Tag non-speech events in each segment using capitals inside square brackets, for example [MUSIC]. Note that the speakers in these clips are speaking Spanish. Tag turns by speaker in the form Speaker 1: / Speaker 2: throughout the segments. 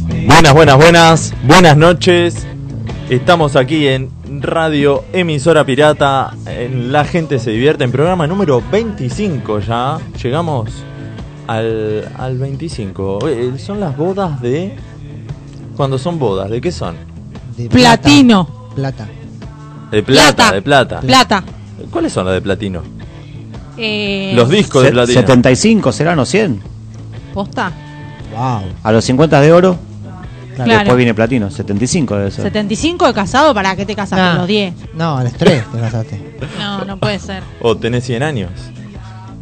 Speaker 1: buenas, buenas, buenas noches. Estamos aquí en Radio Emisora Pirata, en La Gente se divierte, en programa número 25 ya. Llegamos al, al 25. Eh, Son las bodas de... Cuando son bodas, ¿de qué son?
Speaker 2: De
Speaker 3: Platino.
Speaker 2: Plata. plata.
Speaker 1: De plata,
Speaker 3: Plata.
Speaker 1: de plata.
Speaker 3: Plata.
Speaker 1: ¿Cuáles son las de platino?
Speaker 3: Eh,
Speaker 1: Los discos de
Speaker 4: Se-
Speaker 1: platino.
Speaker 4: 75 serán o 100.
Speaker 3: ¿Posta?
Speaker 2: Wow.
Speaker 4: A los 50 de oro,
Speaker 2: Claro.
Speaker 4: después
Speaker 3: Claro.
Speaker 4: viene platino. 75 debe ser.
Speaker 3: 75 de casado, ¿para qué te casaste
Speaker 2: Ah.
Speaker 3: a los 10?
Speaker 2: No, a las tres te casaste.
Speaker 3: No, no puede ser.
Speaker 1: ¿O tenés 100 años?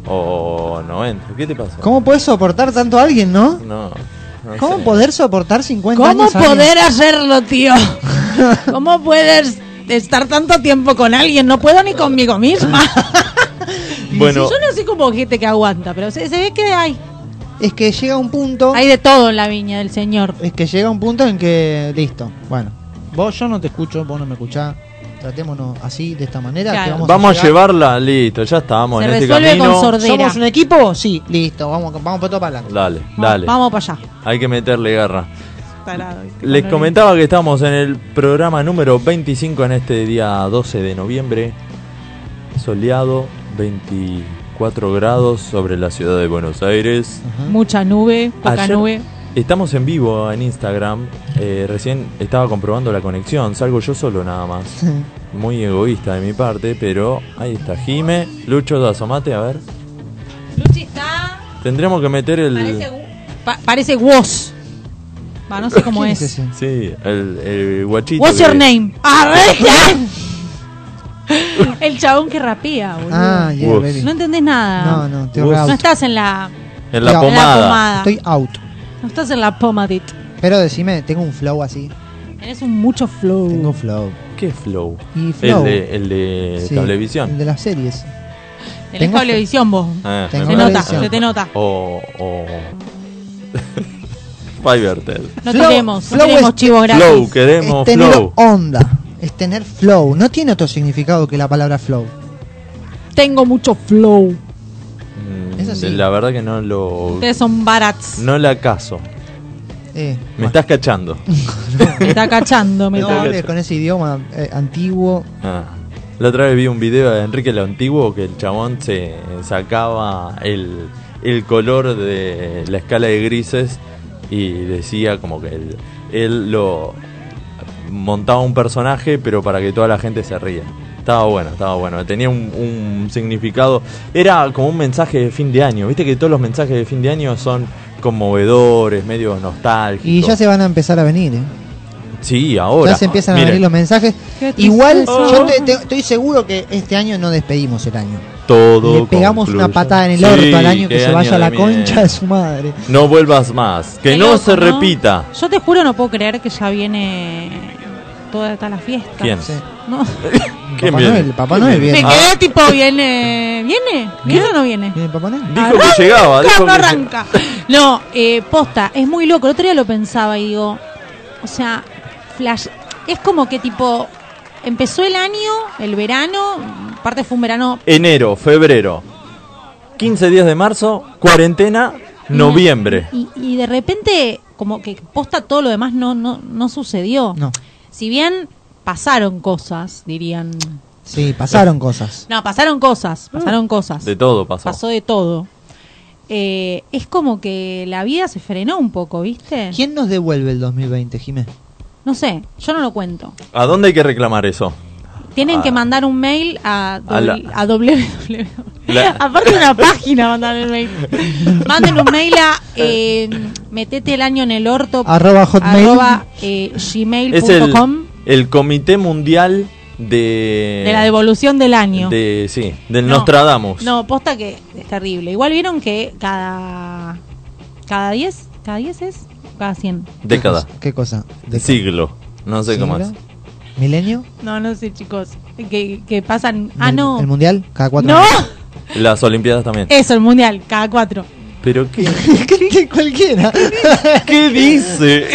Speaker 1: ¿O 90? ¿Qué te pasa?
Speaker 2: ¿Cómo podés soportar tanto a alguien, no?
Speaker 1: No. no
Speaker 2: ¿Cómo
Speaker 1: sé.
Speaker 2: poder soportar 50
Speaker 3: ¿Cómo
Speaker 2: años? a alguien?
Speaker 3: poder hacerlo,
Speaker 2: [LAUGHS]
Speaker 3: tío? ¿Cómo puedes estar tanto tiempo con alguien? No puedo ni conmigo [LAUGHS] misma.
Speaker 1: Bueno.
Speaker 3: Si yo no soy como gente que aguanta, pero se, se ve que hay.
Speaker 2: Es que llega un punto.
Speaker 3: Hay de todo en la viña del señor.
Speaker 2: Es que llega un punto en que. Listo. Bueno. Vos, yo no te escucho, vos no me escuchás. Tratémonos así, de esta manera. que
Speaker 3: Claro.
Speaker 2: vamos,
Speaker 1: Vamos a
Speaker 2: llegar-
Speaker 1: llevarla, listo, ya estamos
Speaker 3: Se
Speaker 1: en este
Speaker 3: resuelve
Speaker 1: camino.
Speaker 3: con sordera.
Speaker 2: ¿Somos un equipo? Sí, listo. Vamos, vamos para todo para adelante.
Speaker 1: Dale,
Speaker 3: Vamos-
Speaker 1: dale.
Speaker 3: Vamos para allá.
Speaker 1: Hay que meterle garra.
Speaker 3: Tarado, ¿viste?
Speaker 1: Les
Speaker 3: Con lo
Speaker 1: comentaba que estamos en el programa número 25 en este día 12 de noviembre. Soleado, 24 grados sobre la ciudad de Buenos Aires.
Speaker 3: lindo. Mucha nube, poca
Speaker 1: Ayer-
Speaker 3: [LAUGHS] nube.
Speaker 1: Estamos en vivo en Instagram. Eh, recién estaba comprobando la conexión. Salgo yo solo nada
Speaker 3: [LAUGHS]
Speaker 1: más. Muy egoísta de mi parte, pero ahí está. Jime, Lucho, asomate, a ver.
Speaker 3: Luchi está.
Speaker 1: Tendremos que meter
Speaker 3: Parece,
Speaker 1: el.
Speaker 3: gu- pa- parece Woz. Va, no sé cómo
Speaker 2: ¿Quién
Speaker 3: es.
Speaker 2: ese?
Speaker 1: Sí, el, el guachito.
Speaker 3: What's
Speaker 1: que-
Speaker 3: your name? ¡Arreta! [LAUGHS] El chabón que rapía, boludo.
Speaker 2: Ah, yeah,
Speaker 1: Uf.
Speaker 2: baby.
Speaker 3: No entendés
Speaker 2: No,
Speaker 3: nada.
Speaker 2: no, estoy
Speaker 1: Vos-
Speaker 2: re
Speaker 3: No
Speaker 2: out.
Speaker 3: estás en la,
Speaker 1: En la
Speaker 2: No.
Speaker 3: en la
Speaker 1: pomada.
Speaker 3: pomada.
Speaker 2: Estoy out.
Speaker 3: No estás en la pomadit.
Speaker 2: Pero decime, tengo un flow así.
Speaker 3: Tenés un mucho flow.
Speaker 2: Tengo un flow.
Speaker 1: ¿Qué flow?
Speaker 2: Y
Speaker 1: El
Speaker 2: flow.
Speaker 1: de, el de
Speaker 2: Sí, El
Speaker 1: cablevisión.
Speaker 2: de las series.
Speaker 3: Tenés
Speaker 2: tengo
Speaker 3: cablevisión vos.
Speaker 1: Ah,
Speaker 2: Tengo
Speaker 1: me
Speaker 3: Se
Speaker 2: la
Speaker 3: nota,
Speaker 1: parece.
Speaker 2: visión.
Speaker 3: se te nota.
Speaker 1: O. o... [LAUGHS] Fivertel.
Speaker 3: No
Speaker 2: Flow-
Speaker 3: tenemos, no
Speaker 2: flow
Speaker 3: tenemos
Speaker 2: es-
Speaker 3: chivos gratis.
Speaker 1: Flow, queremos
Speaker 2: es tener
Speaker 1: flow.
Speaker 2: onda. Es tener flow. No tiene otro significado que la palabra flow.
Speaker 3: Tengo mucho flow.
Speaker 1: Mm,
Speaker 2: Eso sí.
Speaker 1: La verdad que no lo.
Speaker 3: Ustedes son barats.
Speaker 1: No la caso.
Speaker 2: Eh,
Speaker 1: Me estás
Speaker 2: [LAUGHS]
Speaker 1: cachando.
Speaker 3: Me está cachando, me
Speaker 2: No
Speaker 3: está.
Speaker 2: hables con ese idioma eh, antiguo.
Speaker 1: Ah. La otra vez vi un video de Enrique el Antiguo que el chabón se sacaba el, el color de la escala de grises y decía como que él, él lo montaba un personaje pero para que toda la gente se ría. Estaba bueno, estaba bueno. Tenía un, un significado. Era como un mensaje de fin de año. Viste que todos los mensajes de fin de año son conmovedores, medios nostálgicos.
Speaker 2: Y ya se van a empezar a venir. eh.
Speaker 1: Sí, ahora.
Speaker 2: Ya se empiezan a
Speaker 1: Miren,
Speaker 2: venir los mensajes.
Speaker 3: Qué
Speaker 2: Igual,
Speaker 3: tristeza.
Speaker 2: yo te- te- estoy seguro que este año no despedimos el año.
Speaker 1: todo
Speaker 2: Le pegamos
Speaker 1: concluye.
Speaker 2: una patada en el
Speaker 1: Sí,
Speaker 2: orto al año
Speaker 1: qué
Speaker 2: que se vaya a
Speaker 1: año
Speaker 2: la
Speaker 1: de
Speaker 2: concha
Speaker 1: mierda.
Speaker 2: de
Speaker 1: [LAUGHS]
Speaker 2: su madre.
Speaker 1: No vuelvas más. Que
Speaker 3: Qué
Speaker 1: no
Speaker 3: loco,
Speaker 1: se repita.
Speaker 3: Yo te juro, no puedo creer que ya viene toda, toda la fiesta.
Speaker 1: ¿Quién?
Speaker 2: Sí.
Speaker 3: No.
Speaker 1: [LAUGHS] ¿Quién
Speaker 2: Papá
Speaker 1: viene?
Speaker 2: Noel, Papá
Speaker 1: ¿Quién
Speaker 2: Noel
Speaker 3: Me
Speaker 2: viene.
Speaker 1: Ah.
Speaker 3: quedé tipo, ¿viene? ¿Viene? ¿Viene o no viene?
Speaker 2: ¿Viene Papá Noel?
Speaker 1: Dijo que llegaba.
Speaker 3: Arranca,
Speaker 1: dijo
Speaker 3: no
Speaker 1: que lleg-
Speaker 3: arranca. No, eh, posta, es muy loco. El otro día lo pensaba y digo, o sea, flash. Es como que tipo, empezó el año, el verano, parte fue un verano.
Speaker 1: Enero, febrero. 15 días de marzo, cuarentena,
Speaker 2: Mm.
Speaker 1: noviembre.
Speaker 3: Y, y de repente, como que posta todo lo demás no, no, no sucedió.
Speaker 2: No.
Speaker 3: Si bien pasaron cosas, dirían.
Speaker 2: Sí, pasaron cosas.
Speaker 3: No, pasaron cosas, pasaron cosas.
Speaker 1: De todo pasó.
Speaker 3: Pasó de todo. Eh, es como que la vida se frenó un poco, ¿viste?
Speaker 2: ¿Quién nos devuelve el 2020, Jimé?
Speaker 3: No sé, yo no lo cuento.
Speaker 1: ¿A dónde hay que reclamar eso?
Speaker 3: Tienen
Speaker 1: Ah.
Speaker 3: que mandar un mail a,
Speaker 1: A la-
Speaker 3: doble-
Speaker 1: [LAUGHS]
Speaker 3: a www.
Speaker 1: La-
Speaker 3: Aparte de una página mandan el mail. Manden un mail a eh, metete el año en el orto
Speaker 2: Arroba hotmail.
Speaker 3: arroba, eh, gmail
Speaker 1: Es
Speaker 3: punto
Speaker 1: el,
Speaker 3: com,
Speaker 1: el Comité Mundial de.
Speaker 3: de la devolución del año.
Speaker 1: de- sí, del
Speaker 3: No.
Speaker 1: Nostradamus.
Speaker 3: No, posta que es terrible. Igual vieron que cada cada 10, cada 10 es cada 100.
Speaker 1: Década.
Speaker 2: ¿Qué cosa? ¿De
Speaker 1: Siglo. No sé cómo es.
Speaker 2: siglo? ¿Milenio?
Speaker 3: No, no sé, chicos. Que, que pasan. Ah,
Speaker 2: ¿El-
Speaker 3: no.
Speaker 2: ¿El mundial? Cada cuatro
Speaker 3: no.
Speaker 2: años.
Speaker 1: Las Olimpiadas también.
Speaker 3: [LAUGHS] Eso, el mundial, cada
Speaker 2: [LAUGHS]
Speaker 3: cuatro.
Speaker 2: Eh,
Speaker 1: ¿Pero qué,
Speaker 2: Creí que cualquiera.
Speaker 1: [LAUGHS] qué dice?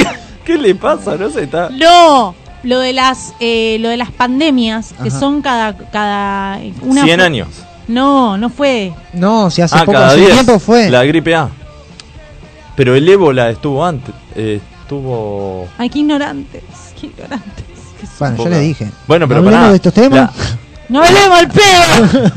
Speaker 1: ¿Qué le pasa? No se está.
Speaker 3: [LAUGHS] No, lo de las eh, lo de las pandemias que
Speaker 2: Ajá.
Speaker 3: son cada cada
Speaker 1: 100
Speaker 3: fue-
Speaker 1: años.
Speaker 3: No, no fue.
Speaker 2: No, si hace
Speaker 1: ah,
Speaker 2: poco,
Speaker 1: cada
Speaker 2: hace un
Speaker 1: 10.
Speaker 2: tiempo fue.
Speaker 1: La gripe A. Pero el ébola estuvo antes. eh, estuvo.
Speaker 3: Ay, qué ignorantes, [LAUGHS] qué ignorantes. que son.
Speaker 2: Bueno, yo
Speaker 1: Poca.
Speaker 2: le dije.
Speaker 1: Bueno, pero
Speaker 2: Hablemos
Speaker 1: pará.
Speaker 2: de estos temas.
Speaker 3: ¡No hablemos al pedo!
Speaker 1: La-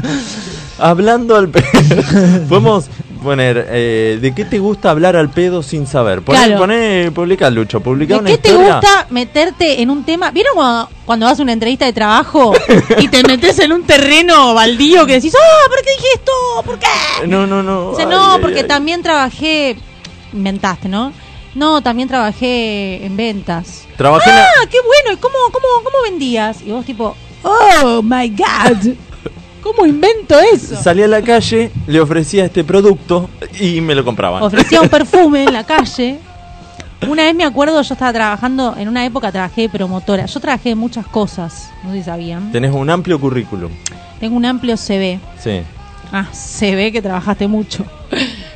Speaker 1: [LAUGHS] hablando al pedo. [LAUGHS] Podemos poner. eh, ¿De qué te gusta hablar al pedo sin saber? Poné,
Speaker 3: Claro.
Speaker 1: poné- publicá, Lucho. Publicá
Speaker 3: ¿De
Speaker 1: una
Speaker 3: qué te
Speaker 1: historia.
Speaker 3: gusta meterte en un tema? ¿Vieron cuando, cuando vas a una entrevista
Speaker 1: [LAUGHS]
Speaker 3: de trabajo y te metes en un terreno baldío que decís, ¡ah, ¿por qué dije esto? ¿Por qué?
Speaker 1: No, no, no.
Speaker 3: Dice,
Speaker 1: Ay,
Speaker 3: no,
Speaker 1: ay,
Speaker 3: porque
Speaker 1: ay.
Speaker 3: también trabajé. Inventaste, ¿no? No, también trabajé en ventas.
Speaker 1: Trabajé en la-
Speaker 3: ¡Ah, qué bueno! ¿Y cómo, cómo, cómo vendías? Y vos, tipo, ¡oh my god! ¿Cómo invento eso?
Speaker 1: Salí a la calle, le ofrecía este producto y me lo compraban. [LAUGHS]
Speaker 3: Ofrecía un perfume en la calle. Una vez me acuerdo, yo estaba trabajando, en una época trabajé de promotora. Yo trabajé de muchas cosas, no sé si sabían.
Speaker 1: Tenés un amplio currículum.
Speaker 3: Tengo un amplio CV.
Speaker 1: Sí.
Speaker 3: Ah, se ve que trabajaste mucho.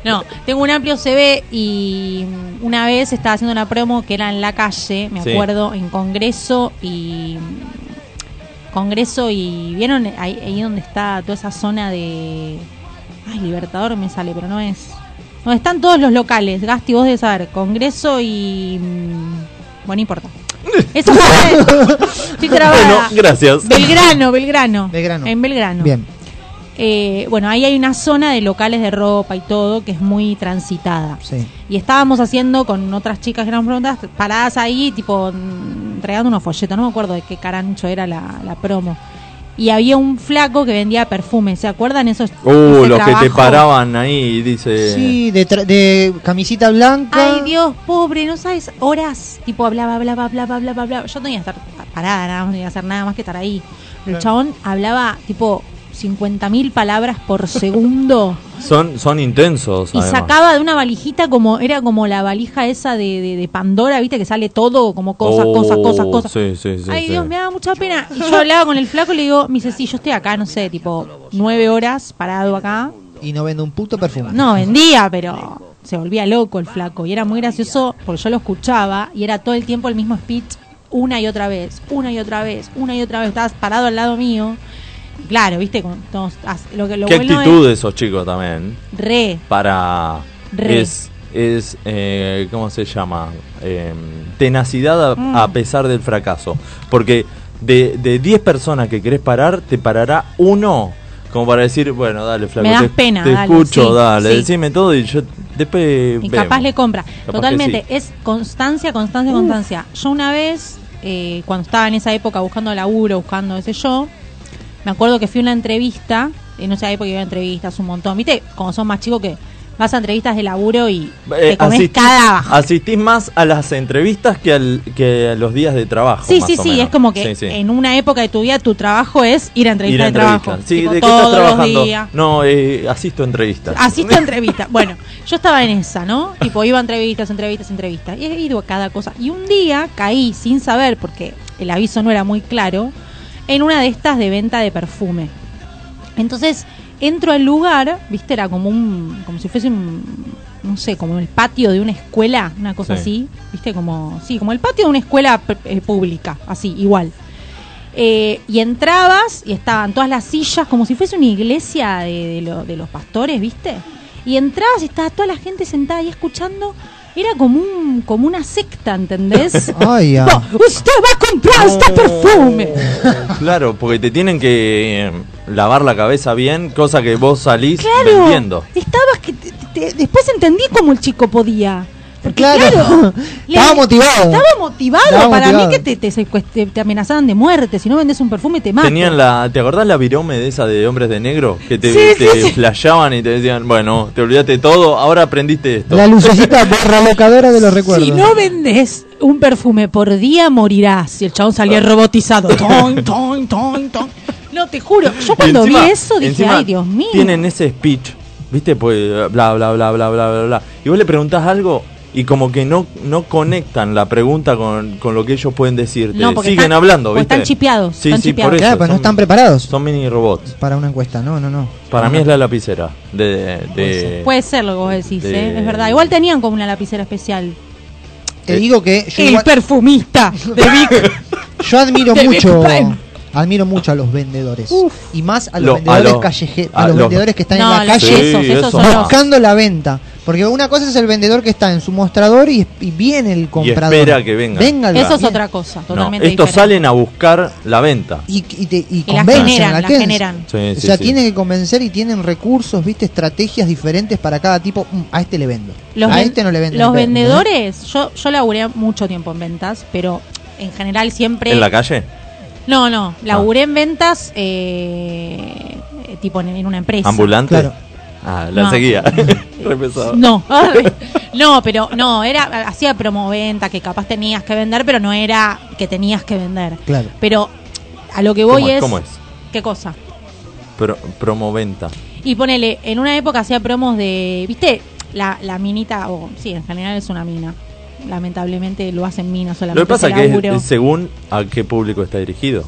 Speaker 3: No, tengo un amplio CV y mm, una vez estaba haciendo una promo que era en la calle, me
Speaker 1: Sí.
Speaker 3: acuerdo, en Congreso y mm, Congreso y vieron ahí, ahí donde está toda esa zona de ay Libertador me sale, pero no es. No están todos los locales, Gasti, vos debes saber, Congreso y mm, bueno,
Speaker 1: [LAUGHS]
Speaker 3: no importa. Esa zona de- Estoy
Speaker 1: Bueno,
Speaker 3: trabada.
Speaker 1: gracias.
Speaker 3: Belgrano, Belgrano.
Speaker 2: Belgrano.
Speaker 3: En Belgrano.
Speaker 2: Bien.
Speaker 3: Eh, bueno, ahí hay una zona de locales de ropa y todo que es muy transitada.
Speaker 2: Sí.
Speaker 3: Y estábamos haciendo con otras chicas que eran preguntas, paradas ahí, tipo, mm, entregando unos folletos. No me acuerdo de qué carancho era la, la promo. Y había un flaco que vendía perfumes. ¿Se acuerdan esos?
Speaker 1: Uh,
Speaker 3: ese
Speaker 1: los que te
Speaker 3: trabajo?
Speaker 1: paraban ahí, dice.
Speaker 2: Sí, de, tra- de camisita blanca.
Speaker 3: Ay, Dios, pobre, no sabes, horas, tipo, hablaba, hablaba, hablaba, hablaba, hablaba. Yo tenía que estar parada, nada más, no iba a hacer nada más que estar ahí. Pero el chabón hablaba, tipo, 50.000 palabras por [LAUGHS] segundo.
Speaker 1: Son, son intensos.
Speaker 3: Y
Speaker 1: además.
Speaker 3: sacaba de una valijita como, era como la valija esa de, de- de Pandora, viste, que sale todo, como cosas,
Speaker 1: Oh,
Speaker 3: cosas, cosas, cosas.
Speaker 1: Sí, sí, sí.
Speaker 3: Ay,
Speaker 1: sí.
Speaker 3: Dios, me daba mucha pena. Y yo hablaba con el flaco y le digo, me dice, sí, yo estoy acá, no sé, tipo, nueve horas parado acá.
Speaker 2: Y no vende un puto perfume.
Speaker 3: No, vendía, pero se volvía loco el flaco. Y era muy gracioso porque yo lo escuchaba y era todo el tiempo el mismo speech, una y otra vez, una y otra vez, una y otra vez. Estabas parado al lado mío. Claro, viste, con todos- lo que lo
Speaker 1: Qué
Speaker 3: bueno
Speaker 1: actitud de esos chicos también.
Speaker 3: es re
Speaker 1: Para.
Speaker 3: Re.
Speaker 1: Es. es eh, ¿Cómo se llama? Eh, tenacidad a,
Speaker 3: Mm.
Speaker 1: a pesar del fracaso. Porque de de 10 personas que querés parar, te parará uno. Como para decir, bueno, dale, flaco.
Speaker 3: Me das
Speaker 1: te,
Speaker 3: pena,
Speaker 1: te
Speaker 3: dale,
Speaker 1: escucho,
Speaker 3: sí,
Speaker 1: dale.
Speaker 3: sí.
Speaker 1: Decime todo y yo. Después.
Speaker 3: Y
Speaker 1: vemos.
Speaker 3: capaz le compra.
Speaker 1: que
Speaker 3: Totalmente.
Speaker 1: sí.
Speaker 3: Es constancia, constancia, constancia. Yo una vez, eh, cuando estaba en esa época buscando laburo, buscando, qué sé yo, me acuerdo que fui a una entrevista. En esa época iba a entrevistas un montón. Viste, como sos más chico que vas a entrevistas de laburo y
Speaker 1: Eh,
Speaker 3: te comes
Speaker 1: asistí-
Speaker 3: cada baja.
Speaker 1: asistís más a las entrevistas que, al, que a los días de trabajo.
Speaker 3: Sí,
Speaker 1: más
Speaker 3: sí,
Speaker 1: o
Speaker 3: sí,
Speaker 1: menos.
Speaker 3: es como
Speaker 1: Sí,
Speaker 3: que
Speaker 1: sí.
Speaker 3: en una época de tu vida tu trabajo es ir
Speaker 1: Ir
Speaker 3: a entrevistas
Speaker 1: a
Speaker 3: de trabajo.
Speaker 1: entrevistas. Sí,
Speaker 3: Tipo,
Speaker 1: ¿de qué estás
Speaker 3: todos
Speaker 1: trabajando?
Speaker 3: los días. Ah,
Speaker 1: No, eh, asisto a entrevistas.
Speaker 3: Asisto a entrevistas. Bueno, yo estaba en esa, ¿no? Tipo, iba a entrevistas, entrevistas, entrevistas. Y he ido a cada cosa. Y un día caí sin saber, porque el aviso no era muy claro, en una de estas de venta de perfume. Entonces, entro al lugar, viste, era como un. como si fuese un. no sé, como el patio de una escuela, una cosa
Speaker 1: Sí.
Speaker 3: así. Viste, como. sí, como el patio de una escuela p- eh, pública, así, igual. Eh, y entrabas y estaban todas las sillas, como si fuese una iglesia de, de lo- de los pastores, ¿viste? Y entrabas y estaba toda la gente sentada ahí escuchando. Era como, un, como una secta, ¿entendés?
Speaker 2: [LAUGHS] Ay, ah. ya.
Speaker 3: No, usted va a comprar este perfume.
Speaker 1: Claro, porque te tienen que eh, lavar la cabeza bien, cosa que vos salís
Speaker 3: Claro.
Speaker 1: vendiendo.
Speaker 3: Estabas que te- te- después entendí cómo el chico podía. Porque,
Speaker 2: Claro.
Speaker 3: le-
Speaker 2: [LAUGHS] Estaba motivado.
Speaker 3: Estaba motivado.
Speaker 2: Estaba
Speaker 3: Para
Speaker 2: motivado.
Speaker 3: mí que te, te, secuest- te- te amenazaban de muerte. Si no vendes un perfume, te matan.
Speaker 1: Tenían la, ¿Te acordás la virome de esa de hombres de negro? Que te,
Speaker 3: Sí,
Speaker 1: te
Speaker 3: sí, sí.
Speaker 1: flasheaban y te decían, bueno, te olvidaste de todo, ahora aprendiste esto.
Speaker 2: La
Speaker 5: [LAUGHS]
Speaker 2: lucecita relocadora de los recuerdos.
Speaker 3: Si no vendes un perfume por día, morirás. Y el chabón salía robotizado.
Speaker 1: [LAUGHS]
Speaker 3: Ton, ton, ton, ton. [LAUGHS] No, te juro. Yo
Speaker 1: Y
Speaker 3: cuando
Speaker 1: encima-
Speaker 3: vi eso dije,
Speaker 1: encima
Speaker 3: ay, Dios mío.
Speaker 1: Tienen ese speech, ¿viste? Pues bla, bla, bla, bla, bla, bla, bla. Y vos le preguntás algo y como que no, no conectan la pregunta con, con lo que ellos pueden decirte.
Speaker 3: No, porque
Speaker 1: Siguen
Speaker 3: están-
Speaker 1: hablando,
Speaker 3: porque
Speaker 1: ¿viste?
Speaker 3: están chipeados,
Speaker 1: Sí,
Speaker 3: están
Speaker 1: sí,
Speaker 3: chipeados.
Speaker 1: por eso.
Speaker 2: Claro, pero no
Speaker 1: son-
Speaker 2: están preparados
Speaker 1: Son mini robots.
Speaker 2: para una encuesta. No, no, no.
Speaker 1: Para mí es la lapicera de... de-
Speaker 3: Puede ser lo que vos decís,
Speaker 1: de-
Speaker 3: ¿eh? es verdad. Igual tenían como una lapicera especial.
Speaker 2: Te digo que yo,
Speaker 3: el
Speaker 2: igual- [LAUGHS]
Speaker 3: perfumista de Vic.
Speaker 2: yo admiro
Speaker 3: de
Speaker 2: mucho.
Speaker 3: Big Prime.
Speaker 2: Admiro mucho a los vendedores.
Speaker 3: Uf.
Speaker 2: Y más a
Speaker 1: Lo-
Speaker 2: los
Speaker 1: a
Speaker 2: vendedores
Speaker 1: lo-
Speaker 2: callejeros.
Speaker 1: a
Speaker 2: A los
Speaker 1: lo-
Speaker 2: vendedores que están
Speaker 3: no,
Speaker 2: en la calle
Speaker 1: Sí,
Speaker 3: esos, esos
Speaker 1: eso.
Speaker 3: son los-
Speaker 2: buscando la venta. Porque una cosa es el vendedor que está en su mostrador y, y viene el comprador.
Speaker 1: espera que venga.
Speaker 2: el
Speaker 3: Eso es
Speaker 2: cliente.
Speaker 3: otra cosa,
Speaker 1: No,
Speaker 3: totalmente
Speaker 1: estos
Speaker 3: diferente.
Speaker 1: salen a buscar la venta.
Speaker 2: Y, y, te- y
Speaker 3: Y las
Speaker 2: convencen
Speaker 3: generan,
Speaker 2: a
Speaker 3: las
Speaker 2: gente.
Speaker 3: generan.
Speaker 1: Sí,
Speaker 2: o
Speaker 1: sí,
Speaker 2: sea,
Speaker 1: sí.
Speaker 2: tienen que convencer y tienen recursos, viste, estrategias diferentes para cada tipo. Mm, a este le vendo.
Speaker 3: Los,
Speaker 2: a
Speaker 3: ven-
Speaker 2: este no le vendo.
Speaker 3: los
Speaker 2: ¿entendés?
Speaker 3: vendedores, yo, yo laburé mucho tiempo en ventas, pero en general siempre...
Speaker 1: ¿En la calle? Ah.
Speaker 3: No, no, laburé en ventas eh, eh, tipo en, en una empresa.
Speaker 1: ¿Ambulante?
Speaker 2: Claro.
Speaker 1: Ah, la
Speaker 3: No. [LAUGHS]
Speaker 1: seguía. Re pesado.
Speaker 3: No, [LAUGHS] no, pero no, era hacía promoventa que capaz tenías que vender, pero no era que tenías que vender.
Speaker 2: Claro.
Speaker 3: Pero a lo que
Speaker 1: ¿Cómo
Speaker 3: voy
Speaker 1: es?
Speaker 3: es,
Speaker 1: ¿Cómo es?
Speaker 3: ¿Qué cosa?
Speaker 1: Pro- promoventa.
Speaker 3: Y ponele, en una época hacía promos de, ¿viste? La, la minita, o sí, en general es una mina. Lamentablemente lo hacen minas solamente.
Speaker 1: Lo que pasa
Speaker 3: ese
Speaker 1: que es,
Speaker 3: laburo.
Speaker 1: es según a qué público está dirigido.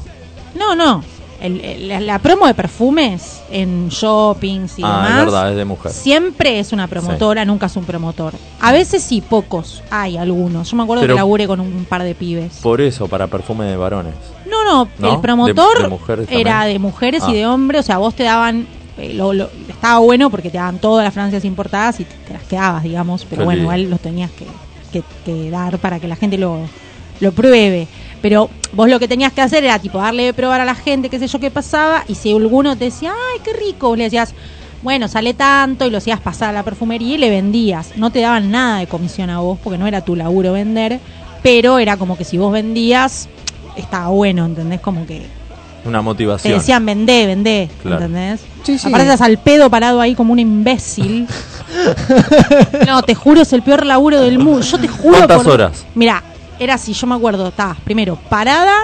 Speaker 3: No, no. El- el- la, la promo de perfumes en shoppings y
Speaker 1: ah,
Speaker 3: demás.
Speaker 1: es verdad, es de mujer.
Speaker 3: Siempre es una promotora, nunca es un promotor. A veces sí, pocos. Hay algunos. Yo me acuerdo
Speaker 1: Pero-
Speaker 3: que laburé con un, par de pibes.
Speaker 1: Por eso, para perfume de varones.
Speaker 3: No, no,
Speaker 1: ¿No?
Speaker 3: el promotor
Speaker 1: De- de mujeres también.
Speaker 3: era de mujeres
Speaker 1: Ah.
Speaker 3: y de hombres. O sea, vos te daban. eh, lo- lo- estaba bueno porque te daban todas las Francias importadas y te, te las quedabas, digamos. Pero
Speaker 1: Qué
Speaker 3: bueno,
Speaker 1: lindo.
Speaker 3: igual los tenías que, que- que dar para que la gente lo, lo pruebe. Pero vos lo que tenías que hacer era tipo darle de probar a la gente, qué sé yo qué pasaba. Y si alguno te decía, ay, qué rico, vos le decías. Bueno, sale tanto y lo hacías pasar a la perfumería y le vendías. No te daban nada de comisión a vos porque no era tu laburo vender, pero era como que si vos vendías, estaba bueno, ¿entendés? Como que
Speaker 1: Una
Speaker 3: te
Speaker 1: motivación.
Speaker 3: decían vendé, vendé,
Speaker 1: Claro.
Speaker 3: ¿entendés?
Speaker 2: Sí, sí.
Speaker 3: Apareces al pedo parado ahí como un
Speaker 2: [LAUGHS]
Speaker 3: imbécil. no, te juro, es el peor laburo del mundo. Yo te juro.
Speaker 1: ¿Cuántas horas?
Speaker 3: Mira, era así, yo me acuerdo, estaba primero parada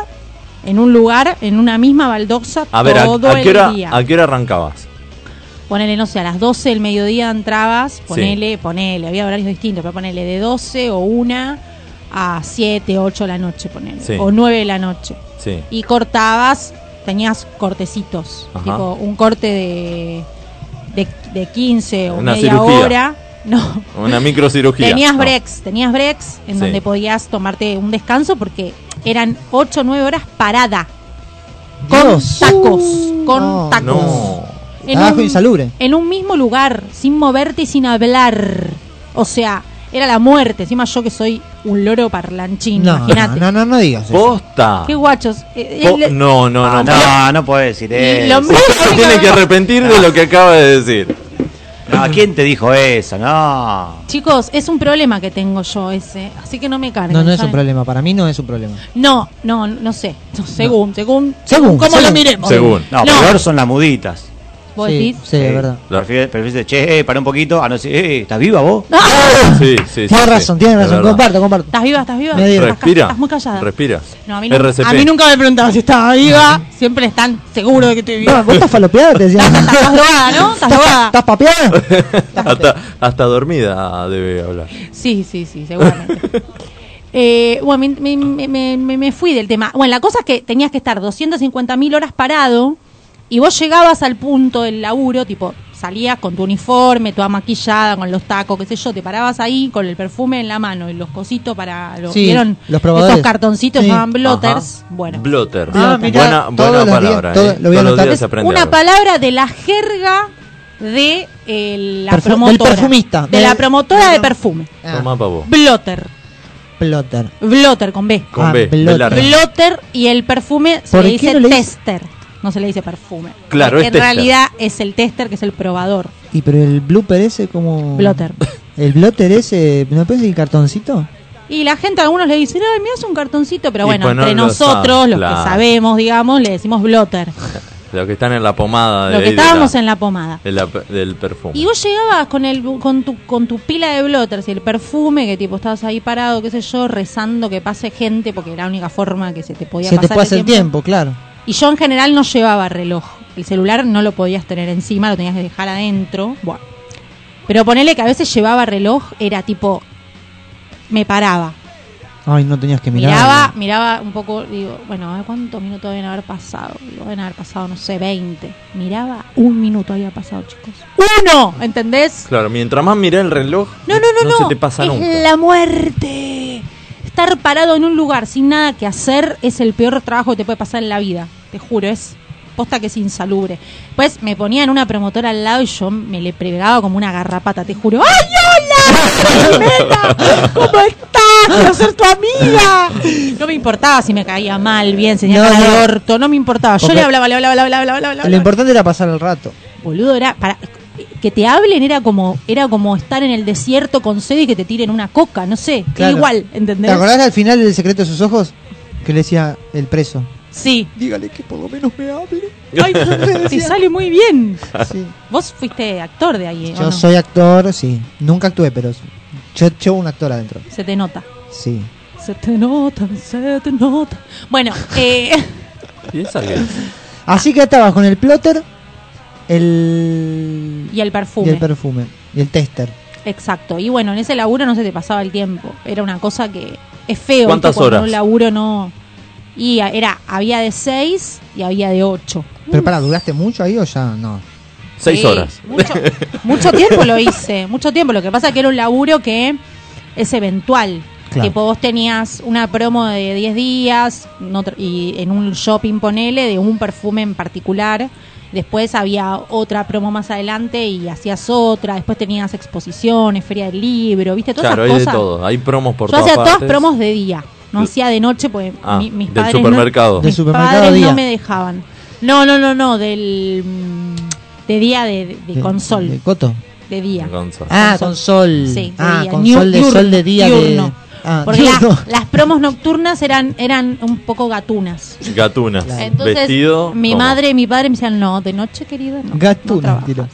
Speaker 3: en un lugar, en una misma baldosa,
Speaker 1: a ver, ¿a,
Speaker 3: todo
Speaker 1: a qué hora,
Speaker 3: el día.
Speaker 1: ¿a qué hora arrancabas?
Speaker 3: Ponele, no sé, a las 12 del mediodía entrabas, ponele, ponele, había horarios distintos, pero ponele de 12 o 1 a 7, 8 de la noche, ponele,
Speaker 1: Sí.
Speaker 3: o 9 de la noche.
Speaker 1: Sí.
Speaker 3: Y cortabas, tenías cortecitos,
Speaker 1: Ajá.
Speaker 3: tipo un corte de, de, de 15 o
Speaker 1: Una
Speaker 3: media
Speaker 1: cirugía.
Speaker 3: hora. No,
Speaker 1: Una microcirugía.
Speaker 3: Tenías
Speaker 1: No.
Speaker 3: breaks, tenías breaks en
Speaker 1: Sí.
Speaker 3: donde podías tomarte un descanso porque eran 8 o 9 horas parada. Con
Speaker 2: Dios.
Speaker 3: tacos,
Speaker 2: Uh,
Speaker 3: con
Speaker 2: no.
Speaker 3: tacos.
Speaker 1: No.
Speaker 3: En
Speaker 2: Trabajo
Speaker 3: un-
Speaker 2: insalubre.
Speaker 3: En un mismo lugar, sin moverte y sin hablar. O sea, era la muerte. Encima yo que soy un loro parlanchín,
Speaker 2: No,
Speaker 3: imagínate.
Speaker 2: no, no, no digas eso.
Speaker 1: Posta.
Speaker 3: Qué guachos. Eh,
Speaker 1: Po-
Speaker 3: el-
Speaker 1: Oh, no, no, no.
Speaker 4: Ah, No, no puedes decir
Speaker 3: Y lo
Speaker 4: eso.
Speaker 3: mismo
Speaker 1: Se tiene que arrepentir de Ah. lo que acaba de decir.
Speaker 4: No, ¿quién te dijo eso? No.
Speaker 3: Chicos, es un problema que tengo yo ese. Así que no me carguen.
Speaker 2: No, no es
Speaker 3: ¿saben?
Speaker 2: un problema. Para mí no es un problema.
Speaker 3: No, no, no sé. No, según, según,
Speaker 2: Según,
Speaker 3: ¿Cómo lo
Speaker 2: según.
Speaker 3: miremos?
Speaker 1: Según.
Speaker 4: No,
Speaker 3: No.
Speaker 4: peor son las muditas.
Speaker 3: ¿Vos
Speaker 2: sí,
Speaker 3: decís?
Speaker 2: sí, es verdad.
Speaker 1: La-
Speaker 4: Prefiere- prefiere decir, che, eh, para un poquito. A no decir, eh, ¿estás viva vos?
Speaker 1: [LAUGHS] Sí, sí, sí.
Speaker 2: Tienes razón, tienes
Speaker 1: es
Speaker 2: razón.
Speaker 1: verdad.
Speaker 2: Comparto, comparto.
Speaker 3: ¿Estás viva? ¿Estás viva?
Speaker 2: Me digo.
Speaker 3: Estás ca-
Speaker 1: Respira.
Speaker 3: Estás muy callada.
Speaker 1: Respira.
Speaker 3: No, a mí, nunca,
Speaker 1: RCP.
Speaker 3: a mí nunca me preguntaban si estaba viva. Siempre están seguros de que estoy
Speaker 2: No,
Speaker 3: viva.
Speaker 2: Ah, vos estás falopeada, te decían.
Speaker 3: Estás drogada, ¿no? Estás drogada.
Speaker 2: ¿Estás papeada?
Speaker 1: hasta, hasta dormida debe hablar.
Speaker 3: Sí, sí, sí, seguramente.
Speaker 2: [LAUGHS]
Speaker 3: Eh, bueno, me, me- me- me- me fui del tema. Bueno, la cosa es que tenías que estar 250 mil horas parado y vos llegabas al punto del laburo, tipo, salías con tu uniforme, toda maquillada, con los tacos, qué sé yo, te parabas ahí con el perfume en la mano y los cositos para... Los,
Speaker 2: [LAUGHS] Sí,
Speaker 3: ¿Vieron?
Speaker 2: los probadores.
Speaker 3: Esos cartoncitos
Speaker 2: Sí.
Speaker 3: llamaban blotters.
Speaker 1: Ajá.
Speaker 3: Bueno.
Speaker 1: Blotter.
Speaker 2: Ah, mirá,
Speaker 1: buena
Speaker 2: todos
Speaker 1: buena
Speaker 2: los días,
Speaker 1: palabra.
Speaker 2: todo-
Speaker 1: eh.
Speaker 2: lo voy a
Speaker 1: Todos los
Speaker 2: anotar.
Speaker 1: días
Speaker 2: Es
Speaker 1: se aprende
Speaker 3: una
Speaker 1: algo.
Speaker 3: palabra de la jerga de eh, la
Speaker 2: Perfu- del
Speaker 3: promotora.
Speaker 2: perfumista.
Speaker 3: De
Speaker 2: Del-
Speaker 3: la promotora de
Speaker 2: del-
Speaker 3: perfume.
Speaker 1: Tomá, pavo.
Speaker 3: Blotter.
Speaker 2: Plotter.
Speaker 3: Blotter con B.
Speaker 1: Con
Speaker 2: Ah,
Speaker 1: B.
Speaker 2: blotter.
Speaker 1: B larga.
Speaker 3: Blotter y el perfume se
Speaker 2: ¿Por
Speaker 3: le
Speaker 2: qué
Speaker 3: dice
Speaker 2: no le dice-
Speaker 3: tester. No se le dice perfume.
Speaker 1: Claro,
Speaker 3: Porque
Speaker 1: es
Speaker 3: en
Speaker 1: tester.
Speaker 3: realidad es el tester que es el probador.
Speaker 2: Y pero el blooper ese como...
Speaker 3: Blotter.
Speaker 2: El blotter ese, ¿no pensé el cartoncito?
Speaker 3: Y la gente, algunos le dicen, ay, me hace un cartoncito, pero
Speaker 1: Y
Speaker 3: bueno,
Speaker 1: pues no
Speaker 3: entre
Speaker 1: lo
Speaker 3: nosotros,
Speaker 1: sabe,
Speaker 3: los
Speaker 1: claro.
Speaker 3: que sabemos, digamos, le decimos blotter.
Speaker 1: Los que están en la pomada. de
Speaker 3: lo que
Speaker 1: ahí de
Speaker 3: estábamos
Speaker 1: la-
Speaker 3: en la pomada.
Speaker 1: de la pe- del perfume.
Speaker 3: Y vos llegabas con el con tu con tu pila de blotters y el perfume que tipo estabas ahí parado, qué sé yo, rezando que pase gente porque era la única forma que se te podía
Speaker 2: Se te
Speaker 3: pasar
Speaker 2: pasa el tiempo, claro.
Speaker 3: Y yo en general no llevaba reloj. El celular no lo podías tener encima, lo tenías que dejar adentro. Bueno. Pero ponele que a veces llevaba reloj, era tipo. Me paraba.
Speaker 2: Ay, no tenías que mirar.
Speaker 3: Miraba, miraba un poco, digo, bueno, a ver cuántos minutos deben haber pasado. Digo, deben haber pasado, no sé, 20. Miraba, un minuto había pasado, chicos. ¡Uno! ¿Entendés?
Speaker 1: Claro, mientras más miré el reloj,
Speaker 3: No, no, no, no.
Speaker 1: se te pasa
Speaker 3: es
Speaker 1: nunca.
Speaker 3: la muerte. Estar parado en un lugar sin nada que hacer es el peor trabajo que te puede pasar en la vida. Te juro, es posta que es insalubre. Pues me ponía en una promotora al lado y yo me le pegaba como una garrapata, te juro. ¡Ay, hola! ¡Jimena! ¿Cómo estás?
Speaker 1: [LAUGHS]
Speaker 3: Quiero ser tu amiga. No me importaba si me caía mal, bien, si tenía
Speaker 2: No,
Speaker 3: cara de
Speaker 2: no.
Speaker 3: orto, no me importaba. Yo
Speaker 2: Porque-
Speaker 3: le hablaba, le hablaba, le hablaba, le hablaba, le hablaba.
Speaker 2: Lo importante era pasar el rato.
Speaker 3: Boludo, era para que te hablen era como era como estar en el desierto con sed y que te tiren una coca, no sé, que
Speaker 2: Claro.
Speaker 3: igual, ¿entendés?
Speaker 2: ¿Te acordás al final del secreto de sus ojos? Que le decía el preso.
Speaker 3: Sí.
Speaker 2: Dígale que por lo menos me
Speaker 3: [LAUGHS]
Speaker 2: hable.
Speaker 3: Ay, te sale muy bien.
Speaker 2: Sí.
Speaker 3: Vos fuiste actor de ahí, ¿o
Speaker 2: Yo
Speaker 3: no?
Speaker 2: soy actor, sí. Nunca actué, pero yo llevo un actor adentro.
Speaker 3: Se te nota.
Speaker 2: Sí.
Speaker 3: Se te nota, se te nota. Bueno, eh,
Speaker 1: ¿Y esa qué es?
Speaker 2: Así que estabas con el plotter, el...
Speaker 3: y el
Speaker 2: y
Speaker 3: perfume.
Speaker 2: el perfume, y el tester.
Speaker 3: Exacto. Y bueno, en ese laburo no se te pasaba el tiempo. Era una cosa que es feo.
Speaker 1: ¿Cuántas
Speaker 3: ¿viste? Cuando
Speaker 1: horas?
Speaker 3: Un laburo no. Y a- era, había de 6 y había de 8.
Speaker 2: Pero para, ¿duraste mucho ahí o ya no?
Speaker 1: Seis
Speaker 3: Sí,
Speaker 1: horas.
Speaker 3: Mucho, mucho tiempo lo hice, mucho tiempo. Lo que pasa es que era un laburo que es eventual.
Speaker 2: Claro.
Speaker 3: Tipo, vos tenías una promo de 10 días no tra- y en un shopping, ponele, de un perfume en particular. Después había otra promo más adelante y hacías otra. Después tenías exposiciones, feria del libro, ¿viste? Todas
Speaker 1: Claro, hay
Speaker 3: esas
Speaker 1: de
Speaker 3: cosas.
Speaker 1: todo. Hay promos por
Speaker 3: Yo hacía
Speaker 1: todas partes.
Speaker 3: todas promos de día. No hacía de noche, pues
Speaker 1: Ah,
Speaker 3: mi- mis
Speaker 1: del
Speaker 3: padres.
Speaker 1: supermercado.
Speaker 3: No,
Speaker 2: Del
Speaker 3: mis
Speaker 2: supermercado
Speaker 3: padres
Speaker 2: día.
Speaker 3: no me dejaban. No, no, no, no. Del. mm, De día de, de consol.
Speaker 2: ¿De coto?
Speaker 3: De día.
Speaker 1: Gonza.
Speaker 2: Ah,
Speaker 3: Con
Speaker 2: con sol.
Speaker 3: Sí, de
Speaker 2: ah,
Speaker 3: día.
Speaker 2: con
Speaker 3: Niu-
Speaker 2: sol de
Speaker 3: diurno,
Speaker 2: sol de día de...
Speaker 3: diurno.
Speaker 2: Ah,
Speaker 3: Porque la-
Speaker 2: diurno.
Speaker 3: [LAUGHS] las promos nocturnas eran, eran un poco gatunas.
Speaker 1: Gatunas.
Speaker 2: Claro.
Speaker 3: Entonces,
Speaker 1: Vestido.
Speaker 3: mi
Speaker 1: ¿cómo?
Speaker 3: madre y mi padre me decían, no, de noche, querida, no.
Speaker 2: Gatunas,
Speaker 3: no trabajas".
Speaker 2: tiró.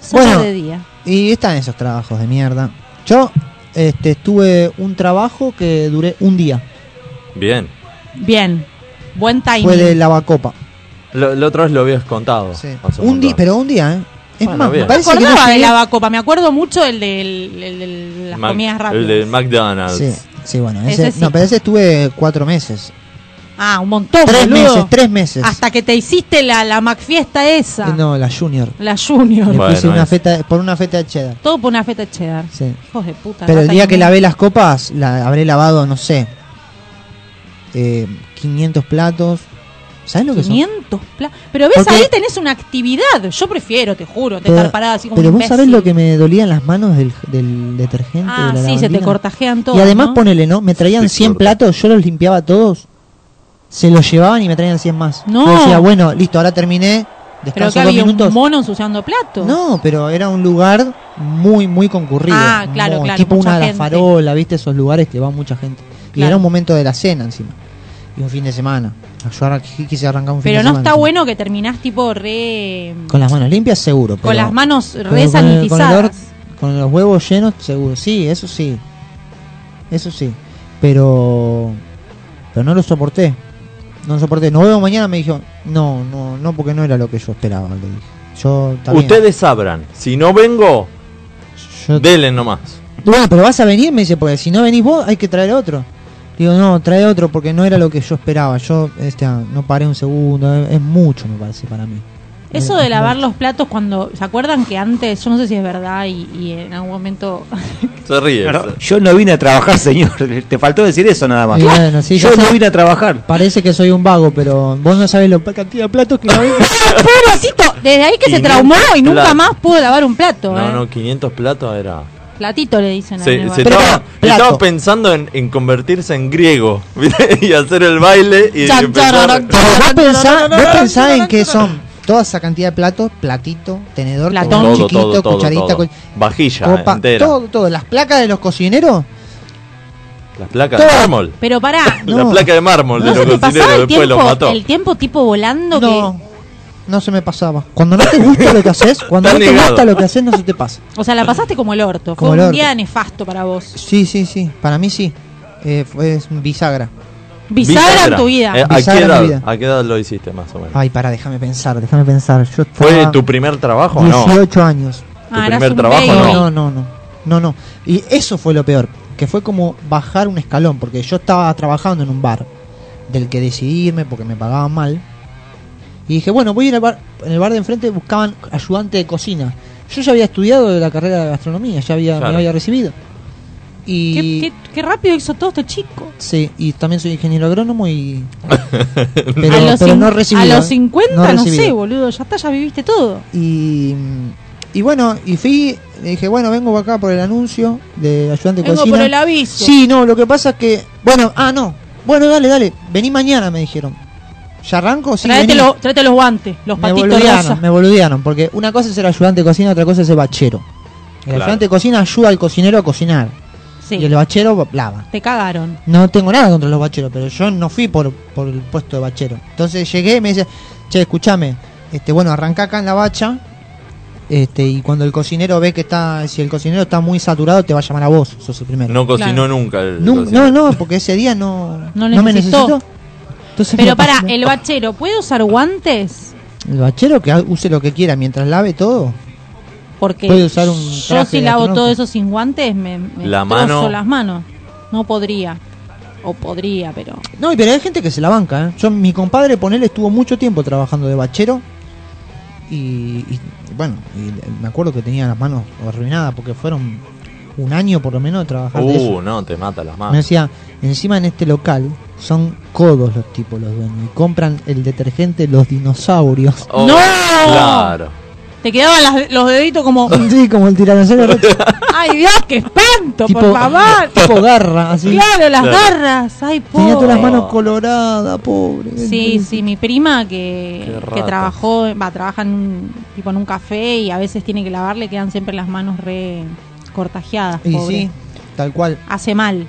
Speaker 3: Solo
Speaker 2: Bueno.
Speaker 3: de día.
Speaker 2: Y están esos trabajos de mierda. Yo este, estuve un trabajo que duré un día.
Speaker 1: Bien.
Speaker 3: Bien. Buen timing.
Speaker 2: Fue de lavacopa.
Speaker 1: Lo, la otra vez lo habías contado. hace
Speaker 2: Un día,
Speaker 1: montón.
Speaker 2: pero un día, ¿eh? Es
Speaker 1: Bueno,
Speaker 2: más,
Speaker 1: bien.
Speaker 2: me
Speaker 3: Me
Speaker 2: parece que no
Speaker 3: acordaba de
Speaker 2: llegué-
Speaker 3: la Bacopa, me acuerdo mucho el del- el de, las
Speaker 1: Mac-
Speaker 3: comidas rápidas.
Speaker 1: El de McDonald's.
Speaker 2: Sí, sí, bueno, ese,
Speaker 3: Ese sí.
Speaker 2: no, pero ese estuve cuatro meses.
Speaker 3: Ah, un montón,
Speaker 2: Tres
Speaker 3: boludo.
Speaker 2: meses, tres meses.
Speaker 3: Hasta que te hiciste la, la Macfiesta esa.
Speaker 2: Eh, No, la Junior.
Speaker 3: La
Speaker 2: Le
Speaker 3: Junior.
Speaker 1: Bueno,
Speaker 2: puse una
Speaker 1: es-
Speaker 2: feta, por una feta de cheddar.
Speaker 3: Todo por una feta cheddar.
Speaker 2: Sí.
Speaker 3: Hijos de puta.
Speaker 2: Pero el
Speaker 3: rata
Speaker 2: día que
Speaker 3: inmunda.
Speaker 2: lavé las copas, la habré lavado, no sé, eh, 500 platos. ¿Sabes lo que son?
Speaker 3: 500 pla- Pero ves,
Speaker 2: Porque-
Speaker 3: ahí tenés una actividad. Yo prefiero, te juro, te estar parada así como
Speaker 2: pero
Speaker 3: un
Speaker 2: vos sabés
Speaker 3: imbécil.
Speaker 2: lo que me dolían las manos del, del detergente.
Speaker 3: Ah,
Speaker 2: de la
Speaker 3: sí, se te
Speaker 2: lavandina.
Speaker 3: cortajean todo.
Speaker 2: Y además,
Speaker 3: ¿no?
Speaker 2: ponele, ¿no? Me traían
Speaker 1: Te
Speaker 2: 100
Speaker 1: corta.
Speaker 2: platos, yo los limpiaba todos. Se los llevaban y me traían 100 más.
Speaker 3: No.
Speaker 2: Yo decía, bueno, listo, ahora terminé.
Speaker 3: Pero
Speaker 2: Descanso
Speaker 3: que
Speaker 2: dos
Speaker 3: había
Speaker 2: minutos.
Speaker 3: un mono ensuciando platos.
Speaker 2: No, pero era un lugar muy, muy concurrido.
Speaker 3: Ah, claro,
Speaker 2: Muy-
Speaker 3: claro,
Speaker 2: Tipo
Speaker 3: mucha
Speaker 2: una la
Speaker 3: gente.
Speaker 2: farola, ¿viste? Esos lugares que va mucha gente. Y
Speaker 3: Claro.
Speaker 2: era un momento de la cena encima. Y un fin de semana. Ah, Yo arran- quise arrancar un fin
Speaker 3: Pero
Speaker 2: de
Speaker 3: no
Speaker 2: semana. Eh,
Speaker 3: está bueno que terminás tipo re.
Speaker 2: Con las manos limpias, seguro.
Speaker 3: con
Speaker 2: pero-
Speaker 3: las manos
Speaker 2: pero
Speaker 3: re
Speaker 2: con el- con el
Speaker 3: sanitizadas.
Speaker 2: or- con los huevos llenos, seguro. Sí, eso sí. Eso sí. Pero. Pero no lo soporté. No lo soporté. Nos vemos mañana, me dijo. No, no, no, porque no era lo que yo esperaba. Le dije. Yo también.
Speaker 1: Ustedes sabrán. Si no vengo,
Speaker 2: Yo
Speaker 1: denle nomás.
Speaker 2: Bueno, "Ah, pero vas a venir, me dice, porque si no venís vos hay que traer otro. Digo, no, trae otro porque no era lo que yo esperaba. Yo este, ah, no paré un segundo, eh, es, es mucho me parece para mí.
Speaker 3: Eso
Speaker 2: Es-
Speaker 3: de
Speaker 2: es
Speaker 3: lavar
Speaker 2: mucho.
Speaker 3: los platos cuando. ¿Se acuerdan que antes? Yo no sé si es verdad y, y en algún momento. [LAUGHS]
Speaker 1: Se ríe.
Speaker 4: Claro, yo no vine a trabajar, [LAUGHS] señor. Te faltó decir eso nada más.
Speaker 2: Y
Speaker 1: Ah.
Speaker 2: bueno, sí,
Speaker 4: yo
Speaker 2: ya
Speaker 4: no
Speaker 2: sé-
Speaker 4: vine a trabajar.
Speaker 2: Parece que soy un vago, pero vos no sabés la cantidad de platos
Speaker 1: [LAUGHS]
Speaker 2: que lavé.
Speaker 3: ¡Pobrecito! Desde ahí que se
Speaker 1: 500
Speaker 3: traumó y nunca
Speaker 1: platos.
Speaker 3: más pudo lavar un plato.
Speaker 1: No,
Speaker 3: eh.
Speaker 1: no, 500 platos era.
Speaker 3: Platito le dicen a
Speaker 1: Se, se
Speaker 2: Pero
Speaker 1: estaba,
Speaker 2: pará, plato.
Speaker 1: estaba pensando en, en convertirse en griego [LAUGHS] ¿viste? y hacer el baile y
Speaker 3: Chan,
Speaker 1: empezar- [LAUGHS]
Speaker 3: chan,
Speaker 2: Pero vos pensás, vos pensás en qué son toda esa cantidad de platos, platito, tenedor,
Speaker 3: Platón.
Speaker 2: tenedor
Speaker 1: todo,
Speaker 2: chiquito,
Speaker 1: todo, todo,
Speaker 2: cucharita,
Speaker 1: todo.
Speaker 2: cu-
Speaker 1: Vajilla
Speaker 2: copa,
Speaker 1: entera.
Speaker 2: todo, todo. Las placas de los cocineros,
Speaker 1: Las placas de
Speaker 2: todo.
Speaker 1: mármol.
Speaker 3: Pero pará,
Speaker 2: [LAUGHS]
Speaker 1: La
Speaker 2: No.
Speaker 1: placa de mármol
Speaker 3: ¿No
Speaker 1: de
Speaker 3: se te
Speaker 1: los
Speaker 3: pasaba
Speaker 1: cocineros
Speaker 3: el
Speaker 1: después
Speaker 3: tiempo,
Speaker 1: los mató.
Speaker 3: el tiempo tipo volando
Speaker 2: no, no se me pasaba. Cuando no te gusta lo que
Speaker 1: [LAUGHS]
Speaker 2: haces, cuando
Speaker 1: Está
Speaker 2: no te
Speaker 1: negado.
Speaker 2: gusta lo que haces, no se te pasa.
Speaker 3: que... O sea, la pasaste como el orto.
Speaker 2: Como
Speaker 3: Fue
Speaker 2: el
Speaker 3: un
Speaker 2: orto.
Speaker 3: día nefasto para vos.
Speaker 2: Sí, sí, sí. Para mí sí. Eh, fue es un bisagra.
Speaker 3: Bisagra, en tu vida.
Speaker 1: Eh, ¿a,
Speaker 2: Bisagra
Speaker 1: qué
Speaker 2: en mi
Speaker 1: edad,
Speaker 2: vida.
Speaker 1: ¿A qué edad lo hiciste más o menos?
Speaker 2: Ay, para, déjame pensar, déjame pensar. Yo estaba
Speaker 1: ¿Fue tu primer trabajo o no?
Speaker 2: 18 años.
Speaker 3: Ah,
Speaker 1: tu
Speaker 3: eras
Speaker 1: primer
Speaker 3: un
Speaker 1: trabajo,
Speaker 3: baby.
Speaker 2: No, no, no, no. No, no. Y eso fue lo peor. Que fue como bajar un escalón. Porque yo estaba trabajando en un bar. Del que decidí irme porque me pagaban mal. Y dije, bueno, voy a ir al bar. En el bar de enfrente buscaban ayudante de cocina. Yo ya había estudiado la carrera de gastronomía. Ya había,
Speaker 1: Claro.
Speaker 2: me había recibido. Y,
Speaker 3: ¿Qué, qué- qué rápido hizo todo este chico.
Speaker 2: Sí, y también soy ingeniero agrónomo
Speaker 1: [LAUGHS]
Speaker 2: y... Pero,
Speaker 3: a los,
Speaker 2: pero
Speaker 3: cin-
Speaker 2: no recibido.
Speaker 3: a los
Speaker 2: ¿eh?
Speaker 3: 50, no,
Speaker 2: recibido.
Speaker 3: sé, boludo. Ya está, ya viviste todo.
Speaker 2: Y, y bueno, y fui, le dije, bueno, vengo acá por el anuncio de ayudante de
Speaker 3: Vengo
Speaker 2: cocina.
Speaker 3: por el aviso.
Speaker 2: Sí, no, lo que pasa es que. Bueno, ah, no. Bueno, dale, dale. Vení mañana, me dijeron. ¿Ya arranco? Sí,
Speaker 3: tráete,
Speaker 2: vení.
Speaker 3: lo- tráete los guantes, los
Speaker 2: me
Speaker 3: patitos
Speaker 2: boludearon,
Speaker 3: rosas.
Speaker 2: me boludearon. Porque una cosa es el ayudante de cocina, otra cosa es el bachero. El
Speaker 1: Claro.
Speaker 2: ayudante de cocina ayuda al cocinero a cocinar.
Speaker 3: Sí,
Speaker 2: Y el bachero lava.
Speaker 3: te cagaron.
Speaker 2: No tengo nada contra los bacheros, pero yo no fui por, por el puesto de bachero. Entonces llegué y me dice, che, escúchame, este, bueno, arrancá acá en la bacha, este, y cuando el cocinero ve que está, si el cocinero está muy saturado, te va a llamar a vos, sos el primero.
Speaker 1: No cocinó
Speaker 3: Claro.
Speaker 1: nunca el
Speaker 2: Nun-
Speaker 1: cocinero.
Speaker 2: no, no, porque ese día no,
Speaker 3: No
Speaker 2: no me
Speaker 3: necesitó.
Speaker 2: necesitó. Entonces me
Speaker 3: Pero
Speaker 2: lo
Speaker 3: para,
Speaker 2: pasé.
Speaker 3: el bachero, ¿puede usar guantes?
Speaker 2: El bachero que ha- use lo que quiera mientras lave todo.
Speaker 3: Porque
Speaker 2: Puede usar un
Speaker 3: yo
Speaker 2: traje
Speaker 3: si
Speaker 2: de
Speaker 3: lavo
Speaker 2: astronauta.
Speaker 3: todo eso sin guantes, me, me
Speaker 1: La
Speaker 3: trozo
Speaker 1: mano.
Speaker 3: las manos. No podría. O podría, pero...
Speaker 2: No, y pero hay gente que se la banca, ¿eh? Yo, mi compadre, ponele, estuvo mucho tiempo trabajando de bachero. Y, y, bueno, y me acuerdo que tenía las manos arruinadas porque fueron un año por lo menos de trabajar de eso.
Speaker 1: Uh, no, te mata las
Speaker 2: Me
Speaker 1: manos.
Speaker 2: decía, encima en este local son codos los tipos los dueños. Y compran el detergente Los Dinosaurios.
Speaker 1: Oh,
Speaker 3: ¡No!
Speaker 1: Claro.
Speaker 3: Te quedaban las- los deditos como...
Speaker 2: [LAUGHS] sí, como
Speaker 3: [LAUGHS]
Speaker 2: el tiranosaurio rex,
Speaker 3: ¡Ay, Dios, qué espanto,
Speaker 2: tipo,
Speaker 3: por favor!
Speaker 2: [LAUGHS] tipo garra, así.
Speaker 3: Claro, las
Speaker 1: Claro.
Speaker 3: garras. ¡Ay,
Speaker 2: Tenía todas las
Speaker 1: Oh.
Speaker 3: pobre!
Speaker 2: manos coloradas, pobre.
Speaker 3: Sí, sí, mi prima que,
Speaker 1: Qué
Speaker 3: que
Speaker 1: rata.
Speaker 3: trabajó, va, trabaja en un, tipo en un café y a veces tiene que lavar, le quedan siempre las manos re cortajeadas,
Speaker 2: Y
Speaker 3: pobre.
Speaker 2: sí, tal cual.
Speaker 3: Hace mal.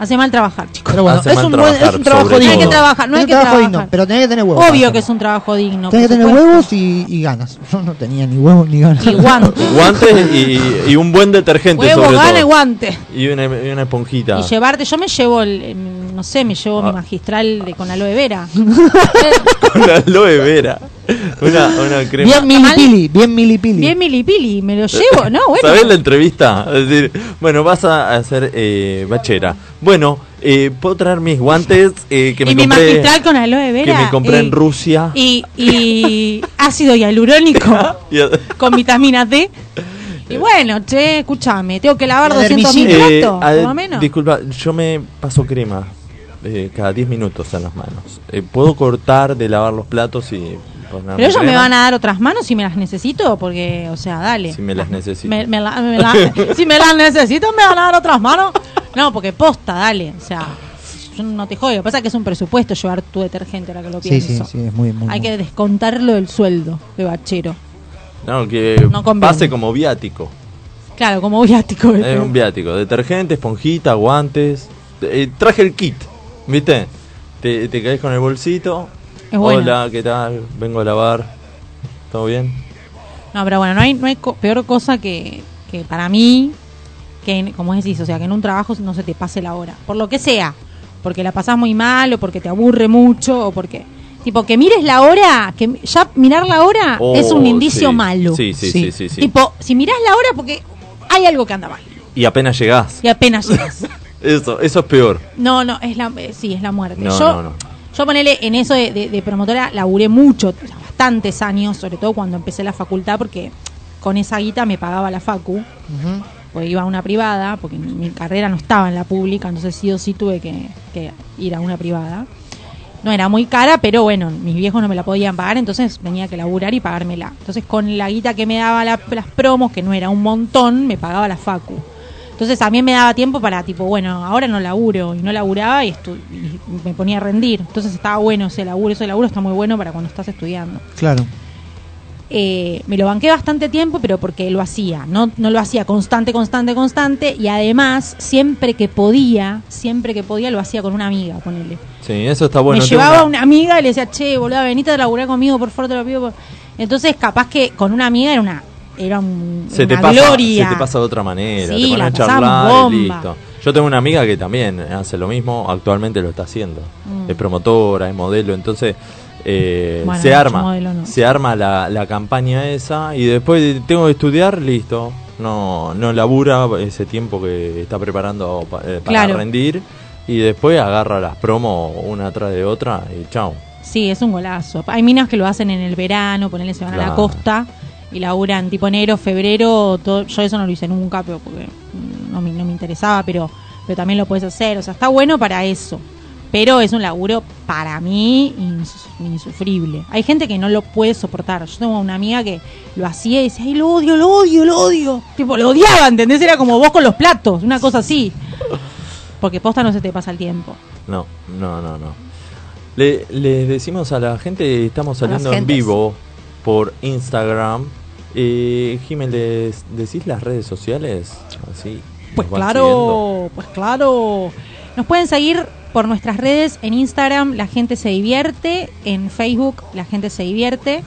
Speaker 3: Hace mal trabajar, chicos.
Speaker 2: Pero bueno,
Speaker 1: Hace
Speaker 2: es
Speaker 1: mal
Speaker 2: un, buen, es
Speaker 1: trabajar,
Speaker 2: un trabajo
Speaker 1: sobre
Speaker 2: digno.
Speaker 1: todo. No hay que
Speaker 3: trabajar, no
Speaker 2: Es
Speaker 3: hay
Speaker 2: un
Speaker 3: que
Speaker 2: trabajo
Speaker 3: trabajar.
Speaker 2: digno, pero tenés que tener huevos. para
Speaker 3: Obvio que
Speaker 2: hacerlo.
Speaker 3: es un trabajo digno.
Speaker 2: Tenés que
Speaker 3: por
Speaker 2: tener
Speaker 3: supuesto.
Speaker 2: huevos y, y ganas. [LAUGHS] Yo no tenía ni huevos ni ganas.
Speaker 3: Y
Speaker 1: [LAUGHS]
Speaker 3: guantes.
Speaker 1: Guantes y, y un buen detergente
Speaker 3: Huevos,
Speaker 1: sobre
Speaker 3: gana y
Speaker 1: todo.
Speaker 3: guante.
Speaker 1: Y una, y una esponjita.
Speaker 3: Y llevarte, yo me llevo, el, eh, no sé, me llevo
Speaker 1: Ah.
Speaker 3: mi magistral de, con aloe
Speaker 1: [LAUGHS]
Speaker 3: vera.
Speaker 1: Con aloe vera. Una, una crema.
Speaker 2: bien milipili, bien milipili.
Speaker 3: Bien milipili, me lo llevo. No, bueno.
Speaker 1: ¿Sabés la entrevista? Es decir, bueno, vas a hacer eh, bachera. Bueno, eh, ¿puedo traer mis guantes eh, que me
Speaker 3: y mi
Speaker 1: compré,
Speaker 3: magistral con aloe vera.
Speaker 1: que me compré
Speaker 3: eh,
Speaker 1: en Rusia?
Speaker 3: Y, y ácido
Speaker 1: [LAUGHS]
Speaker 3: hialurónico
Speaker 1: Y-
Speaker 3: con vitamina D. Y bueno, che, escúchame, tengo que lavar
Speaker 2: Y
Speaker 3: 200 mil
Speaker 2: dermicina.
Speaker 1: Eh,
Speaker 3: platos,
Speaker 1: a-
Speaker 3: por lo menos.
Speaker 1: Disculpa, yo me paso crema eh, cada 10 minutos en las manos. Eh, ¿Puedo cortar de lavar los platos y poner
Speaker 3: Pero ellos me van a dar otras manos si me las necesito, porque, o sea, dale.
Speaker 1: Si me las necesito.
Speaker 3: Me- me la- me la- [LAUGHS] si me las necesito, me van a dar otras manos. No, porque posta, dale. O sea, yo no te jodo. Lo que pasa es que es un presupuesto llevar tu detergente, ahora que lo
Speaker 2: Sí,
Speaker 3: pienso.
Speaker 2: sí, sí, es muy, muy.
Speaker 3: Hay
Speaker 2: muy-
Speaker 3: que descontarlo del sueldo de bachero.
Speaker 1: No, que
Speaker 3: No conviene. Este.
Speaker 1: pase como viático.
Speaker 3: Claro, como viático.
Speaker 1: Es un viático. Detergente, esponjita, guantes. Eh, traje el kit, ¿viste? Te, te caes con el bolsito.
Speaker 3: Es bueno.
Speaker 1: Hola, ¿qué tal? Vengo a lavar. ¿Todo bien?
Speaker 3: No, pero bueno, no hay, no hay co- peor cosa que, que para mí, que en- como decís, o sea, que en un trabajo no se te pase la hora, por lo que sea, porque la pasás muy mal o porque te aburre mucho o porque... Tipo, que mires la hora, que mi- ya mirar la hora es
Speaker 1: Oh,
Speaker 3: un indicio
Speaker 1: sí.
Speaker 3: malo.
Speaker 1: Sí, sí,
Speaker 2: Sí.
Speaker 1: sí, sí. sí.
Speaker 3: Tipo, si mirás la hora porque hay algo que anda mal
Speaker 1: Y apenas llegás. [LAUGHS]
Speaker 3: y apenas llegas.
Speaker 1: Eso, eso es peor.
Speaker 3: No, no, es la, eh, sí, es la muerte.
Speaker 1: No,
Speaker 3: yo,
Speaker 1: no, no.
Speaker 3: yo ponele en eso de, de- de promotora, laburé mucho, o sea, bastantes años, sobre todo cuando empecé la facultad, porque con esa guita me pagaba la facu,
Speaker 2: Ujú.
Speaker 3: porque pues iba a una privada, porque mi, mi carrera no estaba en la pública, entonces sí o sí tuve que, que ir a una privada. No era muy cara, pero bueno, mis viejos no me la podían pagar, entonces tenía que laburar y pagármela. Entonces con la guita que me daba la- las promos, que no era un montón, me pagaba la facu. Entonces también me daba tiempo para tipo, bueno, ahora no laburo, y no laburaba y, estu- y me ponía a rendir. Entonces estaba bueno ese laburo, ese laburo está muy bueno para cuando estás estudiando.
Speaker 2: Claro.
Speaker 3: Eh, me lo banqué bastante tiempo, pero porque lo hacía, no, no lo hacía constante, constante, constante, y además, siempre que podía, siempre que podía, lo hacía con una amiga, ponele.
Speaker 1: Sí, eso está bueno.
Speaker 3: me
Speaker 1: Tengo
Speaker 3: llevaba una amiga y le decía, che, boluda, venite a laburar conmigo, por favor, te lo pido. por-". Entonces, capaz que con una amiga era una, era un-
Speaker 1: se te
Speaker 3: una
Speaker 1: pasa,
Speaker 3: gloria.
Speaker 1: Se te pasa de otra manera. te
Speaker 3: Sí,
Speaker 1: ponen
Speaker 3: la
Speaker 1: a
Speaker 3: pasamos
Speaker 1: charlar y
Speaker 3: bomba.
Speaker 1: listo. Yo tengo una amiga que también hace lo mismo, actualmente lo está haciendo.
Speaker 3: Mm.
Speaker 1: Es promotora, es modelo, entonces eh,
Speaker 3: Bueno,
Speaker 1: se
Speaker 3: mucho
Speaker 1: arma.
Speaker 3: modelo no.
Speaker 1: Se arma la, la campaña esa y después tengo que estudiar, listo. No, no labura ese tiempo que está preparando pa- eh, para
Speaker 3: Claro.
Speaker 1: rendir y después agarra las promos una atrás de otra y chao.
Speaker 3: Sí, es un golazo. Hay minas que lo hacen en el verano, ponerle se van a la
Speaker 1: Claro.
Speaker 3: costa y laburan tipo enero, febrero. todo- Yo eso no lo hice nunca, pero porque mm, no me, no me interesaba, pero, pero también lo puedes hacer. O sea, está bueno para eso. Pero es un laburo para mí ins- insufrible. Hay gente que no lo puede soportar. Yo tengo una amiga que lo hacía y decía, ay, lo odio, lo odio, lo odio. Tipo, lo odiaba, ¿entendés? Era como vos con los platos, una cosa así. Porque posta no se te pasa el tiempo.
Speaker 1: No, no, no, no. Le- les decimos a la gente, estamos
Speaker 6: A las
Speaker 1: saliendo en
Speaker 6: gentes.
Speaker 1: vivo por Instagram. Eh, Jiménez, ¿decís las redes sociales? Así. nos
Speaker 3: Pues
Speaker 1: van
Speaker 3: claro,
Speaker 1: siguiendo.
Speaker 3: pues claro. Nos pueden seguir por nuestras redes en Instagram, la gente se divierte, en Facebook, la gente se divierte.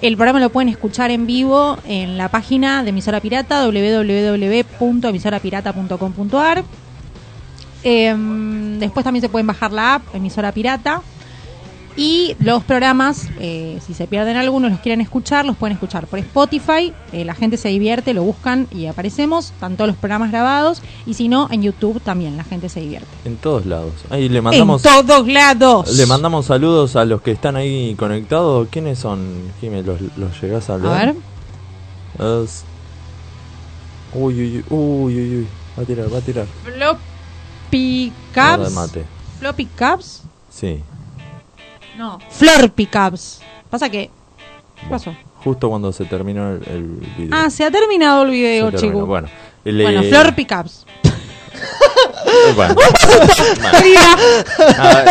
Speaker 3: El programa lo pueden escuchar en vivo en la página de Emisora Pirata, www.emisorapirata.com.ar. Em, después también se pueden bajar la app, Emisora Pirata. Y los programas, eh, si se pierden algunos, los quieren escuchar, los pueden escuchar por Spotify. eh, la gente se divierte, lo buscan y aparecemos. Están todos los programas grabados. Y si no, en YouTube también la gente se divierte.
Speaker 1: En todos lados. Ahí le mandamos.
Speaker 3: en todos lados.
Speaker 1: Le mandamos saludos a los que están ahí conectados. ¿Quiénes son, Jiménez? ¿Los, los llegás a
Speaker 3: A
Speaker 1: leer?
Speaker 3: ver.
Speaker 1: Es- Uy, uy, uy, uy, uy, uy. Va a tirar, va a tirar.
Speaker 3: Floppy
Speaker 1: Nada de
Speaker 3: Caps.
Speaker 1: mate.
Speaker 3: Floppy Caps.
Speaker 1: Sí.
Speaker 3: No. Florpy Caps. Pasa que. ¿Qué pasó?
Speaker 1: Justo cuando se terminó el, el video.
Speaker 3: Ah, se ha terminado el
Speaker 1: Se
Speaker 3: video,
Speaker 1: terminó.
Speaker 3: chico.
Speaker 1: Bueno, le-
Speaker 3: Bueno, Florpy Caps.
Speaker 1: [LAUGHS]
Speaker 3: [LAUGHS]
Speaker 1: Bueno. Bueno. A, ver,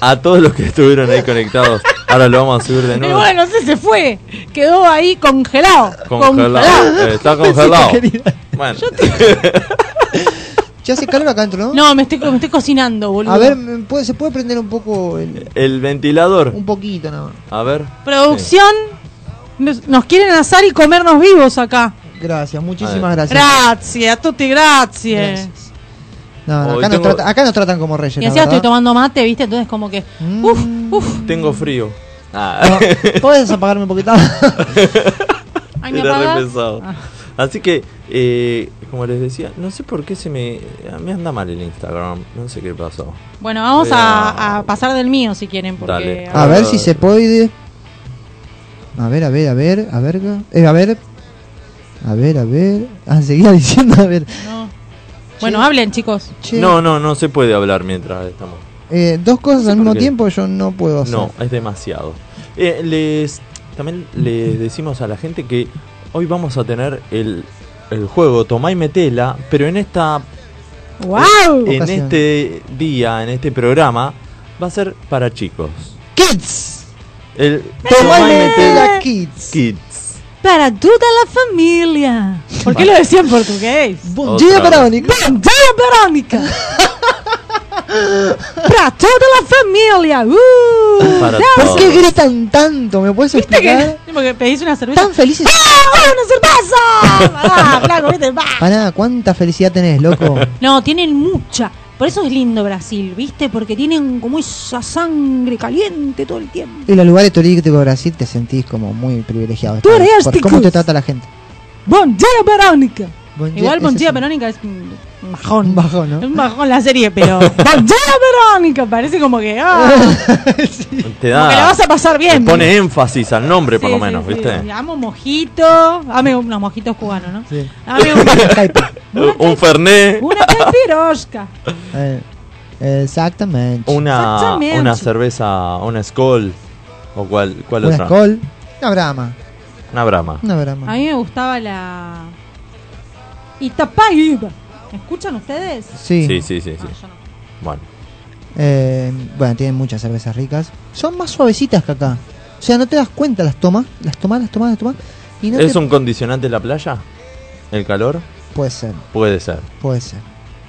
Speaker 1: a todos los que estuvieron ahí conectados, ahora lo vamos a subir
Speaker 3: [LAUGHS]
Speaker 1: de
Speaker 3: Y
Speaker 1: nuevo.
Speaker 3: bueno, sí, se fue. Quedó ahí congelado.
Speaker 1: Congelado. Eh, está
Speaker 3: [LAUGHS]
Speaker 1: congelado.
Speaker 2: querida.
Speaker 1: Bueno,
Speaker 2: Ya hace calor acá adentro, ¿no?
Speaker 3: No, me estoy, me estoy cocinando, boludo.
Speaker 2: A ver, ¿me puede- ¿se puede prender un poco? El,
Speaker 1: el ventilador.
Speaker 2: un poquito nada más.
Speaker 1: A ver.
Speaker 3: Producción. nos- Nos quieren asar y comernos vivos acá.
Speaker 2: Gracias,
Speaker 1: A
Speaker 2: muchísimas
Speaker 1: ver.
Speaker 2: gracias.
Speaker 3: Gracias, a tutti, gracias.
Speaker 2: Gracias. No, no,
Speaker 1: Hoy
Speaker 2: acá, nos
Speaker 1: tengo-
Speaker 2: trata- acá nos tratan como reyes.
Speaker 3: Y
Speaker 2: la
Speaker 3: encima estoy
Speaker 2: verdad.
Speaker 3: tomando mate, ¿viste? Entonces, como que.
Speaker 2: Mm.
Speaker 3: Uf, uf.
Speaker 1: Tengo frío. Ah, [LAUGHS]
Speaker 2: No, ¿Puedes apagarme un poquito?
Speaker 3: Ay, me
Speaker 1: era re
Speaker 3: apagás.
Speaker 1: pesado.
Speaker 3: Ah.
Speaker 1: Así que, eh, como les decía, no sé por qué se me. A mí anda mal el Instagram. No sé qué pasó.
Speaker 3: Bueno, vamos
Speaker 1: Era-
Speaker 3: a, a pasar del mío si quieren. Porque
Speaker 1: Dale.
Speaker 2: a ver si se puede. A ver, a ver, a ver, a ver. eh, a ver. A ver, a ver. Ah, seguía [LAUGHS] diciendo, a ver.
Speaker 3: no. Bueno, hablen, chicos.
Speaker 2: Che,
Speaker 1: No, no, no se puede hablar mientras estamos.
Speaker 2: eh, dos cosas al
Speaker 1: por
Speaker 2: mismo
Speaker 1: qué.
Speaker 2: tiempo yo no puedo hacer.
Speaker 1: No, es demasiado. Eh, les También les decimos a la gente que hoy vamos a tener el, el juego Tomá y Metela, pero en esta
Speaker 3: ¡Wow!
Speaker 1: en
Speaker 2: Ocasión.
Speaker 1: este día, en este programa, va a ser para chicos.
Speaker 2: Kids.
Speaker 1: El
Speaker 2: Tomá y
Speaker 1: Tomá y
Speaker 2: metela Kids.
Speaker 1: Kids.
Speaker 3: Para toda la familia. ¿Por qué lo decía en portugués?
Speaker 2: Buen
Speaker 1: Otra
Speaker 2: día,
Speaker 1: vez.
Speaker 2: Verónica.
Speaker 3: Bandera Verónica. Para toda la familia.
Speaker 1: [LAUGHS]
Speaker 3: Uh.
Speaker 1: Para
Speaker 2: ¿Por
Speaker 1: todos.
Speaker 2: qué gritan tanto? ¿Me puedes
Speaker 3: ¿Viste que?
Speaker 2: explicar?
Speaker 3: Porque pedís una cerveza.
Speaker 2: Tan felices.
Speaker 3: ¡Ah, una cerveza!
Speaker 2: [LAUGHS]
Speaker 3: Pará, flaco, ¿qué te pasa?
Speaker 2: Pará, ¿cuánta felicidad
Speaker 1: [LAUGHS]
Speaker 2: tenés, loco?
Speaker 3: No, tienen mucha. Por eso es lindo Brasil, ¿viste? Porque tienen como esa sangre caliente todo el tiempo.
Speaker 2: En los lugares turísticos de Brasil te sentís como muy privilegiado.
Speaker 3: Tú eres
Speaker 2: Por ¿Cómo
Speaker 3: ticus.
Speaker 2: te trata la gente?
Speaker 3: Bon día, Verónica.
Speaker 2: Buen día,
Speaker 3: Igual
Speaker 2: ese
Speaker 3: Bon
Speaker 2: es
Speaker 3: día,
Speaker 2: un-
Speaker 3: Verónica es un bajón.
Speaker 2: Un bajón, ¿no?
Speaker 3: Es un bajón
Speaker 2: [LAUGHS]
Speaker 3: la serie, pero. ¡Bon día, Verónica! Parece como que. ah,
Speaker 1: Te
Speaker 3: como que la
Speaker 1: da.
Speaker 3: vas a pasar
Speaker 1: te
Speaker 3: bien.
Speaker 1: pone énfasis al nombre, por
Speaker 3: Sí,
Speaker 1: lo
Speaker 3: sí,
Speaker 1: menos,
Speaker 3: sí.
Speaker 1: ¿viste?
Speaker 3: Dame un mojito. Dame unos mojitos cubanos, ¿no?
Speaker 2: Sí.
Speaker 3: Dame
Speaker 2: [LAUGHS]
Speaker 3: un-
Speaker 2: Caipa.
Speaker 1: Eh, Un Fernet.
Speaker 3: una caipirosca.
Speaker 2: Eh, Exactamente.
Speaker 1: Una,
Speaker 3: Exactamente.
Speaker 1: una cerveza, una Skol. ¿O cuál, cuál
Speaker 2: Una
Speaker 1: otra?
Speaker 2: Skol. Una Brahma.
Speaker 1: Una Brahma.
Speaker 2: Una
Speaker 3: A
Speaker 2: Brahma.
Speaker 3: mí me gustaba la. Itapaiba. ¿Me escuchan ustedes?
Speaker 2: Sí.
Speaker 1: Sí, sí, sí,
Speaker 3: No,
Speaker 1: sí.
Speaker 3: yo no.
Speaker 1: Bueno,
Speaker 2: Eh, bueno, tienen muchas cervezas ricas. Son más suavecitas que acá. O sea, no te das cuenta, las tomas, las tomas, las tomas, las tomas. Y no
Speaker 1: ¿es
Speaker 2: te...
Speaker 1: un condicionante la playa? ¿El calor?
Speaker 2: Puede ser,
Speaker 1: Puede ser.
Speaker 2: puede ser.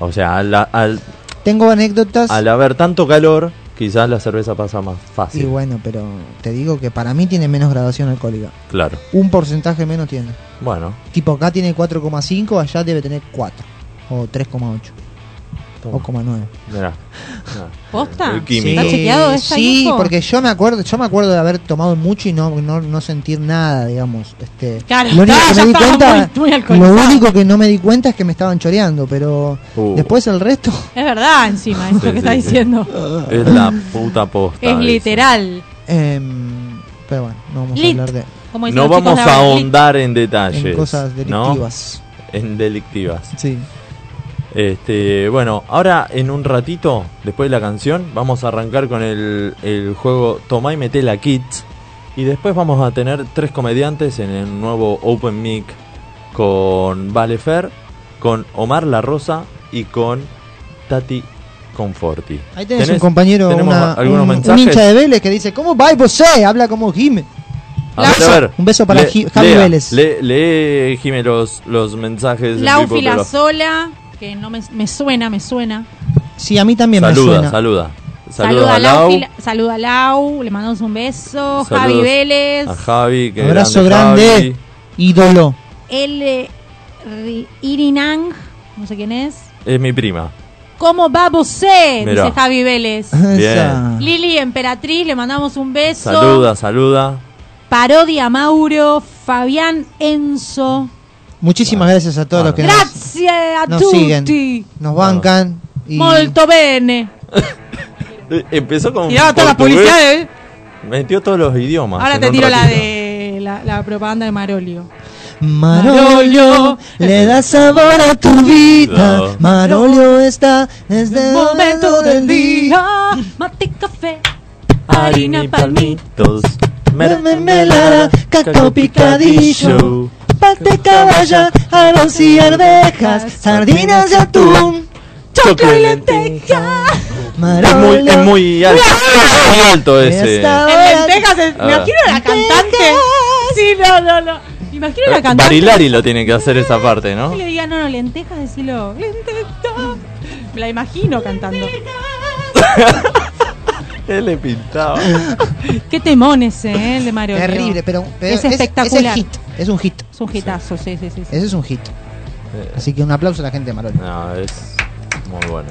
Speaker 1: O sea, al, al,
Speaker 2: Tengo anécdotas.
Speaker 1: al haber tanto calor, quizás la cerveza pasa más
Speaker 2: Y
Speaker 1: fácil.
Speaker 2: bueno, pero te digo que para mí tiene menos graduación alcohólica.
Speaker 1: Claro.
Speaker 2: Un porcentaje menos tiene.
Speaker 1: Bueno.
Speaker 2: Tipo, acá tiene 4,5, allá debe tener 4. O 3,8. O 0,9.
Speaker 1: Mirá.
Speaker 3: ¿Posta?
Speaker 1: El químico.
Speaker 3: ¿Está chequeado esta
Speaker 2: Sí,
Speaker 3: info?
Speaker 2: porque yo me acuerdo, yo me acuerdo de haber tomado mucho y no, no, no sentir nada, digamos. Este,
Speaker 3: Claro, [LAUGHS]
Speaker 2: lo único
Speaker 3: estaba-
Speaker 2: que
Speaker 3: ya
Speaker 2: me di
Speaker 3: estaba
Speaker 2: cuenta,
Speaker 3: muy- muy
Speaker 2: lo
Speaker 3: alcoholizado.
Speaker 2: único que no me di cuenta es que me estaban choreando, pero
Speaker 1: Uh.
Speaker 2: después el resto. [LAUGHS]
Speaker 3: Es verdad, encima, es lo
Speaker 1: Sí,
Speaker 3: que
Speaker 1: sí,
Speaker 3: está
Speaker 1: sí.
Speaker 3: diciendo.
Speaker 2: Ah.
Speaker 1: Es la puta posta.
Speaker 3: Es
Speaker 1: eso.
Speaker 3: literal.
Speaker 2: em, pero bueno, no vamos
Speaker 3: Lit.
Speaker 2: a hablar de
Speaker 3: Como dicen
Speaker 1: No
Speaker 3: los chicos
Speaker 1: vamos
Speaker 3: de
Speaker 1: a
Speaker 3: ahora,
Speaker 1: ahondar en
Speaker 2: en
Speaker 1: detalles.
Speaker 2: cosas
Speaker 1: ¿no?
Speaker 2: delictivas.
Speaker 1: En delictivas.
Speaker 2: Sí.
Speaker 1: Este, bueno, ahora en un ratito, después de la canción, vamos a arrancar con el, el juego Tomá y Metela Kids. Y después vamos a tener tres comediantes en el nuevo Open Mic con Vale Fer, con Omar La Rosa y con Tati Conforti.
Speaker 2: Ahí tenés, un compañero,
Speaker 1: tenemos
Speaker 2: una-
Speaker 1: algunos
Speaker 2: un, un
Speaker 1: mensajes?
Speaker 2: hincha de Vélez que dice, ¿cómo va y vos sé? Habla como Jim.
Speaker 1: A ver,
Speaker 2: Lazo.
Speaker 1: a ver.
Speaker 2: Un beso para
Speaker 1: Le-
Speaker 2: Gi- Javi
Speaker 1: lea,
Speaker 2: Vélez.
Speaker 1: le- lee, Jime, los, los mensajes. en
Speaker 3: Lau
Speaker 1: vivo que lo-
Speaker 3: Filasola, que no me, me suena, me suena.
Speaker 2: Sí, a mí también me
Speaker 1: Saluda,
Speaker 2: suena.
Speaker 1: saluda.
Speaker 3: Saluda a Lau.
Speaker 1: Lau,
Speaker 3: Fila- saluda a Lau, le mandamos un beso.
Speaker 1: Saludos Ah.
Speaker 3: Javi Vélez,
Speaker 1: a Javi. que
Speaker 2: Abrazo grande,
Speaker 1: Javi.
Speaker 2: ídolo.
Speaker 3: L. Ri- Irinang, no sé quién es.
Speaker 1: Es mi prima.
Speaker 3: ¿Cómo va vosé?
Speaker 1: Mirá.
Speaker 3: Dice Javi Vélez.
Speaker 2: [LAUGHS] Esa.
Speaker 3: Lili Emperatriz, le mandamos un beso.
Speaker 1: Saluda, saluda.
Speaker 3: Parodia Mauro, Fabián Enzo.
Speaker 2: Muchísimas gracias a todos
Speaker 1: Bueno.
Speaker 2: los que nos,
Speaker 3: Grazie a
Speaker 2: nos
Speaker 3: tutti.
Speaker 2: siguen, nos bancan. Y
Speaker 3: Molto bene.
Speaker 1: Eh, Empezó con.
Speaker 3: Tiraba todas las
Speaker 1: portugués,
Speaker 3: publicidades. ¿eh?
Speaker 1: Metió todos los idiomas.
Speaker 3: Ahora
Speaker 1: en
Speaker 3: te
Speaker 1: un
Speaker 3: tiro la
Speaker 1: ratito.
Speaker 3: de la, la propaganda de Marolio.
Speaker 2: Marolio le da sabor a tu vida.
Speaker 1: No.
Speaker 2: Marolio está desde el momento del día.
Speaker 3: mate café,
Speaker 1: Harina y palmitos. mer-
Speaker 2: Mermelada, cacao picadillo. Pate caballa, arroz y arvejas, sardinas y atún.
Speaker 1: Choclo y
Speaker 3: lentejas.
Speaker 1: Es
Speaker 2: Marolio.
Speaker 1: muy, es muy alto. Es muy alto ese.
Speaker 2: Esta
Speaker 3: En
Speaker 2: hora-
Speaker 3: lentejas, es- me
Speaker 1: Ah.
Speaker 3: imagino a la cantante. Ah, Sí, no, no, no. Me imagino a la cantante.
Speaker 1: Eh, Barilari lo tiene que hacer esa parte, ¿no?
Speaker 3: Y le diga, no, no, lentejas, decilo. Lentejas. Me la imagino cantando.
Speaker 1: Él le pintaba.
Speaker 3: Qué temón ese, ¿eh? el de Marolio.
Speaker 2: Terrible, pero, pero
Speaker 3: Es espectacular.
Speaker 2: Es, hit, es un hit.
Speaker 3: Es un hitazo, sí, sí, sí. sí.
Speaker 2: Ese es un hit.
Speaker 1: Eh.
Speaker 2: Así que un aplauso a la gente de Marolio.
Speaker 1: No, Ah, es muy bueno.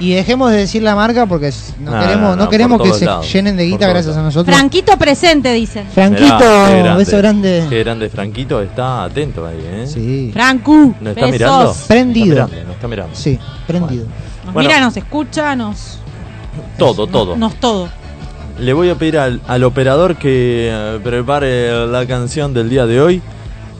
Speaker 2: Y dejemos de decir la marca porque s- no,
Speaker 1: No,
Speaker 2: queremos,
Speaker 1: no,
Speaker 2: no,
Speaker 1: no, por
Speaker 2: queremos que
Speaker 1: todos
Speaker 2: se
Speaker 1: lados,
Speaker 2: llenen de
Speaker 1: por
Speaker 2: guita
Speaker 1: todos
Speaker 2: gracias a
Speaker 1: lados.
Speaker 2: nosotros.
Speaker 3: Franquito presente, dicen.
Speaker 2: Franquito,
Speaker 1: Mirá, qué grande.
Speaker 2: beso
Speaker 1: Qué
Speaker 2: grande.
Speaker 1: grande, Franquito. Está atento ahí, ¿eh?
Speaker 2: Sí.
Speaker 3: Francu,
Speaker 1: ¿No está
Speaker 3: besos.
Speaker 1: mirando?
Speaker 2: Prendido.
Speaker 1: No está mirando, no está mirando.
Speaker 2: Sí, prendido.
Speaker 3: Nos
Speaker 1: Bueno.
Speaker 3: mira, nos escucha, nos.
Speaker 1: Todo, todo.
Speaker 3: Nos todo.
Speaker 1: Le voy a pedir al, al operador que eh, prepare la canción del día de hoy.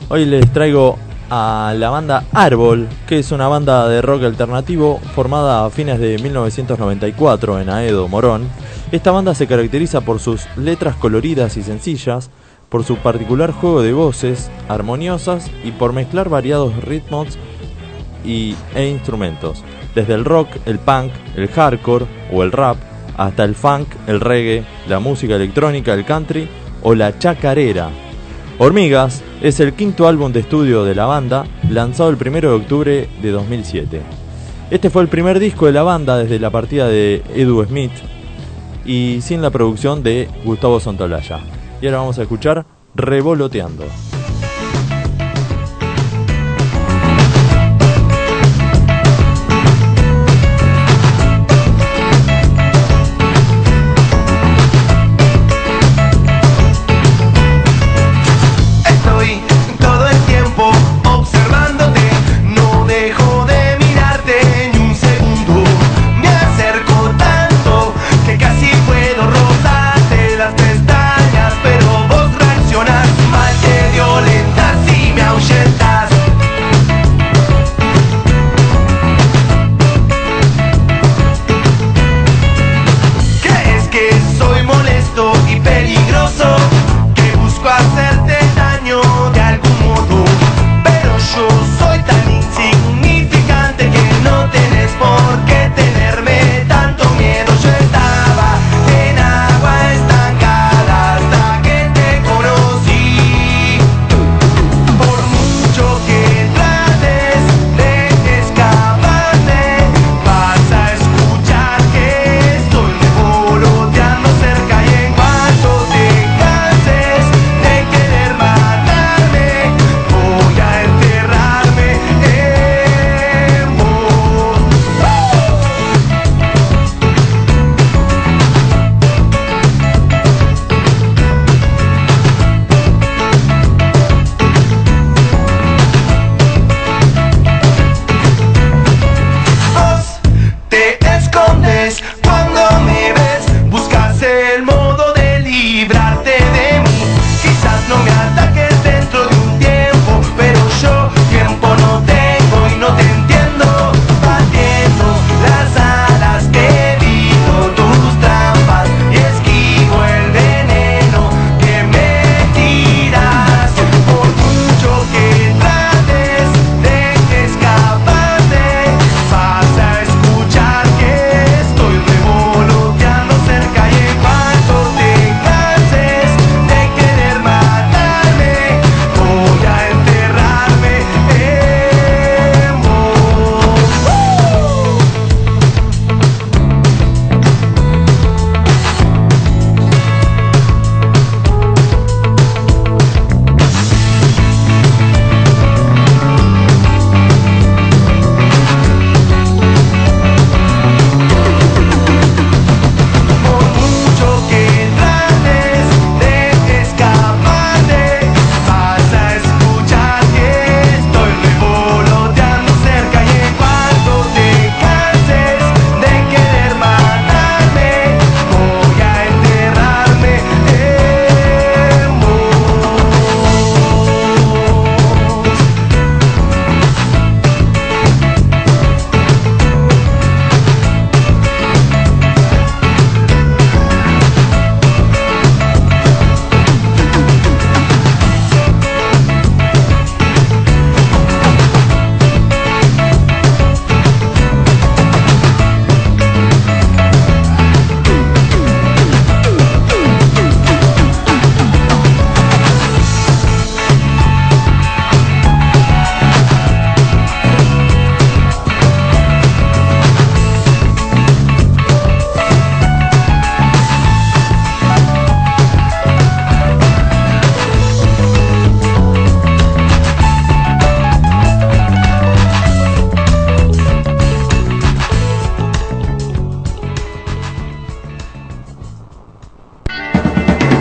Speaker 1: Hoy les traigo a la banda Árbol, que es una banda de rock alternativo formada a fines de 1994 en Aedo, Morón. Esta banda se caracteriza por sus letras coloridas y sencillas, por su particular juego de voces armoniosas y por mezclar variados ritmos y, e instrumentos, desde el rock, el punk, el hardcore o el rap, hasta el funk, el reggae, la música electrónica, el country o la chacarera. Hormigas es el quinto álbum de estudio de la banda, lanzado el 1 de octubre de 2007. Este fue el primer disco de la banda desde la partida de Edu Smith y sin la producción de Gustavo Santolaya. Y ahora vamos a escuchar Revoloteando.
Speaker 6: Estoy todo el tiempo observándote, no dejo de mirarte ni un segundo. Me acerco tanto que casi puedo rozarte las pestañas, pero vos reaccionás mal, te violentas y me ahuyentas. ¿Crees que soy molesto y peligroso? Que busco hacerte daño de algún modo. Pero yo soy tan insignificante que no tenés por qué tenerme tanto miedo. Yo estaba en agua estancada hasta que te conocí. Por mucho que trates de escaparte, vas a escuchar que estoy revoloteando cerca y en cuanto te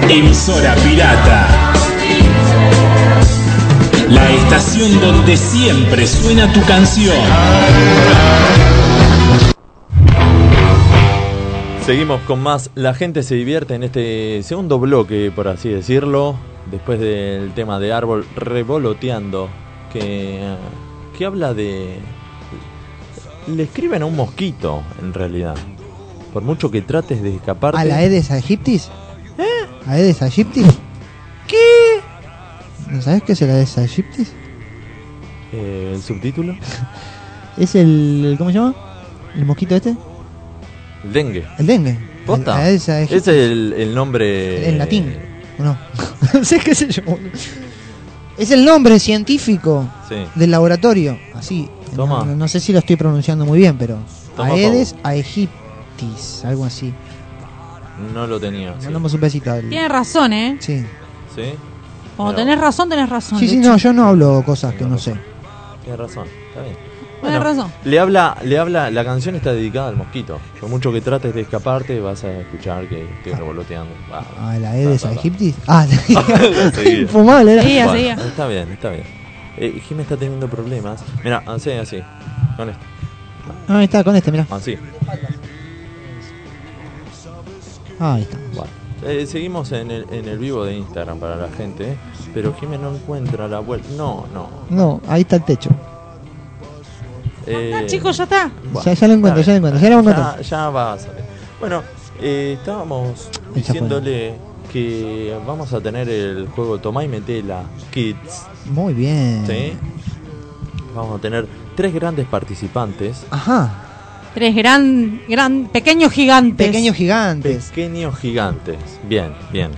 Speaker 7: [LAUGHS] Emisora pirata. La estación donde siempre suena tu canción.
Speaker 1: Seguimos con más. La gente se divierte en este segundo bloque, por así decirlo. Después del tema de árbol revoloteando, que, que habla de. Le escriben a un mosquito, en realidad. Por mucho que trates de escaparte.
Speaker 2: ¿A la E Aedes aegyptis?
Speaker 3: ¿Eh?
Speaker 2: ¿A Aedes aegyptis?
Speaker 1: ¿Qué?
Speaker 2: ¿No sabes qué es el Aedes aegyptis?
Speaker 1: Eh, ¿El subtítulo?
Speaker 2: Es el, el- ¿Cómo se llama? ¿El mosquito este?
Speaker 1: El dengue.
Speaker 2: El dengue. El
Speaker 1: ¿Posta?
Speaker 2: Aedes
Speaker 1: Ese
Speaker 2: aegyptis.
Speaker 1: es el, el nombre.
Speaker 2: En latín. ¿O no? [LAUGHS] no sé qué sé yo. boludo. Es el nombre científico
Speaker 1: Sí.
Speaker 2: del laboratorio. Así.
Speaker 1: Toma.
Speaker 2: No, no sé si lo estoy pronunciando muy bien, pero.
Speaker 1: Toma,
Speaker 2: Aedes aegyptis. Algo así.
Speaker 1: No lo tenía. Sí.
Speaker 2: Mandamos un besito al-
Speaker 3: Tienes razón, ¿eh?
Speaker 2: Sí.
Speaker 1: ¿Sí?
Speaker 3: Cuando
Speaker 1: Pero-
Speaker 3: tenés razón, tenés razón.
Speaker 2: Sí, sí,
Speaker 3: Lucho.
Speaker 2: no, yo no hablo cosas que no sé.
Speaker 1: Tienes razón, está bien.
Speaker 3: Tienes razón.
Speaker 1: Le habla, le habla, la canción está dedicada al mosquito. Por mucho que trates de escaparte, vas a escuchar que estoy revoloteando. Va, va.
Speaker 3: [LAUGHS]
Speaker 2: Ah, la Aedes
Speaker 1: Va, va, va. [LAUGHS]
Speaker 2: aegyptis. Ah, [LAUGHS] la...
Speaker 1: Seguía.
Speaker 2: infumable era.
Speaker 3: Seguía,
Speaker 1: Bueno,
Speaker 3: seguía.
Speaker 1: está bien, está bien. Eh, Jimmy está teniendo problemas. Mira, así, así. Con esto,
Speaker 2: Ah, ahí está con este, mirá.
Speaker 1: así.
Speaker 2: Ah, ahí está.
Speaker 1: Bueno. Eh, seguimos en el, en el vivo de Instagram para la gente, eh. pero Jimmy no encuentra la vuelta. No, no.
Speaker 2: No, ahí está el techo.
Speaker 1: Eh,
Speaker 3: Ah, chicos, ya está.
Speaker 1: Bueno, Ah.
Speaker 2: Ya- ya lo encuentro,
Speaker 1: está
Speaker 2: ya lo
Speaker 1: bien.
Speaker 2: encuentro, ya lo voy a
Speaker 1: Ya,
Speaker 2: encontrar.
Speaker 1: ya va a salir. Bueno, eh, estábamos
Speaker 2: fue.
Speaker 1: diciéndole que vamos a tener el juego Tomá y Metela Kids.
Speaker 2: Muy bien.
Speaker 1: ¿sí? Vamos a tener tres grandes participantes.
Speaker 2: Ajá.
Speaker 3: Tres gran, gran, pequeños gigantes.
Speaker 2: Pequeños gigantes.
Speaker 1: Pequeños gigantes. Bien, bien.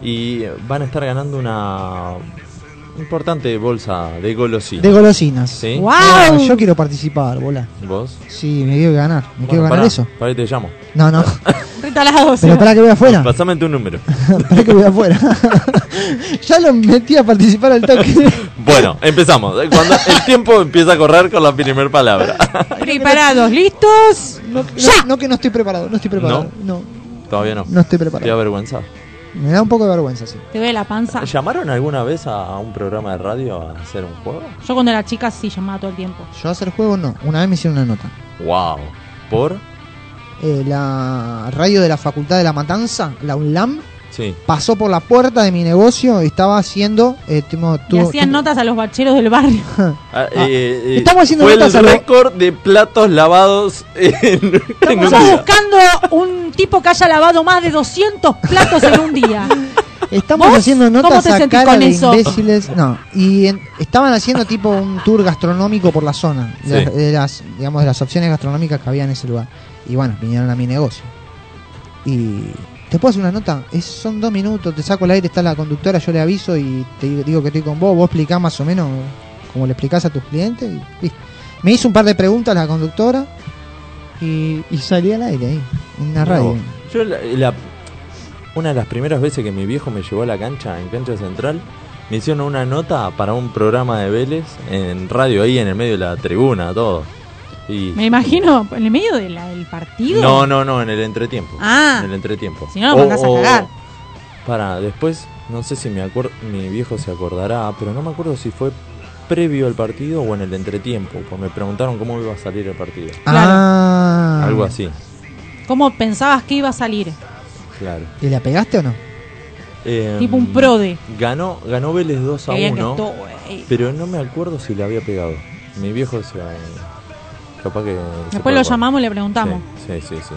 Speaker 1: Y eh, van a estar ganando una importante bolsa de golosinas.
Speaker 2: De golosinas.
Speaker 1: ¿Sí?
Speaker 3: ¡Guau!
Speaker 2: Ah, yo quiero participar, bola.
Speaker 1: ¿Vos?
Speaker 2: Sí, me quiero ganar. Me quiero
Speaker 1: Bueno,
Speaker 2: ganar
Speaker 1: pará,
Speaker 2: eso.
Speaker 1: pará que te llamo.
Speaker 2: No,
Speaker 1: [LAUGHS]
Speaker 2: no.
Speaker 3: Retalados.
Speaker 2: Pero para que voy afuera.
Speaker 1: Pasame tu
Speaker 2: [LAUGHS]
Speaker 1: número.
Speaker 2: para que voy afuera. [LAUGHS] ya lo metí a participar al toque.
Speaker 1: Bueno, empezamos. Cuando el tiempo empieza a correr con la primera palabra.
Speaker 3: [LAUGHS]
Speaker 2: [LAUGHS]
Speaker 3: Preparados, listos.
Speaker 2: No, no-
Speaker 3: ¡Ya!
Speaker 2: no que no estoy preparado. No estoy preparado. No, no,
Speaker 1: Todavía no.
Speaker 2: estoy
Speaker 1: Estoy
Speaker 2: preparado.
Speaker 1: avergüenzado.
Speaker 2: Me da un poco de vergüenza, sí.
Speaker 3: Te ve la panza. Yo
Speaker 1: ¿Llamaron alguna vez a un programa de radio a hacer un juego?
Speaker 3: cuando era chica sí llamaba todo el tiempo.
Speaker 2: Yo hacer juego no. Una vez me hicieron una nota.
Speaker 1: ¡Wow! ¿Por? ah,
Speaker 2: Eh, la radio de la Facultad de la Matanza, la UNLAM,
Speaker 1: Sí.
Speaker 2: pasó por la puerta de mi negocio y estaba haciendo. eh, timo-
Speaker 3: y
Speaker 2: tuvo-
Speaker 3: hacían
Speaker 2: tuvo-
Speaker 3: notas a los bacheros del
Speaker 2: [LAUGHS]
Speaker 3: barrio.
Speaker 1: Ah, eh, eh,
Speaker 2: estamos haciendo
Speaker 1: fue el
Speaker 2: notas a lo-
Speaker 1: récord de platos lavados en, en un
Speaker 3: Estamos
Speaker 1: día.
Speaker 3: buscando un tipo que haya lavado más de 200 platos en un día.
Speaker 2: Estamos
Speaker 3: ¿Vos?
Speaker 2: haciendo
Speaker 3: ¿Cómo
Speaker 2: notas
Speaker 3: te
Speaker 2: a
Speaker 3: sentís
Speaker 2: cara
Speaker 3: con
Speaker 2: de
Speaker 3: eso?
Speaker 2: imbéciles. No, y en- estaban haciendo tipo un tour gastronómico por la zona, de,
Speaker 1: Sí.
Speaker 2: de las, digamos, de las opciones gastronómicas que había en ese lugar. Y bueno, vinieron a mi negocio. Y te puedo hacer una nota, Es- son dos minutos, te saco el aire, está la conductora, yo le aviso y te digo- digo que estoy con vos, vos explicás más o menos como le explicás a tus clientes. y listo. Me hizo un par de preguntas la conductora y, y salí al aire ahí, en una radio.
Speaker 1: Yo la- la- una de las primeras veces que mi viejo me llevó a la cancha, en cancha central, me hicieron una nota para un programa de Vélez en radio ahí en el medio de la tribuna, todo. Y
Speaker 3: Me imagino en el medio de la- del partido.
Speaker 1: No, no, no, en el entretiempo.
Speaker 3: Ah.
Speaker 1: En el entretiempo.
Speaker 3: Si no, lo mandás a cagar.
Speaker 1: Para, después, no sé si me acuerdo, mi viejo se acordará, pero no me acuerdo si fue previo al partido o en el entretiempo, pues me preguntaron cómo iba a salir el partido.
Speaker 3: Claro.
Speaker 2: Ah,
Speaker 1: Algo así,
Speaker 3: ¿Cómo pensabas que iba a salir?
Speaker 1: claro.
Speaker 2: ¿Y la pegaste o no?
Speaker 1: Eh,
Speaker 3: Tipo un prode.
Speaker 1: Ganó, ganó Vélez 2 a
Speaker 3: Que bien que
Speaker 1: 1,
Speaker 3: estuvo, eh.
Speaker 1: pero no me acuerdo si le había pegado. Mi viejo se... Capaz que... se
Speaker 3: Después lo
Speaker 1: acuerda.
Speaker 3: llamamos y le preguntamos.
Speaker 1: Sí, sí, sí. sí.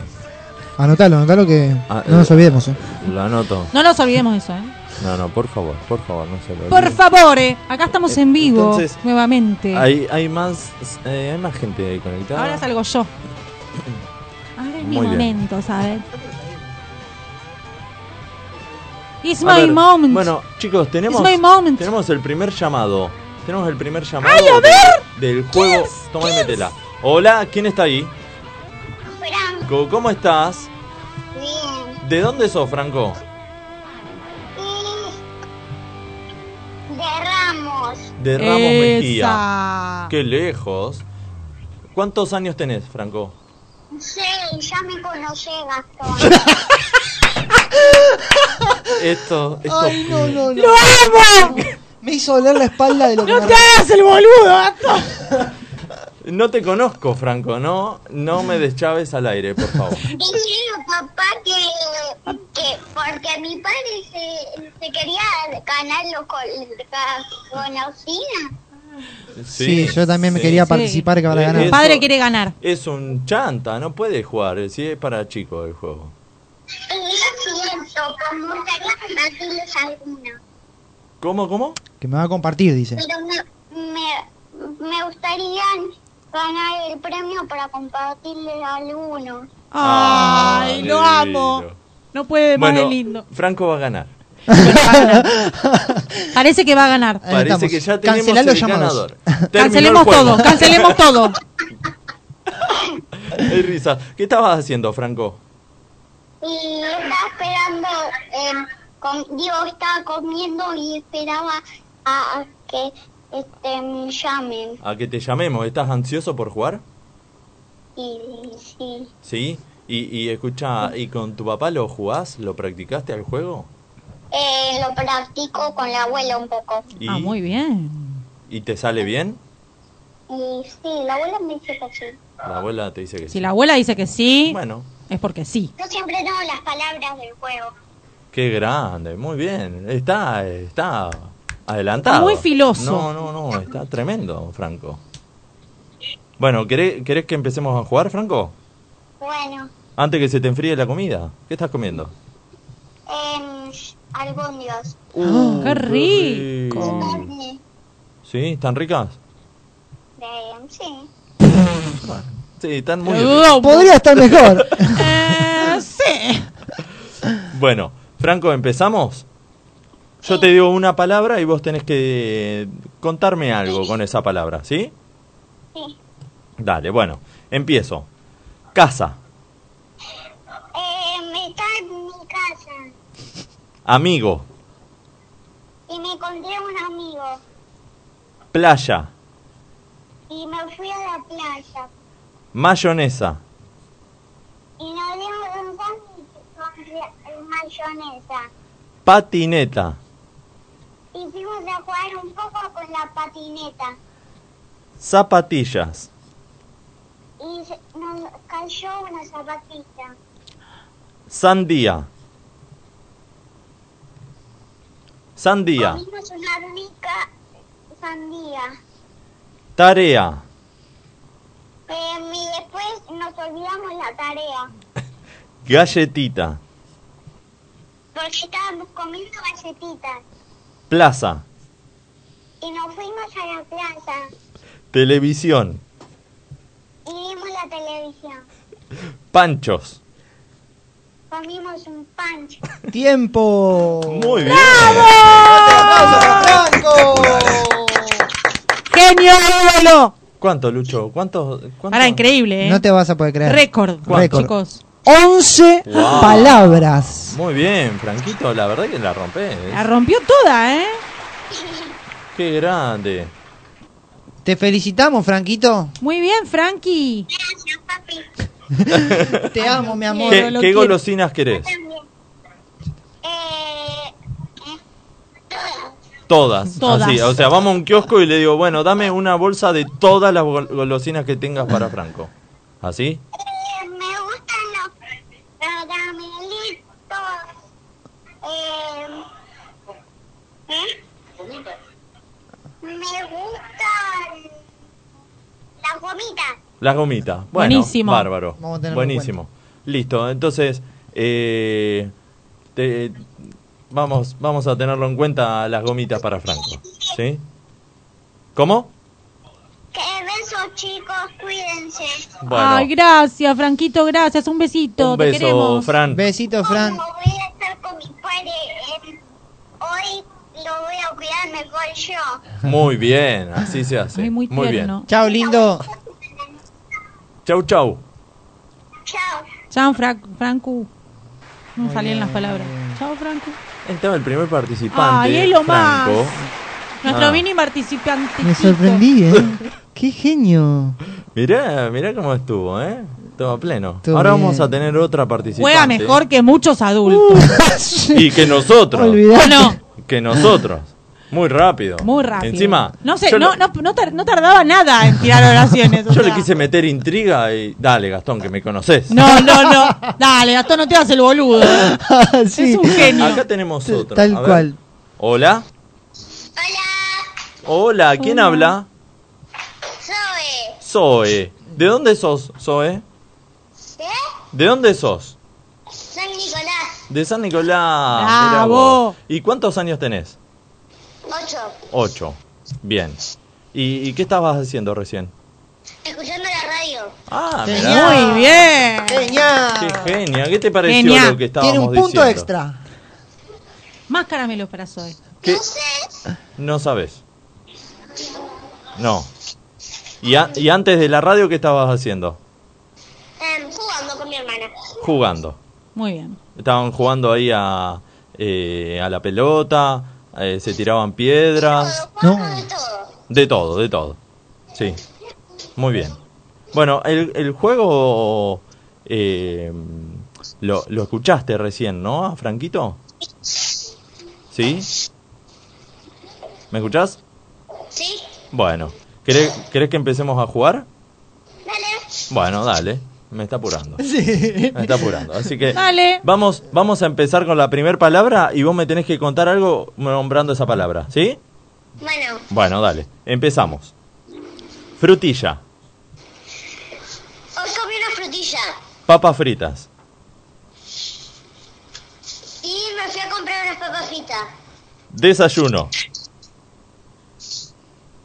Speaker 2: Anotalo, anotalo que
Speaker 1: Ah,
Speaker 2: no nos
Speaker 1: eh.
Speaker 2: olvidemos. eh.
Speaker 1: Lo anoto.
Speaker 3: No nos olvidemos de eso, ¿eh?
Speaker 1: No, no, por favor, por favor, no se lo
Speaker 3: Por
Speaker 1: olviden.
Speaker 3: favor, eh, acá estamos en vivo
Speaker 1: Entonces,
Speaker 3: nuevamente.
Speaker 1: Hay, hay más eh, hay más gente conectada.
Speaker 3: Ahora salgo yo. Ahora es mi
Speaker 1: Muy bien.
Speaker 3: momento, ¿sabes? It's
Speaker 1: A
Speaker 3: my
Speaker 1: ver,
Speaker 3: moment.
Speaker 1: Bueno, chicos, tenemos
Speaker 3: It's my moment.
Speaker 1: tenemos el primer llamado. Tenemos el primer llamado de- del juego Toma y metela. Hola, ¿quién está ahí?
Speaker 8: Hola,
Speaker 1: Co- ¿Cómo estás?
Speaker 8: bien.
Speaker 1: ¿De dónde sos, Franco?
Speaker 8: Y de Ramos,
Speaker 1: De Ramos Mejía.
Speaker 3: Esa.
Speaker 1: Qué lejos. ¿Cuántos años tenés, Franco? [LAUGHS]
Speaker 8: sí, ya me conocí, Gastón.
Speaker 1: Esto, esto.
Speaker 2: Ay, no, no, no.
Speaker 3: ¡Lo amo!
Speaker 2: Me hizo doler la espalda de lo que
Speaker 3: ¡No
Speaker 2: me-
Speaker 3: te hagas el boludo, gato!
Speaker 1: No te conozco, Franco, no, no me deschaves al aire, por favor.
Speaker 8: Decirle a papá que, que porque mi padre se, se quería ganarlo con, con la usina.
Speaker 2: Sí, yo también me
Speaker 1: sí.
Speaker 2: quería participar que para
Speaker 1: Sí.
Speaker 2: ganar.
Speaker 1: Eso-
Speaker 3: Padre quiere ganar.
Speaker 1: Es un chanta, no puede jugar, eh, sí es para chicos el juego.
Speaker 8: Y lo siento, con mucha compartirles alguna.
Speaker 1: ¿Cómo, cómo?
Speaker 2: Que me va a compartir, dice.
Speaker 8: Pero me, me, me gustaría ganar el premio para compartirles algunos.
Speaker 1: Ah.
Speaker 3: ¡Ay, lo amo!
Speaker 1: lindo.
Speaker 3: No puede más de
Speaker 1: Bueno,
Speaker 3: lindo.
Speaker 1: Franco va a ganar.
Speaker 3: [LAUGHS] Parece que va a ganar.
Speaker 2: Ahí
Speaker 1: Parece
Speaker 2: estamos.
Speaker 1: que ya tenemos
Speaker 2: Cancelá los
Speaker 1: el
Speaker 2: llamados. [LAUGHS]
Speaker 1: ganador. Terminó
Speaker 3: Cancelemos
Speaker 1: el juego.
Speaker 3: todo, cancelemos todo.
Speaker 1: [LAUGHS] Hay risa. ¿Qué estabas haciendo, Franco?
Speaker 8: Y estaba esperando, eh, com- digo, estaba comiendo y esperaba a, a que este, me llamen.
Speaker 1: A que te llamemos. ¿Estás ansioso por jugar?
Speaker 8: Y sí,
Speaker 1: Sí. Y, y escucha, ¿y con tu papá lo jugás? ¿Lo practicaste al juego?
Speaker 8: eh, lo practico con la abuela un poco.
Speaker 1: ¿Y,
Speaker 3: Ah, muy bien.
Speaker 1: ¿Y te sale bien?
Speaker 8: Y sí, la abuela me dice que sí.
Speaker 1: La abuela te dice que sí.
Speaker 3: Si la abuela dice que sí,
Speaker 1: Bueno,
Speaker 3: es porque sí.
Speaker 8: Yo siempre tengo las palabras del juego.
Speaker 1: qué grande, muy bien. Está, está adelantado.
Speaker 3: Muy filoso.
Speaker 1: No, no, no, está tremendo, Franco. Bueno, ¿querés, querés que empecemos a jugar, Franco?
Speaker 8: Bueno,
Speaker 1: Antes que se te enfríe la comida. ¿Qué estás comiendo?
Speaker 8: eh, algún dios.
Speaker 1: Uh,
Speaker 3: Ah, qué rico.
Speaker 8: Carne.
Speaker 1: ¿Sí? ¿Están ricas?
Speaker 8: Eh, sí.
Speaker 1: Sí, están muy
Speaker 3: Lo
Speaker 1: ricas.
Speaker 3: dudo un poco.
Speaker 2: Podría estar mejor.
Speaker 3: [LAUGHS] Eh, sí.
Speaker 1: Bueno, Franco, ¿empezamos? Yo te digo una palabra y vos tenés que contarme algo con esa palabra, ¿sí?
Speaker 8: Sí.
Speaker 1: Dale, bueno, empiezo. Casa,
Speaker 8: Eh, está en mi casa
Speaker 1: amigo,
Speaker 8: y me encontré un amigo
Speaker 1: playa,
Speaker 8: y me fui a la playa.
Speaker 1: mayonesa,
Speaker 8: Y nos dimos un sándwich con mayonesa.
Speaker 1: patineta,
Speaker 8: Y fuimos a jugar un poco con la patineta.
Speaker 1: zapatillas,
Speaker 8: Y se- nos cayó una zapatilla.
Speaker 1: sandía. Sandía,
Speaker 8: Comimos una rica sandía.
Speaker 1: tarea,
Speaker 8: Em, y después nos olvidamos la tarea.
Speaker 1: galletita,
Speaker 8: Porque estábamos comiendo galletitas.
Speaker 1: plaza,
Speaker 8: Y nos fuimos a la plaza.
Speaker 1: televisión,
Speaker 8: Y vimos la televisión.
Speaker 1: panchos.
Speaker 8: Comimos un punch.
Speaker 2: [LAUGHS] Tiempo.
Speaker 1: Muy bien.
Speaker 2: ¡Franco!
Speaker 3: Genio ídolo.
Speaker 1: ¿Cuánto, Lucho? ¿Cuánto? cuánto?
Speaker 3: Ahora increíble, ¿eh?
Speaker 2: No te vas a poder creer.
Speaker 3: Récord,
Speaker 2: ¿Cuánto? Récord.
Speaker 3: chicos.
Speaker 2: 11
Speaker 1: Wow.
Speaker 2: palabras.
Speaker 1: Muy bien, Franquito, la verdad que la rompés.
Speaker 3: La rompió toda, ¿eh?
Speaker 1: Qué grande.
Speaker 2: Te felicitamos, Franquito.
Speaker 3: Muy bien, Frankie.
Speaker 8: Gracias, papi.
Speaker 2: Te amo, mi amor.
Speaker 1: ¿Qué,
Speaker 3: lo
Speaker 1: qué
Speaker 3: quiero.
Speaker 1: golosinas querés?
Speaker 8: También. Eh, eh, todas.
Speaker 1: Todas.
Speaker 3: Todas.
Speaker 1: Así, o sea, vamos a un kiosco y le digo, bueno, dame una bolsa de todas las gol- golosinas que tengas para Franco. ¿Así?
Speaker 8: Eh, me gustan los caramelitos. Eh, ¿eh? Me gustan las gomitas.
Speaker 1: Las gomitas. Bueno,
Speaker 3: Buenísimo.
Speaker 1: Bárbaro.
Speaker 2: Vamos a tenerlo
Speaker 1: Buenísimo. Listo, entonces, eh, te- vamos, vamos a tenerlo en cuenta las gomitas para Franco. ¿Sí? ¿Cómo?
Speaker 8: Que besos chicos, cuídense.
Speaker 1: Bueno,
Speaker 3: Ay, gracias, Franquito, gracias. Un besito,
Speaker 1: un
Speaker 3: te
Speaker 1: beso,
Speaker 3: queremos.
Speaker 1: Fran.
Speaker 2: Besito, Fran.
Speaker 8: Como voy a estar con mi padre, eh, hoy lo voy a cuidar mejor yo.
Speaker 1: Muy
Speaker 3: [LAUGHS]
Speaker 1: bien, así se hace.
Speaker 3: Ay, muy
Speaker 1: bien.
Speaker 3: tierno.
Speaker 2: Chao, lindo.
Speaker 1: Chau, chau.
Speaker 8: Chao.
Speaker 3: Chao, Franco. Franco. No
Speaker 2: Muy
Speaker 3: salían
Speaker 2: bien,
Speaker 3: las palabras.
Speaker 2: muy bien.
Speaker 3: Chao, Franco.
Speaker 1: Estaba el primer participante.
Speaker 3: Ay, es lo más.
Speaker 1: Franco.
Speaker 3: Nuestro
Speaker 1: Ah.
Speaker 3: mini participante.
Speaker 2: Me sorprendí, ¿eh? Qué genio.
Speaker 1: Mirá, mirá cómo estuvo, ¿eh? Todo pleno.
Speaker 2: Todo
Speaker 1: Ahora
Speaker 2: bien.
Speaker 1: vamos a tener otra participante.
Speaker 3: Juega mejor que muchos adultos.
Speaker 1: Y
Speaker 3: [LAUGHS]
Speaker 1: que nosotros.
Speaker 2: Olvidate.
Speaker 3: Bueno,
Speaker 1: Que
Speaker 3: [LAUGHS]
Speaker 1: nosotros. Muy rápido.
Speaker 3: muy rápido.
Speaker 1: Encima.
Speaker 3: No sé,
Speaker 1: yo
Speaker 3: no,
Speaker 1: le-
Speaker 3: no, no tar- no tardaba nada en tirar oraciones. o
Speaker 1: Yo le
Speaker 3: sea.
Speaker 1: quise meter intriga y. Dale, Gastón, que me conoces.
Speaker 3: No, no, no. Dale, Gastón, no te hagas el boludo.
Speaker 2: [LAUGHS] Sí.
Speaker 3: Es un genio.
Speaker 1: Acá tenemos otra.
Speaker 2: Tal
Speaker 1: A ver.
Speaker 2: cual.
Speaker 1: Hola.
Speaker 8: Hola,
Speaker 1: Hola, ¿quién habla?
Speaker 8: soy.
Speaker 1: Zoe. ¿De dónde sos, Zoe?
Speaker 8: ¿Eh?
Speaker 1: ¿De dónde sos?
Speaker 8: San Nicolás,
Speaker 1: De San Nicolás.
Speaker 3: Bravo.
Speaker 1: mirá vos. ¿Y cuántos años tenés?
Speaker 8: 8.
Speaker 1: Ocho. Bien. ¿Y, y qué estabas haciendo recién?
Speaker 8: Escuchando la radio.
Speaker 1: Ah, mirá.
Speaker 3: Muy bien.
Speaker 1: Qué genial. ¿Qué te pareció
Speaker 3: Genial.
Speaker 1: lo que estábamos
Speaker 2: Tiene un punto
Speaker 1: diciendo? [LAUGHS]
Speaker 2: extra.
Speaker 3: Más caramelos para Zoe.
Speaker 1: ¿Qué?
Speaker 8: No sé.
Speaker 1: No sabes. No. ¿Y, a- y antes de la radio qué estabas haciendo?
Speaker 8: em, jugando con mi hermana.
Speaker 1: Jugando.
Speaker 3: Muy bien.
Speaker 1: Estaban jugando ahí a, eh, a la pelota, eh, se tiraban piedras,
Speaker 8: Todo,
Speaker 2: No.
Speaker 8: jugando de todo.
Speaker 1: de todo, de todo. Sí, muy bien. Bueno, el, el juego eh, lo, lo escuchaste recién, ¿no, a Franquito? ¿Sí? ¿Me escuchás?
Speaker 8: ¿Sí?
Speaker 1: Bueno, ¿querés, querés que empecemos a jugar?
Speaker 8: Dale.
Speaker 1: Bueno, dale, me está apurando. Me está apurando, así que
Speaker 3: Dale.
Speaker 1: Vamos, vamos a empezar con la primera palabra y vos me tenés que contar algo nombrando esa palabra, ¿sí?
Speaker 8: Bueno,
Speaker 1: Bueno, dale, empezamos. Frutilla,
Speaker 8: hoy comí una frutilla
Speaker 1: papas fritas,
Speaker 8: y me fui a comprar unas papas fritas.
Speaker 1: desayuno,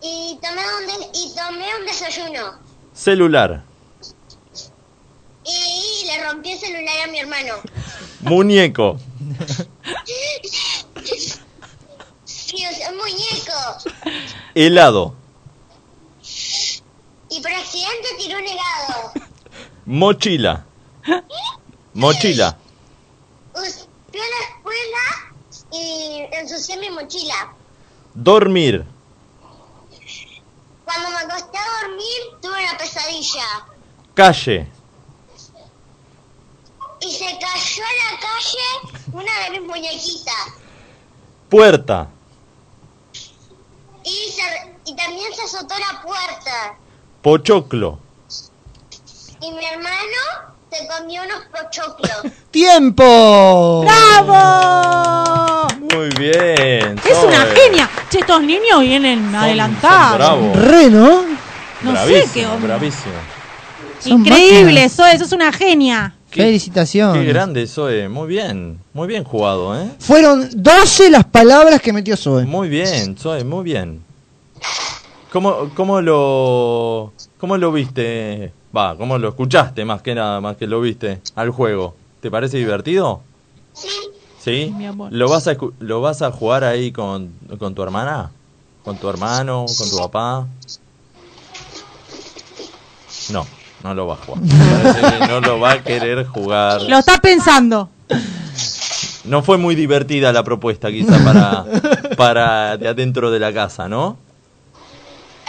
Speaker 8: Y tomé un, des- y tomé un desayuno.
Speaker 1: celular,
Speaker 8: Y le rompí el celular a mi hermano.
Speaker 1: muñeco,
Speaker 8: Y usé un muñeco.
Speaker 1: helado,
Speaker 8: Y por accidente tiró un
Speaker 3: [LAUGHS]
Speaker 8: helado.
Speaker 1: mochila, mochila,
Speaker 8: Us- Fui a la escuela y ensucié mi mochila.
Speaker 1: dormir,
Speaker 8: Cuando me acosté a dormir, tuve una pesadilla.
Speaker 1: calle,
Speaker 8: Y se cayó a la calle una de mis muñequitas.
Speaker 1: puerta,
Speaker 8: Y, se- y también se azotó la puerta.
Speaker 1: pochoclo,
Speaker 8: Y mi hermano se comió unos pochoclos.
Speaker 2: ¡Tiempo!
Speaker 3: ¡Bravo!
Speaker 1: muy bien.
Speaker 3: Es una
Speaker 1: Zoe.
Speaker 3: genia. Che, estos niños vienen
Speaker 1: Son- son
Speaker 3: adelantados.
Speaker 1: bravos.
Speaker 2: Re, ¿no?
Speaker 3: No sé
Speaker 1: bravísimo,
Speaker 3: qué onda.
Speaker 1: bravísimo.
Speaker 2: Son
Speaker 3: Increíble,
Speaker 2: máquinas.
Speaker 3: Zoe, sos una genia.
Speaker 1: Qué-
Speaker 2: Felicitaciones.
Speaker 1: Qué grande, Zoe. Muy bien. Muy bien jugado, ¿eh?
Speaker 2: Fueron 12 las palabras que metió Zoe.
Speaker 1: Muy bien, Zoe, muy bien. ¿Cómo, cómo lo cómo lo viste? Va, ¿cómo lo escuchaste más que nada, más que lo viste al juego? ¿Te parece divertido? Sí.
Speaker 3: Mi amor.
Speaker 1: ¿Lo vas a escu- lo vas a jugar ahí con, con tu hermana? ¿Con tu hermano? ¿Con tu papá? No, no lo va a jugar. Parece que no lo va a querer jugar.
Speaker 3: Lo está pensando.
Speaker 1: No fue muy divertida la propuesta, quizá, para, para de adentro de la casa, ¿no?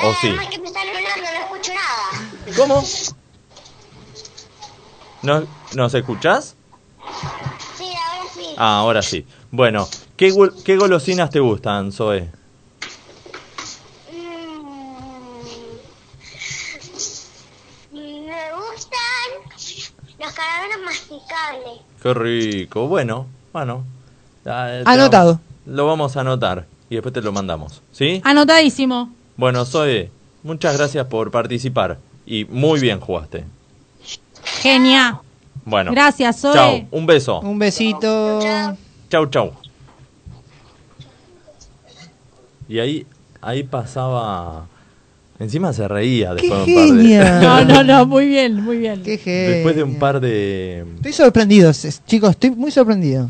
Speaker 1: ¿O sí?
Speaker 8: Además que me están hablando, no escucho nada.
Speaker 1: ¿Cómo? ¿No- ¿Nos escuchás?
Speaker 8: Sí, ahora sí.
Speaker 1: Ah, ahora sí. Bueno, ¿qué, gol- qué golosinas te gustan, Zoe?
Speaker 8: Mm. Me gustan los caramelos masticables.
Speaker 1: Qué rico. Bueno, bueno. Ah, eh, te
Speaker 2: Anotado.
Speaker 1: vamos- Lo vamos a anotar y después te lo mandamos, ¿sí?
Speaker 3: Anotadísimo.
Speaker 1: Bueno, Zoe, muchas gracias por participar y muy bien jugaste.
Speaker 3: Genia.
Speaker 1: Bueno.
Speaker 3: Gracias, Zoe.
Speaker 1: Chau, un beso.
Speaker 2: Un besito.
Speaker 1: Chau, chau. Y ahí, ahí pasaba. Encima se reía
Speaker 2: ¡Qué
Speaker 1: después de un par [LAUGHS] de.
Speaker 3: [LAUGHS]
Speaker 2: genia!
Speaker 3: No, no, no, muy bien, muy bien.
Speaker 2: ¡Qué genia!
Speaker 1: Después de un par de.
Speaker 2: Estoy sorprendido, s- chicos, estoy muy sorprendido.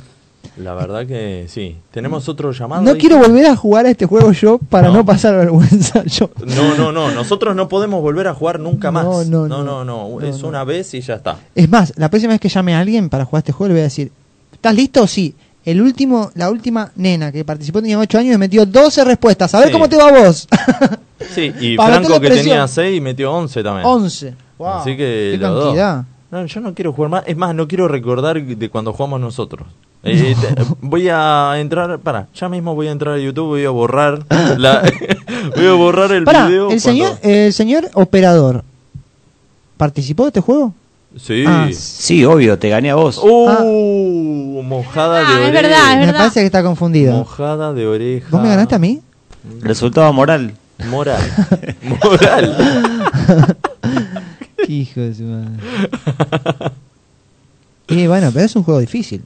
Speaker 1: La verdad que sí. Tenemos otro llamado.
Speaker 2: No
Speaker 1: ahí?
Speaker 2: quiero volver a jugar a este juego yo para
Speaker 1: No.
Speaker 2: no, pasar vergüenza [LAUGHS] yo.
Speaker 1: No, no, no. Nosotros no podemos volver a jugar nunca más.
Speaker 2: No,
Speaker 1: no.
Speaker 2: no, no.
Speaker 1: no,
Speaker 2: No,
Speaker 1: es
Speaker 2: no.
Speaker 1: una vez y ya está.
Speaker 2: Es más, la próxima vez que llame a alguien para jugar a este juego le voy a decir, ¿estás listo? Sí. El último, la última nena que participó tenía 8 años y metió 12 respuestas. A ver
Speaker 1: Sí.
Speaker 2: cómo te va a vos.
Speaker 1: Sí, y
Speaker 2: Para meter
Speaker 1: Franco
Speaker 2: la
Speaker 1: que
Speaker 2: presión.
Speaker 1: tenía 6 metió 11 también.
Speaker 2: 11.
Speaker 1: Así que
Speaker 2: qué
Speaker 1: los dos.
Speaker 2: cantidad.
Speaker 1: No, yo no quiero jugar más. Es más, no quiero recordar de cuando jugamos nosotros. Eh, te- voy a entrar, para, ya mismo voy a entrar a YouTube, voy a borrar
Speaker 2: [LAUGHS]
Speaker 1: la, voy a borrar [LAUGHS] el
Speaker 2: Pará,
Speaker 1: video. cuando-
Speaker 2: el señor, el señor operador participó de este juego.
Speaker 1: Sí.
Speaker 2: Ah,
Speaker 4: Sí, obvio, te gané a vos.
Speaker 1: Uh, mojada de
Speaker 3: Ah, es
Speaker 1: oreja.
Speaker 3: verdad, es
Speaker 2: me
Speaker 3: verdad.
Speaker 2: parece que está confundido.
Speaker 1: Mojada de oreja.
Speaker 2: ¿Vos me ganaste a mí?
Speaker 4: Resultado moral.
Speaker 2: [LAUGHS]
Speaker 1: Moral. [LAUGHS] Moral.
Speaker 2: Hijo de su madre.
Speaker 1: [LAUGHS]
Speaker 2: Y bueno, pero es un juego difícil.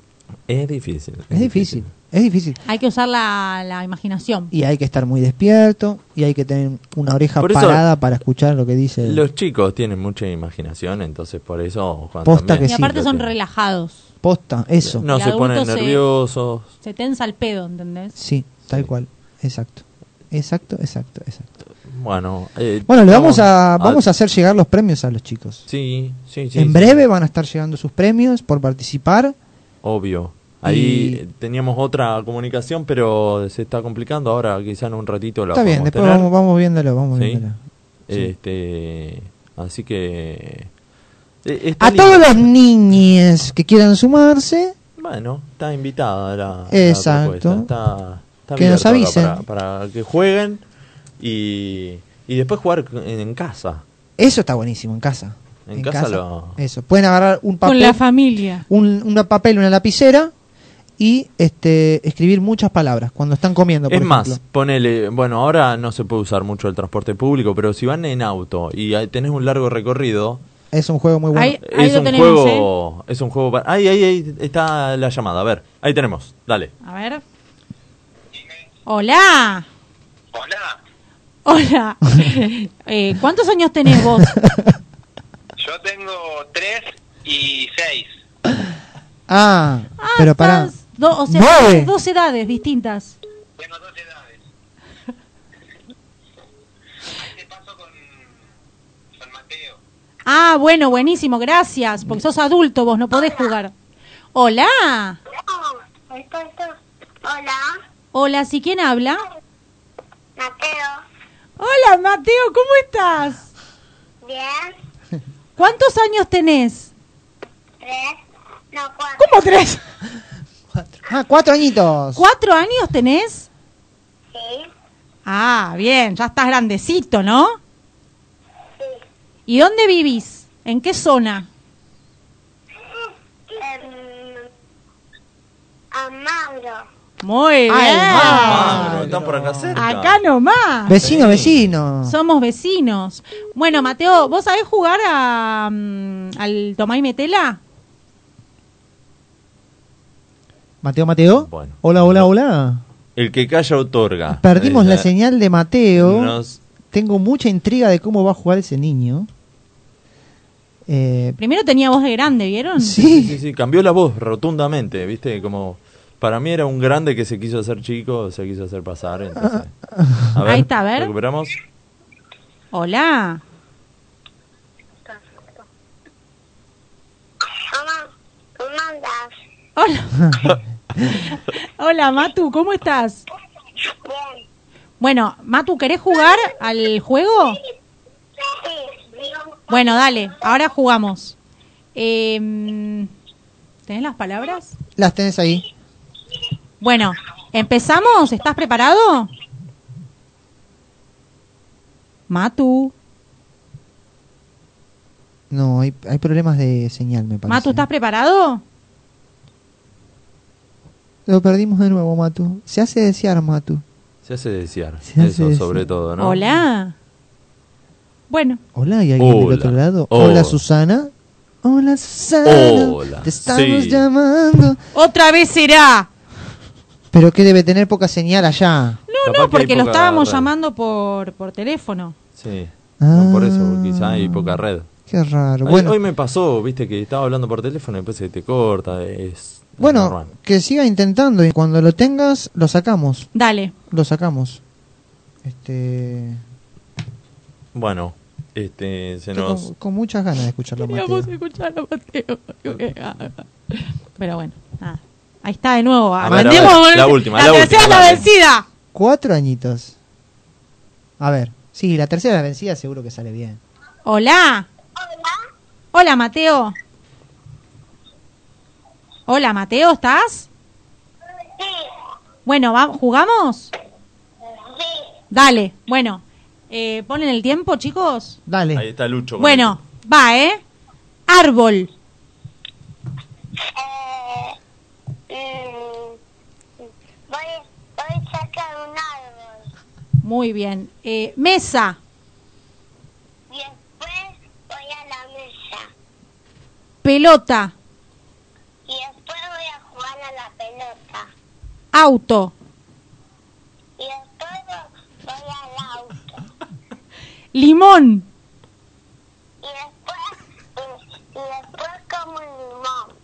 Speaker 1: Es difícil.
Speaker 2: Es difícil. Es difícil.
Speaker 3: Hay que usar la, la imaginación.
Speaker 2: Y hay que estar muy despierto. Y hay que tener una oreja
Speaker 1: Por eso-
Speaker 2: parada para escuchar lo que dice. el-
Speaker 1: Los chicos tienen mucha imaginación, entonces por eso. Juan
Speaker 2: Posta
Speaker 1: también
Speaker 2: que
Speaker 3: Y
Speaker 2: sí.
Speaker 3: aparte
Speaker 1: lo
Speaker 3: son
Speaker 1: tiene.
Speaker 3: relajados.
Speaker 2: Posta, eso.
Speaker 1: No
Speaker 3: El
Speaker 1: se ponen
Speaker 3: adulto se-
Speaker 1: nerviosos.
Speaker 3: Se tensa el pedo, ¿entendés?
Speaker 2: Sí, tal cual. Exacto. Exacto, exacto, exacto.
Speaker 1: Bueno, eh,
Speaker 2: Bueno, le vamos a, vamos a hacer llegar los premios a los chicos.
Speaker 1: Sí, sí, sí.
Speaker 2: en
Speaker 1: sí.
Speaker 2: breve van a estar llegando sus premios por participar.
Speaker 1: Obvio. Ahí
Speaker 2: Y-
Speaker 1: teníamos otra comunicación, pero se está complicando. Ahora, quizá en un ratito la
Speaker 2: Está bien,
Speaker 1: podemos
Speaker 2: después
Speaker 1: tener.
Speaker 2: vamos, vamos viéndolo, vamos
Speaker 1: Sí.
Speaker 2: viéndolo. sí.
Speaker 1: Este, así que. eh, está
Speaker 2: A
Speaker 1: lindo.
Speaker 2: todos los niñes que quieran sumarse,
Speaker 1: Bueno, está invitada la. la
Speaker 2: Exacto.
Speaker 1: propuesta, está, está
Speaker 2: Que nos
Speaker 1: abierto acá
Speaker 2: avisen.
Speaker 1: Para, para que jueguen y, y después jugar en, en casa.
Speaker 2: eso está buenísimo en casa.
Speaker 1: En casa lo-
Speaker 2: Eso, pueden agarrar un papel,
Speaker 3: Con la familia.
Speaker 2: un, un papel, una lapicera y este escribir muchas palabras cuando están comiendo, por
Speaker 1: es más,
Speaker 2: ejemplo.
Speaker 1: ponele. Bueno, ahora no se puede usar mucho el transporte público, pero si van en auto y ahí tenés un largo recorrido.
Speaker 2: Es un juego muy bueno.
Speaker 3: Ahí-
Speaker 1: Es
Speaker 3: lo
Speaker 1: un,
Speaker 3: tenemos,
Speaker 1: juego,
Speaker 2: ¿eh?
Speaker 1: es un juego. para- Ahí, ahí, ahí está la llamada. A ver, ahí tenemos. Dale.
Speaker 3: A ver. Hola.
Speaker 9: Hola,
Speaker 3: Hola. [LAUGHS] Eh, ¿Cuántos años tenés vos?
Speaker 9: yo tengo tres y seis.
Speaker 2: Ah,
Speaker 3: Ah,
Speaker 2: pero [LAUGHS] pará.
Speaker 3: estás do- o sea,
Speaker 2: Nueve.
Speaker 3: tenés dos edades distintas.
Speaker 9: Tengo dos
Speaker 3: [LAUGHS]
Speaker 9: edades. Ahí te paso con, con Mateo.
Speaker 3: Ah, bueno, buenísimo, gracias. Porque sos adulto vos, no podés jugar. Hola.
Speaker 8: Hola,
Speaker 3: Hola, ¿sí quién habla?
Speaker 8: Mateo.
Speaker 3: Hola, Mateo, ¿cómo estás?
Speaker 8: Bien,
Speaker 3: ¿Cuántos años tenés?
Speaker 8: tres, no, cuatro.
Speaker 3: ¿Cómo tres?
Speaker 2: Ah, [LAUGHS] cuatro añitos.
Speaker 3: ¿Cuatro años tenés?
Speaker 8: Sí,
Speaker 3: Ah, bien, ya estás grandecito, ¿no? ¿Y dónde vivís? ¿En qué zona?
Speaker 8: em, Amabro.
Speaker 3: Muy bien.
Speaker 2: Ay, mamá.
Speaker 1: Ah, están por acá cerca.
Speaker 3: Acá nomás.
Speaker 2: Vecino, vecino.
Speaker 3: Somos vecinos. Bueno, Mateo, ¿vos sabés jugar a, mm, al Tomá y Metela?
Speaker 2: Mateo, Mateo.
Speaker 1: Bueno.
Speaker 2: Hola, hola, hola.
Speaker 1: El que calla otorga.
Speaker 2: Perdimos
Speaker 1: Eh,
Speaker 2: la señal de Mateo.
Speaker 1: Nos-
Speaker 2: Tengo mucha intriga de cómo va a jugar ese niño. Eh,
Speaker 3: Primero tenía voz de grande, ¿vieron?
Speaker 1: Sí,
Speaker 2: sí,
Speaker 1: sí, sí, cambió la voz rotundamente, ¿viste? Como para mí era un grande que se quiso hacer chico, se quiso hacer pasar, entonces.
Speaker 2: [LAUGHS]
Speaker 1: A
Speaker 3: Ahí está, a ver.
Speaker 1: Recuperamos.
Speaker 3: Hola.
Speaker 8: Mamá, ¿cómo andas?
Speaker 3: Hola. Hola, Matu, ¿cómo estás?
Speaker 8: Bien.
Speaker 3: Bueno, Matu, ¿querés jugar al juego?
Speaker 8: Sí, bien.
Speaker 3: Bueno, dale, ahora jugamos. Em, ¿Tenés las palabras?
Speaker 2: las tenés ahí.
Speaker 3: Bueno, ¿empezamos? ¿Estás preparado? Matu.
Speaker 2: No, hay, hay problemas de señal, me parece.
Speaker 3: Matu, ¿estás preparado?
Speaker 2: Lo perdimos de nuevo, Matu. Se hace desear, Matu.
Speaker 1: Se hace desear.
Speaker 2: Se hace
Speaker 1: eso
Speaker 2: desear.
Speaker 1: sobre todo, ¿no?
Speaker 3: Hola. Bueno,
Speaker 2: Hola, ¿y alguien
Speaker 1: Hola. Oh.
Speaker 2: del otro lado?
Speaker 1: Hola.
Speaker 2: Hola, Susana. Hola, Susana.
Speaker 1: Hola.
Speaker 2: Te estamos
Speaker 1: Sí.
Speaker 2: llamando.
Speaker 3: otra vez será.
Speaker 2: Pero que debe tener poca señal allá.
Speaker 3: No,
Speaker 1: Capaz
Speaker 3: no,
Speaker 1: que hay
Speaker 3: porque lo
Speaker 1: poca
Speaker 3: estábamos
Speaker 1: red.
Speaker 3: llamando por, por teléfono.
Speaker 1: Sí. No, por eso quizá hay
Speaker 2: Ah.
Speaker 1: poca red.
Speaker 2: Qué raro.
Speaker 1: Ay,
Speaker 2: Bueno,
Speaker 1: Hoy me pasó, viste, que estaba hablando por teléfono y después se te corta. Es es
Speaker 2: bueno
Speaker 1: normal.
Speaker 2: que siga intentando y cuando lo tengas, lo sacamos.
Speaker 3: Dale.
Speaker 2: Lo sacamos. Este.
Speaker 1: Bueno, este, se
Speaker 2: estoy
Speaker 1: nos.
Speaker 2: Con, con muchas ganas de escucharlo, Mateo.
Speaker 3: escuchar a Mateo. ah, Pero bueno, nada. Ahí está de nuevo.
Speaker 1: A ver,
Speaker 3: Aprendemos
Speaker 1: a ver,
Speaker 3: con-
Speaker 1: Ah, la última, la
Speaker 3: tercera es
Speaker 1: última,
Speaker 3: la
Speaker 1: dale.
Speaker 3: vencida.
Speaker 2: Cuatro añitos. A ver. Sí, la tercera vencida seguro que sale bien.
Speaker 3: Hola. Hola. Mateo. Hola, Mateo, ¿estás? Bueno, va- ¿jugamos? Dale, bueno. Eh, ¿Ponen el tiempo, chicos?
Speaker 1: Ahí
Speaker 2: Dale.
Speaker 1: está Lucho. con
Speaker 3: Bueno, va, ¿eh? Árbol.
Speaker 8: Eh, mm, voy, voy cerca de un árbol.
Speaker 3: Muy bien. Eh, mesa.
Speaker 8: Y después pues, voy a la mesa.
Speaker 3: Pelota.
Speaker 8: Y después voy a jugar a la pelota.
Speaker 3: Auto.
Speaker 8: Y después vo- voy al auto.
Speaker 3: Limón.
Speaker 8: Y después, y, y después como un limón.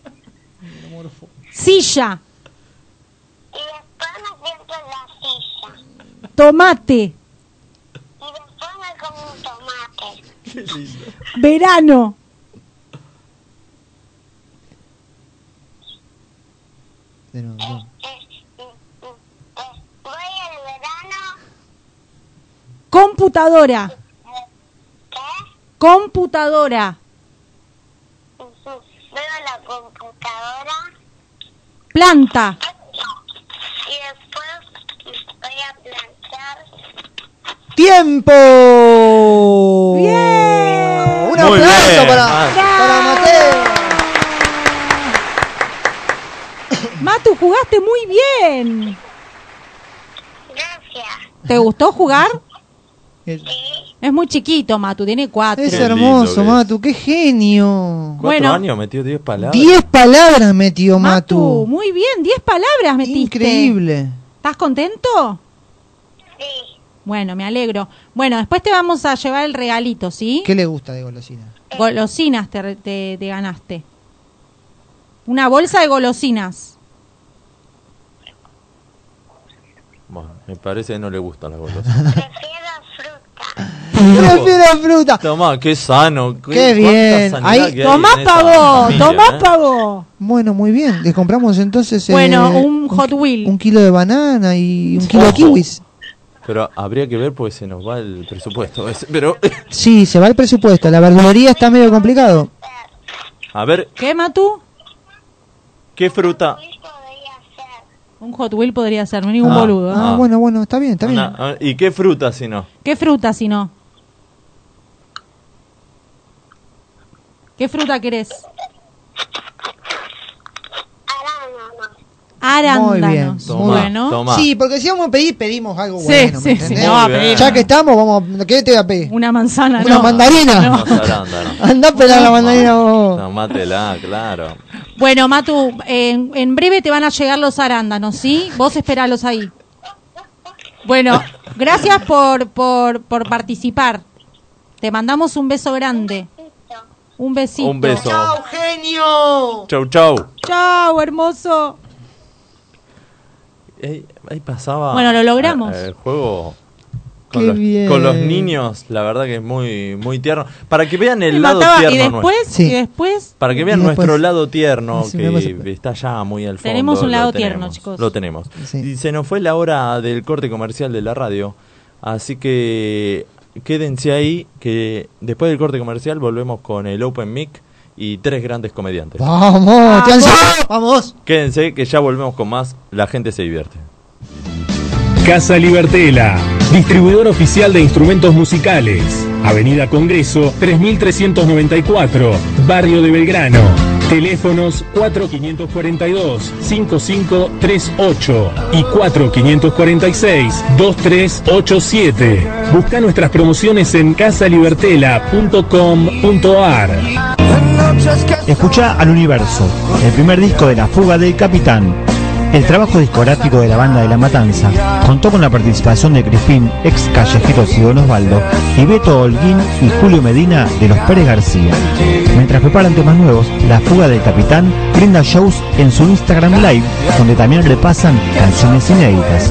Speaker 3: Silla.
Speaker 8: Y después me siento en la silla.
Speaker 3: Tomate.
Speaker 8: Y después me como un tomate.
Speaker 1: [LAUGHS]
Speaker 3: Verano.
Speaker 2: De nuevo, de nuevo.
Speaker 8: Eh, eh, eh, eh, voy al verano.
Speaker 3: Computadora.
Speaker 8: ¿Qué?
Speaker 3: Computadora.
Speaker 8: Ujú. Veo la computadora.
Speaker 3: Planta.
Speaker 8: Y después voy a plantar.
Speaker 2: ¡Tiempo!
Speaker 3: Bien.
Speaker 1: Muy
Speaker 2: ¡Un aplauso
Speaker 1: bien,
Speaker 2: para,
Speaker 1: Mate.
Speaker 2: para Mateo!
Speaker 3: Matu, jugaste muy bien.
Speaker 8: Gracias.
Speaker 3: ¿Te gustó jugar?
Speaker 8: Sí.
Speaker 3: Es muy chiquito, Matu, tiene cuatro.
Speaker 2: Es
Speaker 1: Qué lindo que
Speaker 2: hermoso,
Speaker 1: es.
Speaker 2: Matu, qué genio.
Speaker 1: Cuatro
Speaker 3: Bueno.
Speaker 1: años metió 10 palabras.
Speaker 2: Diez palabras metió Matu.
Speaker 3: Uh, muy bien, diez palabras metiste.
Speaker 2: Increíble.
Speaker 3: ¿Estás contento?
Speaker 8: Sí.
Speaker 3: Bueno, me alegro. Bueno, después te vamos a llevar el regalito, ¿sí?
Speaker 2: ¿Qué le gusta de golosina?
Speaker 3: Golosinas te, re- te- te ganaste. Una bolsa de golosinas.
Speaker 1: Bueno, me parece que no le gustan las golosas.
Speaker 8: Prefiero fruta.
Speaker 2: [LAUGHS] Prefiero fruta.
Speaker 1: Tomá, qué sano. Qué,
Speaker 2: Qué bien.
Speaker 1: cuánta sanidad
Speaker 2: Ahí-
Speaker 1: que hay
Speaker 3: Tomás
Speaker 1: en esa
Speaker 3: pagó,
Speaker 1: familia,
Speaker 3: Tomás
Speaker 1: ¿eh?
Speaker 3: pagó.
Speaker 2: Bueno, muy bien. Le compramos entonces. eh,
Speaker 3: Bueno, un Hot Wheel.
Speaker 2: Un kilo de banana y un kilo de
Speaker 1: Ojo.
Speaker 2: kiwis.
Speaker 1: Pero habría que ver porque se nos va el presupuesto. [LAUGHS] ese. Pero,
Speaker 2: Sí, se va el presupuesto. La verdulería está medio complicado.
Speaker 1: a ver,
Speaker 3: ¿Qué, Matu?
Speaker 1: ¿qué fruta?
Speaker 8: ¿Qué podría ser?
Speaker 3: Un Hot Wheel podría ser, no ningún
Speaker 1: Ah.
Speaker 3: boludo. ¿eh?
Speaker 2: Ah,
Speaker 1: Ah.
Speaker 2: bueno, bueno, está bien, está bien.
Speaker 1: Una- ah, ¿Y qué fruta si no?
Speaker 3: ¿Qué fruta si no? ¿Qué fruta querés?
Speaker 8: Arándano.
Speaker 3: Arándanos.
Speaker 2: Muy bien,
Speaker 1: Tomá,
Speaker 3: bueno.
Speaker 1: tomá.
Speaker 2: Sí, porque si vamos a pedir, pedimos algo
Speaker 3: Sí,
Speaker 2: bueno.
Speaker 3: sí,
Speaker 2: ¿me
Speaker 3: sí,
Speaker 2: entendés?
Speaker 3: no va a
Speaker 1: Muy
Speaker 3: pedir.
Speaker 1: bien.
Speaker 2: Ya que estamos, vamos. a- ¿Qué te voy a pedir?
Speaker 3: Una manzana,
Speaker 2: ¿Una
Speaker 3: no.
Speaker 2: mandarina?
Speaker 1: Más arándano.
Speaker 2: Andá a pelar la mandarina vos.
Speaker 1: Tomátela, claro.
Speaker 3: Bueno, Matu, en, en breve te van a llegar los arándanos, ¿sí? Vos esperalos ahí. Bueno, gracias por, por, por participar. Te mandamos un beso grande. Un besito.
Speaker 1: Un beso.
Speaker 2: genio!
Speaker 1: Chau, chau.
Speaker 3: Chao, hermoso.
Speaker 1: Ahí, ahí pasaba.
Speaker 3: Bueno, lo logramos.
Speaker 1: eh, El juego. Con,
Speaker 2: Qué
Speaker 1: los,
Speaker 2: bien.
Speaker 1: con los niños, la verdad que es muy, muy tierno. Para que vean el
Speaker 3: Me
Speaker 1: lado
Speaker 3: mataba.
Speaker 1: tierno
Speaker 3: y después,
Speaker 1: nuestro.
Speaker 2: Sí.
Speaker 3: y después,
Speaker 1: Para que vean
Speaker 2: Y después-
Speaker 1: nuestro lado tierno,
Speaker 2: Sí, me
Speaker 1: que
Speaker 2: pasa-
Speaker 1: está ya muy al fondo.
Speaker 3: Tenemos un
Speaker 1: lo
Speaker 3: lado
Speaker 1: tenemos,
Speaker 3: tierno, chicos.
Speaker 1: Lo tenemos.
Speaker 2: Sí.
Speaker 1: Y se nos fue la hora del corte comercial de la radio. Así que quédense ahí, que después del corte comercial volvemos con el Open Mic y tres grandes comediantes.
Speaker 2: ¡Vamos! te han- ¡Vamos!
Speaker 1: Quédense, que ya volvemos con más. La gente se divierte.
Speaker 7: Casa Libertela, distribuidor oficial de instrumentos musicales. Avenida Congreso 3394, Barrio de Belgrano. Teléfonos 4542-5538 y 4546-2387. Busca nuestras promociones en casalibertela.com.ar.
Speaker 10: Escucha al universo, el primer disco de La Fuga del Capitán. El trabajo discográfico de la banda de La Matanza contó con la participación de Crispín, ex callejeros y Don Osvaldo, y Beto Holguín y Julio Medina de los Pérez García. Mientras preparan temas nuevos, La Fuga del Capitán brinda shows en su Instagram Live, donde también repasan canciones inéditas.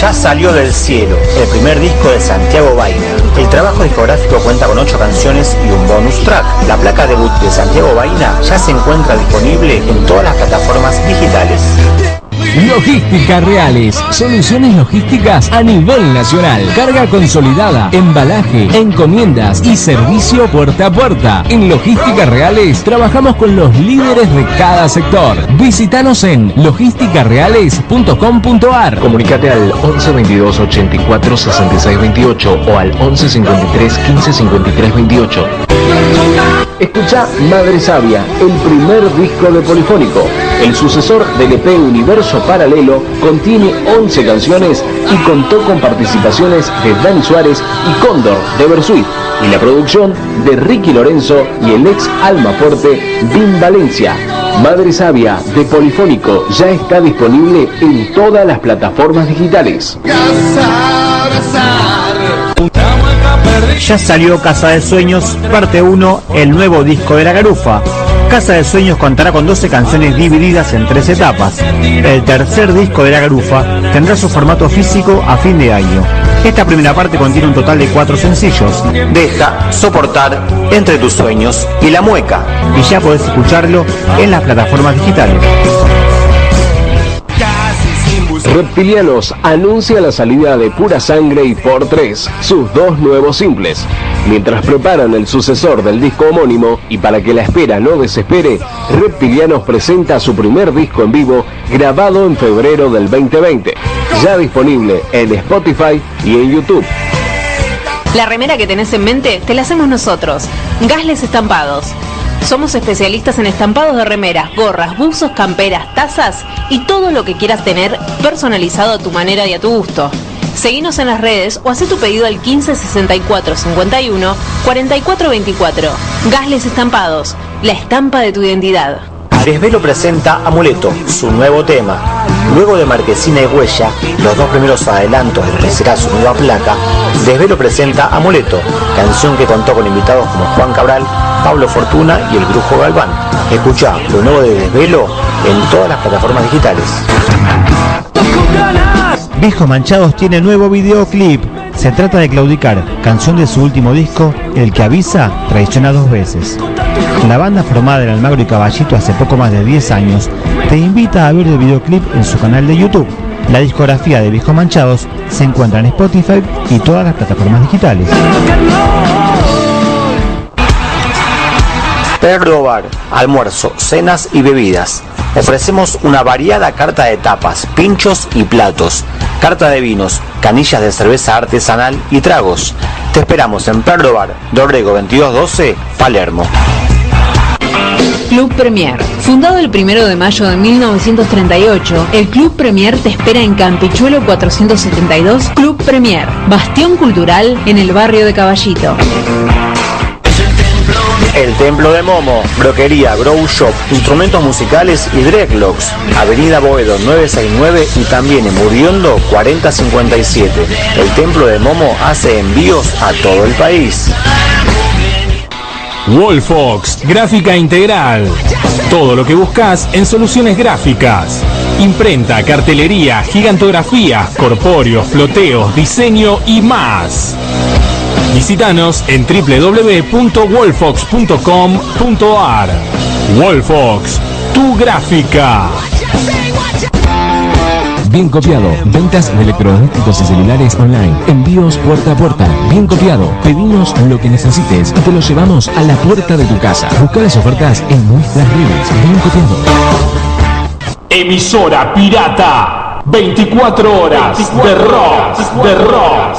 Speaker 11: Ya salió del cielo el primer disco de Santiago Vaina. El trabajo discográfico cuenta con 8 canciones y un bonus track. La placa debut de Santiago Vaina ya se encuentra disponible en todas las plataformas digitales.
Speaker 12: Logística Reales, soluciones logísticas a nivel nacional, carga consolidada, embalaje, encomiendas y servicio puerta a puerta. En Logística Reales trabajamos con los líderes de cada sector. Visítanos en logísticareales.com.ar.
Speaker 5: Comunicate al 11 22 84 66 28 o al 11 53 15 53 28. Escucha Madre Sabia, el primer disco de Polifónico. El sucesor del EP Universo Paralelo contiene 11 canciones y contó con participaciones de Dani Suárez y Cóndor de Bersuit y la producción de Ricky Lorenzo y el ex almaporte Vin Valencia. Madre Sabia de Polifónico ya está disponible en todas las plataformas digitales.
Speaker 10: Ya salió Casa de Sueños, parte 1, el nuevo disco de la garufa. Casa de Sueños contará con 12 canciones divididas en tres etapas. El tercer disco de la garufa tendrá su formato físico a fin de año. Esta primera parte contiene un total de cuatro sencillos.
Speaker 11: Deja soportar entre tus sueños y la mueca.
Speaker 10: Y ya podés escucharlo en las plataformas digitales.
Speaker 5: Reptilianos anuncia la salida de Pura Sangre y Por 3, sus dos nuevos simples. Mientras preparan el sucesor del disco homónimo y para que la espera no desespere, Reptilianos presenta su primer disco en vivo grabado en febrero del 2020, ya disponible en Spotify y en YouTube.
Speaker 13: La remera que tenés en mente te la hacemos nosotros. Gasles Estampados. Somos especialistas en estampados de remeras, gorras, buzos, camperas, tazas y todo lo que quieras tener personalizado a tu manera y a tu gusto. Seguinos en las redes o haz tu pedido al 15 64 51 44 24. Gasles Estampados, la estampa de tu identidad.
Speaker 11: Aresvelo presenta Amuleto, su nuevo tema. Luego de Marquesina y Huella, los dos primeros adelantos de lo que será su nueva placa, Desvelo presenta Amuleto, canción que contó con invitados como Juan Cabral, Pablo Fortuna y el Brujo Galván. Escucha lo nuevo de Desvelo en todas las plataformas digitales.
Speaker 10: Viejos Manchados tiene nuevo videoclip. Se trata de Claudicar, canción de su último disco, El que avisa, traiciona dos veces. La banda formada en Almagro y Caballito hace poco más de 10 años te invita a ver el videoclip en su canal de YouTube. La discografía de Viejos Manchados se encuentra en Spotify y todas las plataformas digitales.
Speaker 11: Perro Bar, almuerzo, cenas y bebidas. Ofrecemos una variada carta de tapas, pinchos y platos, carta de vinos, canillas de cerveza artesanal y tragos. Te esperamos en Perro Bar, Dorrego 2212, Palermo.
Speaker 13: Club Premier. Fundado el 1 de mayo de 1938, el Club Premier te espera en Campichuelo 472, Club Premier, bastión cultural en el barrio de Caballito.
Speaker 11: El Templo de Momo, Broquería, Grow Shop, Instrumentos Musicales y Dreadlocks. Avenida Boedo 969 y también en Muriondo 4057. El Templo de Momo hace envíos a todo el país.
Speaker 12: Wallfox, gráfica integral. Todo lo que buscas en soluciones gráficas. Imprenta, cartelería, gigantografía, corpóreos, floteos, diseño y más. Visítanos en www.wolfox.com.ar. Wolfox, tu gráfica.
Speaker 14: Bien copiado. Ventas de electrodomésticos y celulares online. Envíos puerta a puerta. Bien copiado. Pedimos lo que necesites y te lo llevamos a la puerta de tu casa. Busca las ofertas en nuestras redes. Bien copiado.
Speaker 7: Emisora pirata. 24 horas de rock, de rock.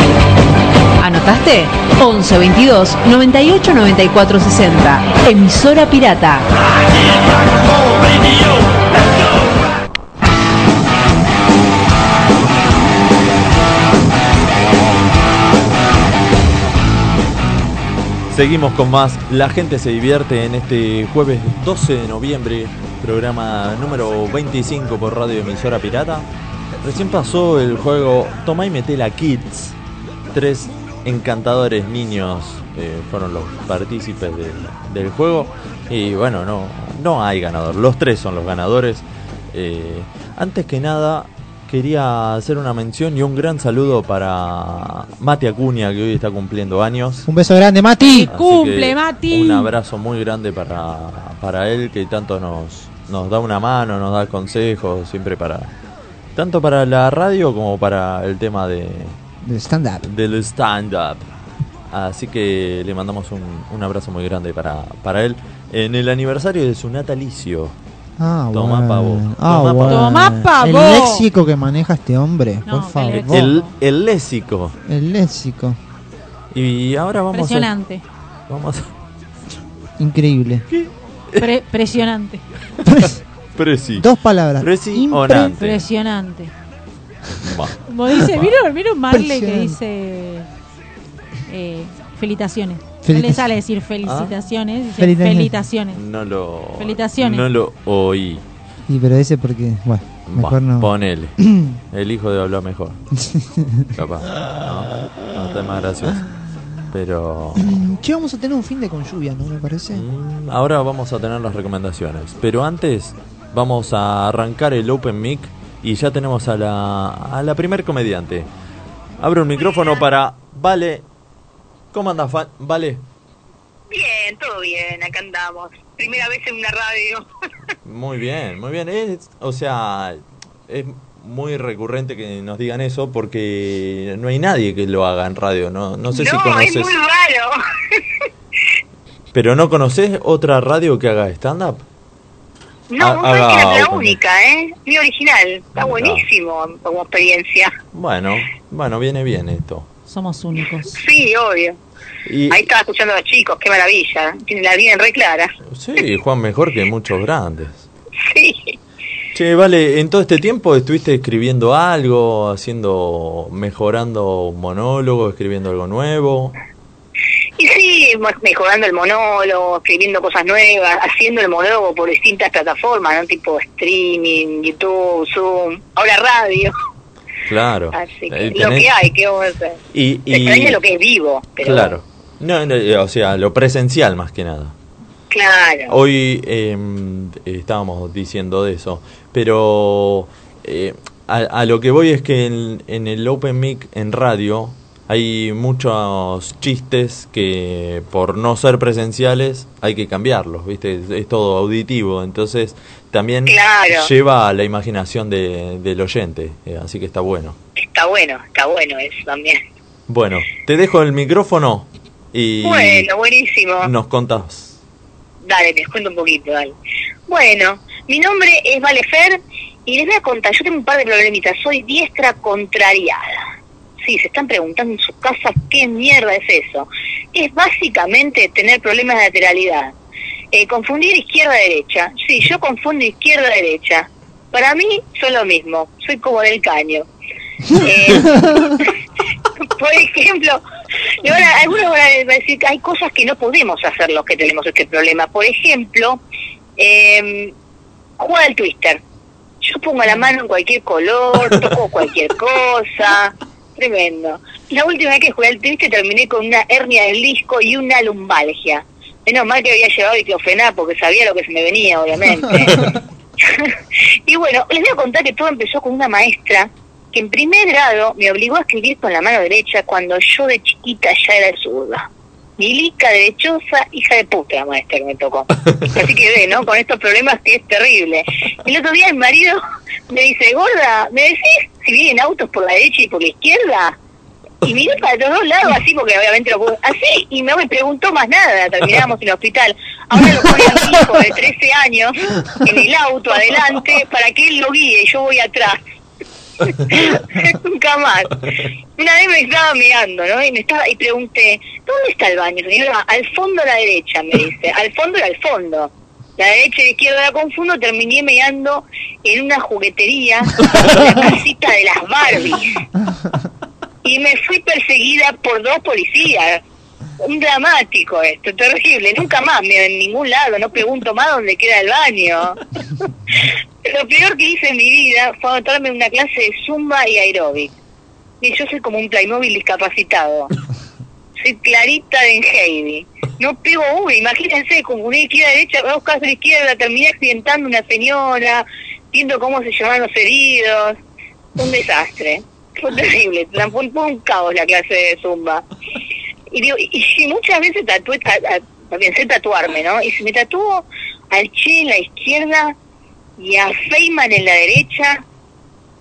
Speaker 13: ¿Anotaste? 11 22 98 94 60. Emisora Pirata.
Speaker 1: Seguimos con más. La gente se divierte en este jueves 12 de noviembre, programa número 25 por Radio Emisora Pirata. Recién pasó el juego Tomá y Metela Kids. Tres encantadores niños eh, fueron los partícipes del, del juego. Y bueno, no, no hay ganador. Los tres son los ganadores. Eh, antes que nada, quería hacer una mención y un gran saludo para Mati Acuña, que hoy está cumpliendo años.
Speaker 2: Un beso grande, Mati.
Speaker 1: Así que Un abrazo muy grande para, para él, que tanto nos, nos da una mano, nos da consejos, siempre para. Tanto para la radio como para el tema de,
Speaker 2: Del stand-up.
Speaker 1: del stand-up. Así que le mandamos un, un abrazo muy grande para, para él. En el aniversario de su natalicio.
Speaker 2: Ah,
Speaker 1: Tomá
Speaker 2: bueno.
Speaker 1: pavo.
Speaker 2: Ah,
Speaker 1: Tomá
Speaker 2: bueno.
Speaker 1: pavo. Tomá pavo.
Speaker 2: El léxico que maneja este hombre, por favor.
Speaker 1: El, el léxico.
Speaker 2: El léxico.
Speaker 1: Y ahora vamos
Speaker 3: Impresionante.
Speaker 1: a. Vamos a-
Speaker 2: Increíble.
Speaker 3: Pre- presionante.
Speaker 1: Presi.
Speaker 2: Dos palabras.
Speaker 1: Impresionante.
Speaker 3: Impresionante.
Speaker 1: Va.
Speaker 3: Como dice, mira, mira un Marley que
Speaker 2: Impresionante.
Speaker 3: dice eh, felicitaciones. No le
Speaker 1: Felicitaciones.
Speaker 3: sale decir felicitaciones, dice
Speaker 2: Felicitaciones.
Speaker 3: felicitaciones.
Speaker 1: No lo.
Speaker 3: Felicitaciones.
Speaker 1: No lo oí.
Speaker 2: Y pero ese porque, bueno, mejor
Speaker 1: Va,
Speaker 2: no. [LAUGHS] [CLEARS THROAT]
Speaker 1: Ponele. El hijo de hablar mejor. Capaz. No, no está más gracioso. Pero.
Speaker 2: Mm, Che, vamos a tener un fin de con lluvia, ¿no? Me parece.
Speaker 1: Ahora vamos a tener las recomendaciones. Pero antes, vamos a arrancar el Open Mic. Y ya tenemos a la, a la primer comediante. Abro un micrófono para. Vale. ¿Cómo andas, Fa- Vale?
Speaker 15: Bien, todo bien, acá andamos. Primera vez en una radio.
Speaker 1: Ah, Muy bien, muy bien. Es- o sea, es muy recurrente que nos digan eso porque no hay nadie que lo haga en radio. No, no sé si
Speaker 15: no, es
Speaker 1: conoces.
Speaker 9: [LAUGHS]
Speaker 15: muy raro.
Speaker 1: Pero no conoces otra radio que haga stand-up.
Speaker 15: No,
Speaker 1: Ah,
Speaker 15: vos sabés
Speaker 1: haga
Speaker 15: que era la
Speaker 1: open.
Speaker 15: única, ¿eh? Muy original. Está buenísimo como experiencia.
Speaker 1: [LAUGHS] Bueno, bueno, viene bien esto.
Speaker 3: Somos únicos.
Speaker 15: Sí, obvio.
Speaker 1: Y
Speaker 15: Ahí estaba escuchando a los chicos, qué maravilla. Tienen la vida en re clara.
Speaker 1: sí, Juan, mejor que muchos grandes.
Speaker 15: Sí.
Speaker 1: Che, vale, en todo este tiempo estuviste escribiendo algo, haciendo, mejorando un monólogo, escribiendo algo nuevo.
Speaker 15: Y sí, mo- mejorando el monólogo, escribiendo cosas nuevas, haciendo el monólogo por distintas plataformas, ¿no? Tipo streaming, YouTube, Zoom, ahora radio.
Speaker 1: Claro.
Speaker 15: Así que
Speaker 1: Eh,
Speaker 15: lo
Speaker 1: tenés-
Speaker 15: que hay, ¿qué vamos a hacer?
Speaker 1: Y, y-
Speaker 15: Extraña lo que es vivo, pero
Speaker 1: Claro. No, no, eh, o sea, lo presencial más que nada.
Speaker 15: claro.
Speaker 1: Hoy eh, estábamos diciendo de eso, pero eh, a, a lo que voy es que en, en el Open Mic en radio hay muchos chistes que por no ser presenciales hay que cambiarlos, ¿viste? Es, es todo auditivo, entonces también
Speaker 15: Claro.
Speaker 1: lleva a la imaginación de- del oyente, eh, así que está bueno.
Speaker 15: Está bueno, está bueno eso también.
Speaker 1: Bueno, te dejo el micrófono y
Speaker 15: Bueno, buenísimo.
Speaker 1: nos contás.
Speaker 15: Dale, les cuento un poquito, dale. Bueno, mi nombre es Valefer y les voy a contar, yo tengo un par de problemitas, soy diestra contrariada. Sí, se están preguntando en sus casas qué mierda es eso. Es básicamente tener problemas de lateralidad. Eh, confundir izquierda-derecha. Sí, yo confundo izquierda-derecha. Para mí son lo mismo, soy como del caño. Eh, [LAUGHS] por ejemplo, y ahora, algunos van a decir que hay cosas que no podemos hacer los que tenemos este problema. Por ejemplo, eh, jugar al twister. Yo pongo la mano en cualquier color, toco cualquier cosa. Tremendo. La última vez que jugué al twister terminé con una hernia del disco y una lumbalgia. Menos mal que había llevado diclofenac porque sabía lo que se me venía, obviamente. y bueno, les voy a contar que todo empezó con una maestra que en primer grado me obligó a escribir con la mano derecha cuando yo de chiquita ya era zurda. Milica derechosa, hija de puta, la maestra que me tocó. Así que ve, ¿no? Con estos problemas que es terrible. El otro día mi marido me dice, gorda, ¿me decís si vienen autos por la derecha y por la izquierda? Y miré para los dos lados así, porque obviamente lo puedo... Así, y no me preguntó más nada. Terminábamos en el hospital. Ahora lo pone a mi hijo de 13 años en el auto adelante para que él lo guíe, yo voy atrás. [LAUGHS] Nunca más. Una vez me estaba mirando, ¿no? Y me estaba y pregunté, ¿dónde está el baño, señora? Al fondo a la derecha, me dice. Al fondo era al fondo. La derecha y la izquierda la confundo, terminé meando en una juguetería, en la casita de las Barbies. Y me fui perseguida por dos policías. Un dramático esto, terrible. Nunca más meo en ningún lado, no pregunto más dónde queda el baño. Lo peor que hice en mi vida fue anotarme en una clase de zumba y aeróbic. Y yo soy como un Playmobil discapacitado. Soy clarita de Heidi. No pego uno, imagínense, como una izquierda derecha, voy a buscar hacia la izquierda, terminé accidentando a una señora, viendo cómo se llevan los heridos. Fue un desastre. Fue terrible. La- Fue un, fue un caos la clase de zumba. Y digo, y, y muchas veces tatué, ta- ta- pensé tatuarme, ¿no? Y si me tatúo al Che en la izquierda, y a Feynman en la derecha,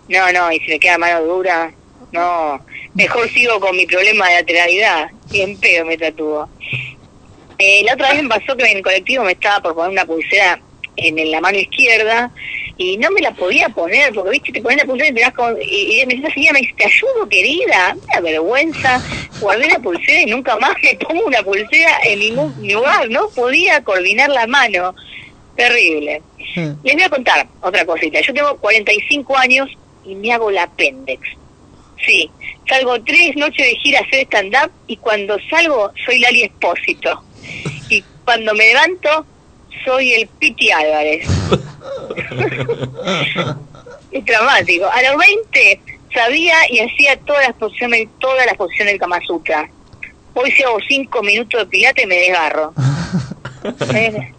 Speaker 15: no, no, y si me queda mano dura, no, mejor sigo con mi problema de lateralidad, bien pedo me tatúo. Eh, la otra vez me pasó que en el colectivo me estaba por poner una pulsera en, en la mano izquierda y no me la podía poner, porque viste, te pones la pulsera y te das con, y, y me dice la señora, me dice, te ayudo querida, una vergüenza, guardé la pulsera y nunca más me pongo una pulsera en ningún lugar, no podía coordinar la mano, terrible. Les voy a contar otra cosita. Yo tengo 45 años y me hago la pendex. Sí, salgo tres noches de gira a hacer stand-up y cuando salgo soy Lali Espósito. Y cuando me levanto soy el Piti Álvarez. es dramático. A los 20 sabía y hacía todas las posiciones, todas las posiciones del Kama Sutra. Hoy si hago cinco minutos de pilate me desgarro. Eh,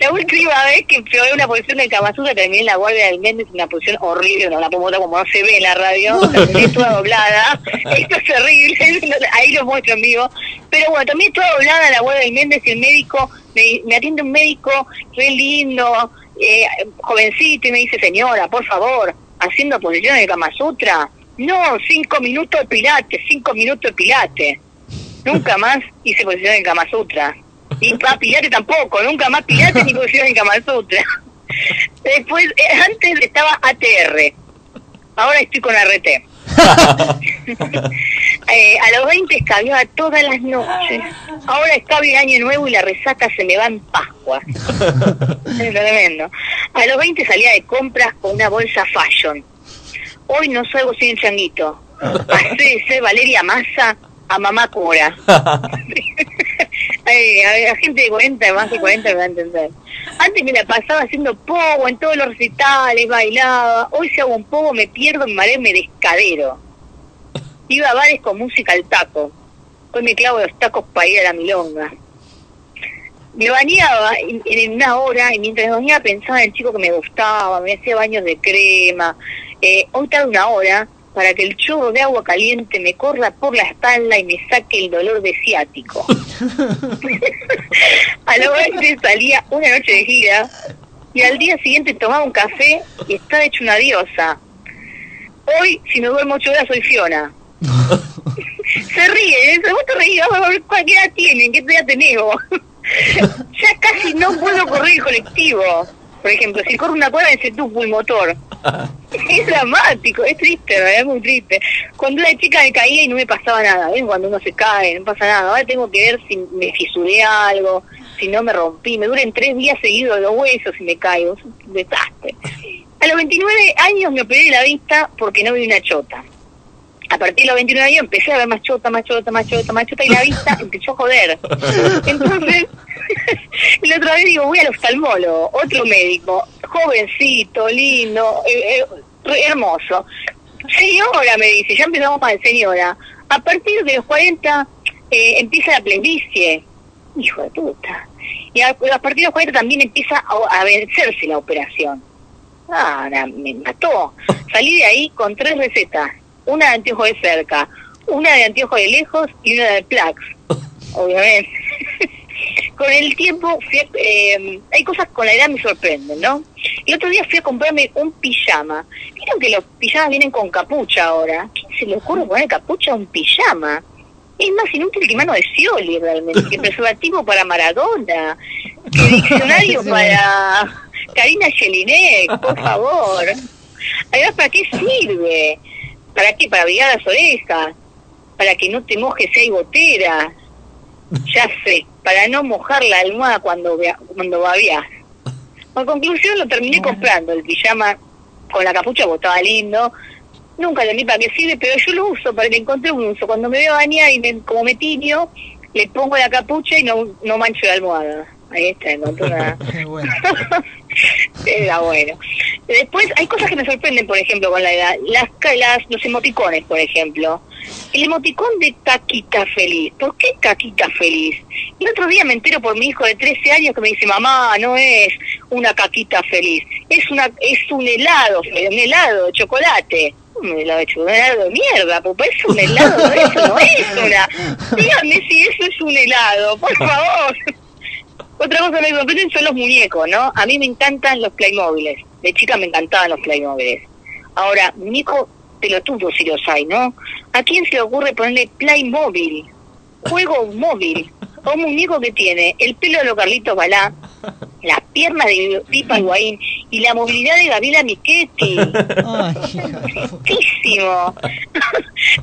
Speaker 15: la última vez que probé una posición del Kama Sutra terminé en la guardia del Méndez, una posición horrible, no la pongo como no se ve en la radio, la terminé toda doblada, [LAUGHS] esto es [LAUGHS] terrible, ahí lo muestro en vivo, pero bueno, también toda doblada la guardia del Méndez y el médico, me, me atiende un médico re lindo, eh, jovencito, y me dice, señora, por favor, haciendo posiciones del Kama Sutra, no, cinco minutos de pilates, cinco minutos de pilates. Nunca más hice posición en Kama Sutra. Ni pa- Pilate tampoco, nunca más Pilate ni posición en Kama Sutra. Después, eh, antes estaba ATR, ahora estoy con RT. Eh, a los 20 escabiaba todas las noches. Ahora escabio el año nuevo y la resaca se me va en Pascua. Es tremendo. A los 20 salía de compras con una bolsa fashion. Hoy no salgo sin el changuito. Pasé de ser Valeria Massa a mamá Cora. Ay, a la gente de 40, más de 40 me va a entender. Antes me la pasaba haciendo pogo en todos los recitales, bailaba. Hoy si hago un pogo me pierdo, me mareo, me descadero. Iba a bares con música al taco. Hoy me clavo los tacos para ir a la milonga. Me bañaba en, en una hora y mientras me bañaba pensaba en el chico que me gustaba, me hacía baños de crema. Eh, hoy tarda una hora para que el chorro de agua caliente me corra por la espalda y me saque el dolor de ciático. A los 20 salía una noche de gira y al día siguiente tomaba un café y estaba hecho una diosa. Hoy, si me duermo ocho horas, soy Fiona. Se ríe, dice, vos te reís, vamos a ver cuál edad tienen, qué edad tenés vos?" ya casi no puedo correr el colectivo. Por ejemplo, si corro una cuerda, se tupo el motor. [LAUGHS] Es dramático, es triste, ¿no? es muy triste. Cuando era chica me caía y no me pasaba nada, ¿ven? Cuando uno se cae, no pasa nada. Ahora tengo que ver si me fisuré algo, si no me rompí. Me duran tres días seguidos los huesos y me caigo. Es un desastre. A los 29 años me operé de la vista porque no vi una chota. A partir de los 29 años empecé a ver más chota, más chota, más chota, más chota y la vista empezó a joder. Entonces, [LAUGHS] la otra vez digo, voy al oftalmólogo, otro médico, jovencito, lindo, eh, eh, re- hermoso. Señora, me dice, ya empezamos para el señora. A partir de los 40 eh, empieza la plenicie. Hijo de puta. Y a, a partir de los 40 también empieza a, a vencerse la operación. Ah, na- me mató. Salí de ahí con tres recetas. Una de anteojo de cerca, una de anteojo de lejos y una de plax. Obviamente. [LAUGHS] con el tiempo, fui a- eh, hay cosas con la edad me sorprenden, ¿no? El otro día fui a comprarme un pijama. Vieron que los pijamas vienen con capucha ahora. ¿Quién se le ocurre poner capucha a un pijama? es más inútil que mano de Scioli realmente, que preservativo para Maradona, que diccionario para Karina Jelinek, por favor. Además, ¿para qué sirve? ¿Para qué? Para abrigar las orejas, para que no te mojes si hay gotera, ya sé, para no mojar la almohada cuando, vea- cuando babeás. En conclusión, lo terminé comprando, el pijama con la capucha, porque estaba lindo, Nunca entendí para qué sirve, pero yo lo uso, para que encontré un uso. Cuando me voy a bañar y me- como me tibio, le pongo la capucha y no, no mancho la almohada. Ahí está, encontré una... [LAUGHS] Era bueno. Después, hay cosas que me sorprenden, por ejemplo, con la edad. Las, ca- las, los emoticones, por ejemplo. El emoticón de caquita feliz. ¿Por qué caquita feliz? El otro día me entero por mi hijo de 13 años que me dice, mamá, no es una caquita feliz. Es una es un helado, fe- un helado de chocolate. Un helado de chocolate, un helado de mierda, porque es un helado, eso no es una... Dígame si eso es un helado, por favor. Otra cosa que me sorprenden son los muñecos, ¿no? A mí me encantan los Playmobiles. De chica me encantaban los Playmobiles. Ahora, muñeco pelotudo si los hay, ¿no? ¿A quién se le ocurre ponerle Playmobil? Juego móvil. O un muñeco que tiene el pelo de los Carlitos Balá, las piernas de Pipa Higuaín y la movilidad de Gabriela Michetti. ¡Muchísimo!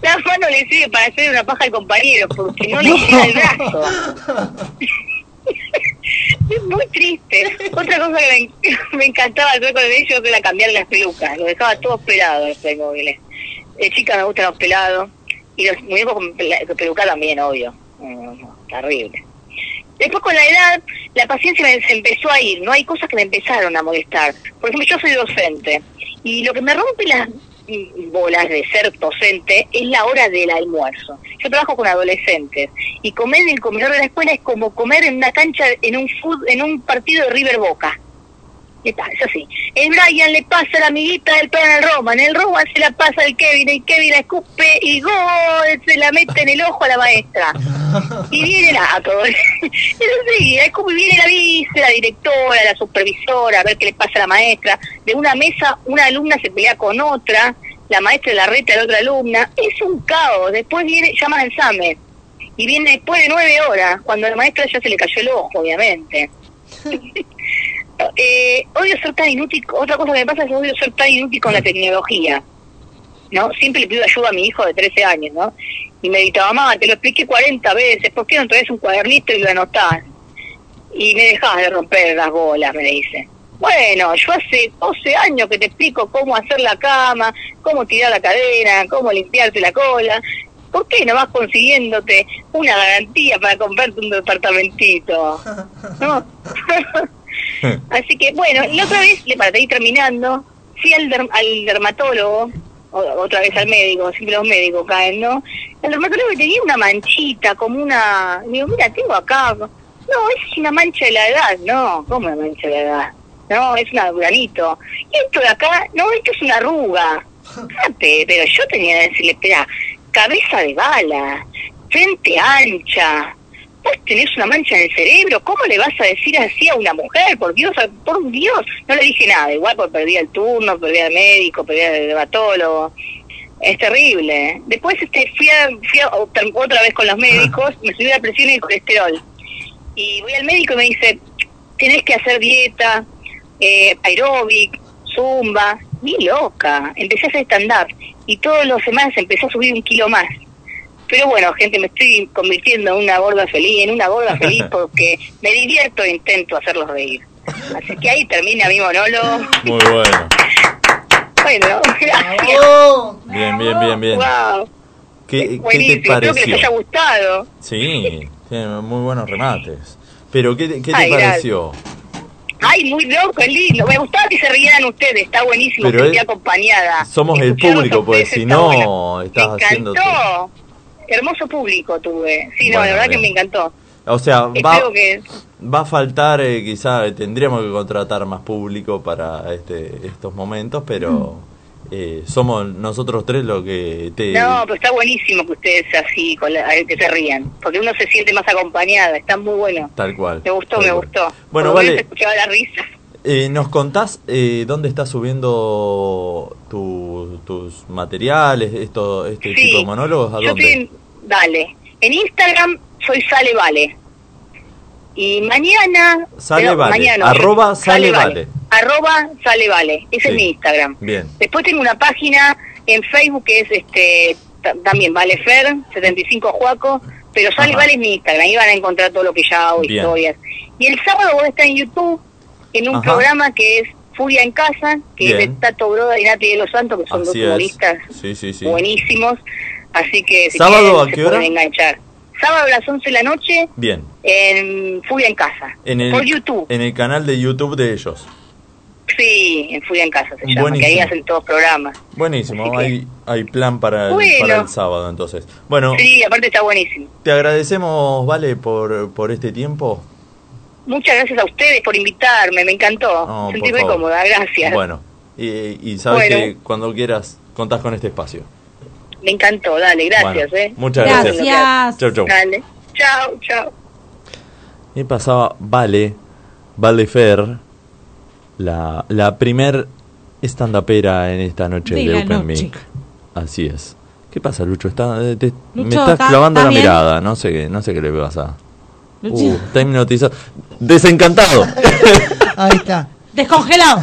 Speaker 15: la mano le sirve para hacer una paja al compañero porque no le llega el brazo. Es muy triste. Otra cosa que [LAUGHS] me, me encantaba hacer con ellos era cambiar las pelucas. Los dejaba todos pelados los Playmobiles. De chicas me gustan los pelados. Y los muñecos con pela- con peluca también, obvio. No, no, no, terrible. Después con la edad, la paciencia me, se empezó a ir. No hay cosas que me empezaron a molestar. Por ejemplo, yo soy docente. Y lo que me rompe las mm, bolas de ser docente es la hora del almuerzo. Yo trabajo con adolescentes y comer en el comedor de la escuela es como comer en una cancha, en un fut- en un partido de River Boca. Y tal, es así. El Brian le pasa la amiguita del plan al Roman, el Roman se la pasa al Kevin, el Kevin la escupe y gol, se la mete en el ojo a la maestra. Y viene la [LAUGHS] a todo. Entonces, sí, es como viene la vice, la directora, la supervisora, a ver qué le pasa a la maestra. De una mesa, una alumna se pelea con otra, la maestra la reta a la otra alumna. Es un caos. Después viene, llaman al examen. Y viene después de nueve horas, cuando a la maestra ya se le cayó el ojo, obviamente. Eh, odio ser tan inútil, otra cosa que me pasa es que odio ser tan inútil con la tecnología. ¿no? Siempre le pido ayuda a mi hijo de 13 años, ¿no? Y me dice, mamá, te lo expliqué 40 veces, ¿por qué no traes un cuadernito y lo anotás? Y me dejás de romper las bolas, me dice. Bueno, yo hace 12 años que te explico cómo hacer la cama, cómo tirar la cadena, cómo limpiarte la cola. ¿Por qué no vas consiguiéndote una garantía para comprarte un departamentito? ¿No? [LAUGHS] Así que, bueno, la otra vez, le- para ir terminando, fui al, derm- al dermatólogo, o- otra vez al médico, siempre los médicos caen, ¿no? El dermatólogo tenía una manchita, como una... Digo, mira, tengo acá... No, es una mancha de la edad, no, ¿cómo una mancha de la edad? No, es una granito. Y esto de acá, no, esto es una arruga. Ah, pe- pero yo tenía que decirle, espera, cabeza de bala, frente ancha, vos tenés una mancha en el cerebro, ¿cómo le vas a decir así a una mujer? Por Dios, a- por Dios. No le dije nada, igual porque perdí el turno, perdí al médico, perdí al dermatólogo. Es terrible. Después este, fui, a- fui a- otra- otra vez con los médicos, me subí la presión y el colesterol. Y voy al médico y me dice, tenés que hacer dieta, eh, aeróbic, zumba. Ni loca. Empecé a hacer stand-up y todos los semanas empecé a subir un kilo más. Pero bueno, gente, me estoy convirtiendo en una gorda feliz, en una gorda
Speaker 1: [LAUGHS]
Speaker 15: feliz porque me divierto e intento hacerlos reír. Así que ahí termina mi monólogo.
Speaker 1: Muy bueno. [LAUGHS]
Speaker 15: Bueno, gracias.
Speaker 1: Bien, bien, bien, bien.
Speaker 15: Wow,
Speaker 1: ¿Qué, qué te
Speaker 15: buenísimo. Espero que les
Speaker 1: pareció?
Speaker 15: haya gustado.
Speaker 1: Sí, tiene muy buenos remates. Pero ¿qué, te- qué te
Speaker 15: Ay, gracias.
Speaker 1: pareció?
Speaker 15: Ay, muy loco, es lindo. Me gustaba que se rieran ustedes, está buenísimo,
Speaker 1: Pero
Speaker 15: que
Speaker 1: es-
Speaker 15: esté acompañada.
Speaker 1: Somos el público, pues si no, estás haciendo...
Speaker 15: Encantó. Hermoso público tuve. Sí, no,
Speaker 1: Bueno,
Speaker 15: la verdad
Speaker 1: bien.
Speaker 15: que me encantó.
Speaker 1: O sea, va,
Speaker 15: Espero que...
Speaker 1: va a faltar, eh, quizá tendríamos que contratar más público para este, estos momentos, pero eh, somos nosotros tres lo que te...
Speaker 15: Mm. No, pues, pero está buenísimo que ustedes así, con la- que se rían, porque uno se siente más acompañada, está muy bueno.
Speaker 1: Tal cual.
Speaker 15: Me gustó,
Speaker 1: tal
Speaker 15: me
Speaker 1: cual.
Speaker 15: gustó.
Speaker 1: Bueno,
Speaker 15: Por lo menos
Speaker 1: vale.
Speaker 15: se escuchaba la risa.
Speaker 1: Eh, ¿Nos contás eh, dónde estás subiendo tu- tus materiales, esto, este
Speaker 15: Sí.
Speaker 1: tipo de monólogos? ¿A
Speaker 15: Yo
Speaker 1: dónde?
Speaker 15: estoy en- Dale. En Instagram soy Sale Vale. Y mañana.
Speaker 1: Sale
Speaker 15: pero
Speaker 1: vale.
Speaker 15: mañana eh, no,
Speaker 1: Arroba sale vale.
Speaker 15: Arroba Sale Vale. Ese
Speaker 1: Sí.
Speaker 15: es mi Instagram.
Speaker 1: Bien.
Speaker 15: Después tengo una página en Facebook que es este ta- también Valefer, 75 Juaco, pero sale
Speaker 1: Ajá.
Speaker 15: Vale es mi Instagram, ahí van a encontrar todo lo que ya hago,
Speaker 1: Bien.
Speaker 15: historias. Y el sábado voy a estar en YouTube en un
Speaker 1: Ajá.
Speaker 15: programa que es Furia en Casa, que es de
Speaker 1: Bien.
Speaker 15: Tato Broda y Nati de los Santos, que son
Speaker 1: Así
Speaker 15: dos humoristas
Speaker 1: es. Sí, sí, sí.
Speaker 15: buenísimos, así que si
Speaker 1: ¿Sábado
Speaker 15: quieren
Speaker 1: a
Speaker 15: se
Speaker 1: qué hora?
Speaker 15: pueden enganchar. Sábado a las 11 de la noche
Speaker 1: Bien.
Speaker 15: en Furia en Casa,
Speaker 1: En el,
Speaker 15: por YouTube.
Speaker 1: En el canal de YouTube de ellos.
Speaker 15: Sí, en Furia en Casa se llama, que ahí
Speaker 1: Buenísimo.
Speaker 15: hacen todos programas.
Speaker 1: Buenísimo. Hay, hay plan para el,
Speaker 15: Bueno.
Speaker 1: para el sábado entonces. Bueno,
Speaker 15: Sí, aparte está buenísimo.
Speaker 1: te agradecemos, Vale, por, por este tiempo.
Speaker 15: Muchas gracias a ustedes por invitarme, me encantó.
Speaker 1: No, por
Speaker 15: Sentirme
Speaker 1: favor.
Speaker 15: cómoda, gracias.
Speaker 1: Bueno, y, y sabes
Speaker 15: Bueno.
Speaker 1: que cuando quieras contás con este espacio.
Speaker 15: Me encantó, dale, gracias.
Speaker 1: Bueno,
Speaker 15: eh.
Speaker 1: muchas gracias. Gracias. Chau, chau.
Speaker 15: Dale. Chau,
Speaker 16: [LAUGHS]
Speaker 15: chau.
Speaker 1: Y pasaba Vale, Vale Fer, la, la primer stand-upera en esta noche
Speaker 3: De
Speaker 1: de,
Speaker 3: la
Speaker 1: Open
Speaker 3: noche.
Speaker 1: Mic. Así es. ¿Qué pasa, Lucho? Está- eh, te- me
Speaker 3: Lucho,
Speaker 1: estás
Speaker 3: ¿tá-
Speaker 1: clavando
Speaker 3: tá
Speaker 1: la
Speaker 3: bien?
Speaker 1: mirada, no sé qué, no sé qué le pasa.
Speaker 3: Lucho.
Speaker 1: Uh, está hipnotizado. Desencantado.
Speaker 2: [LAUGHS] Ahí está.
Speaker 3: Descongelado.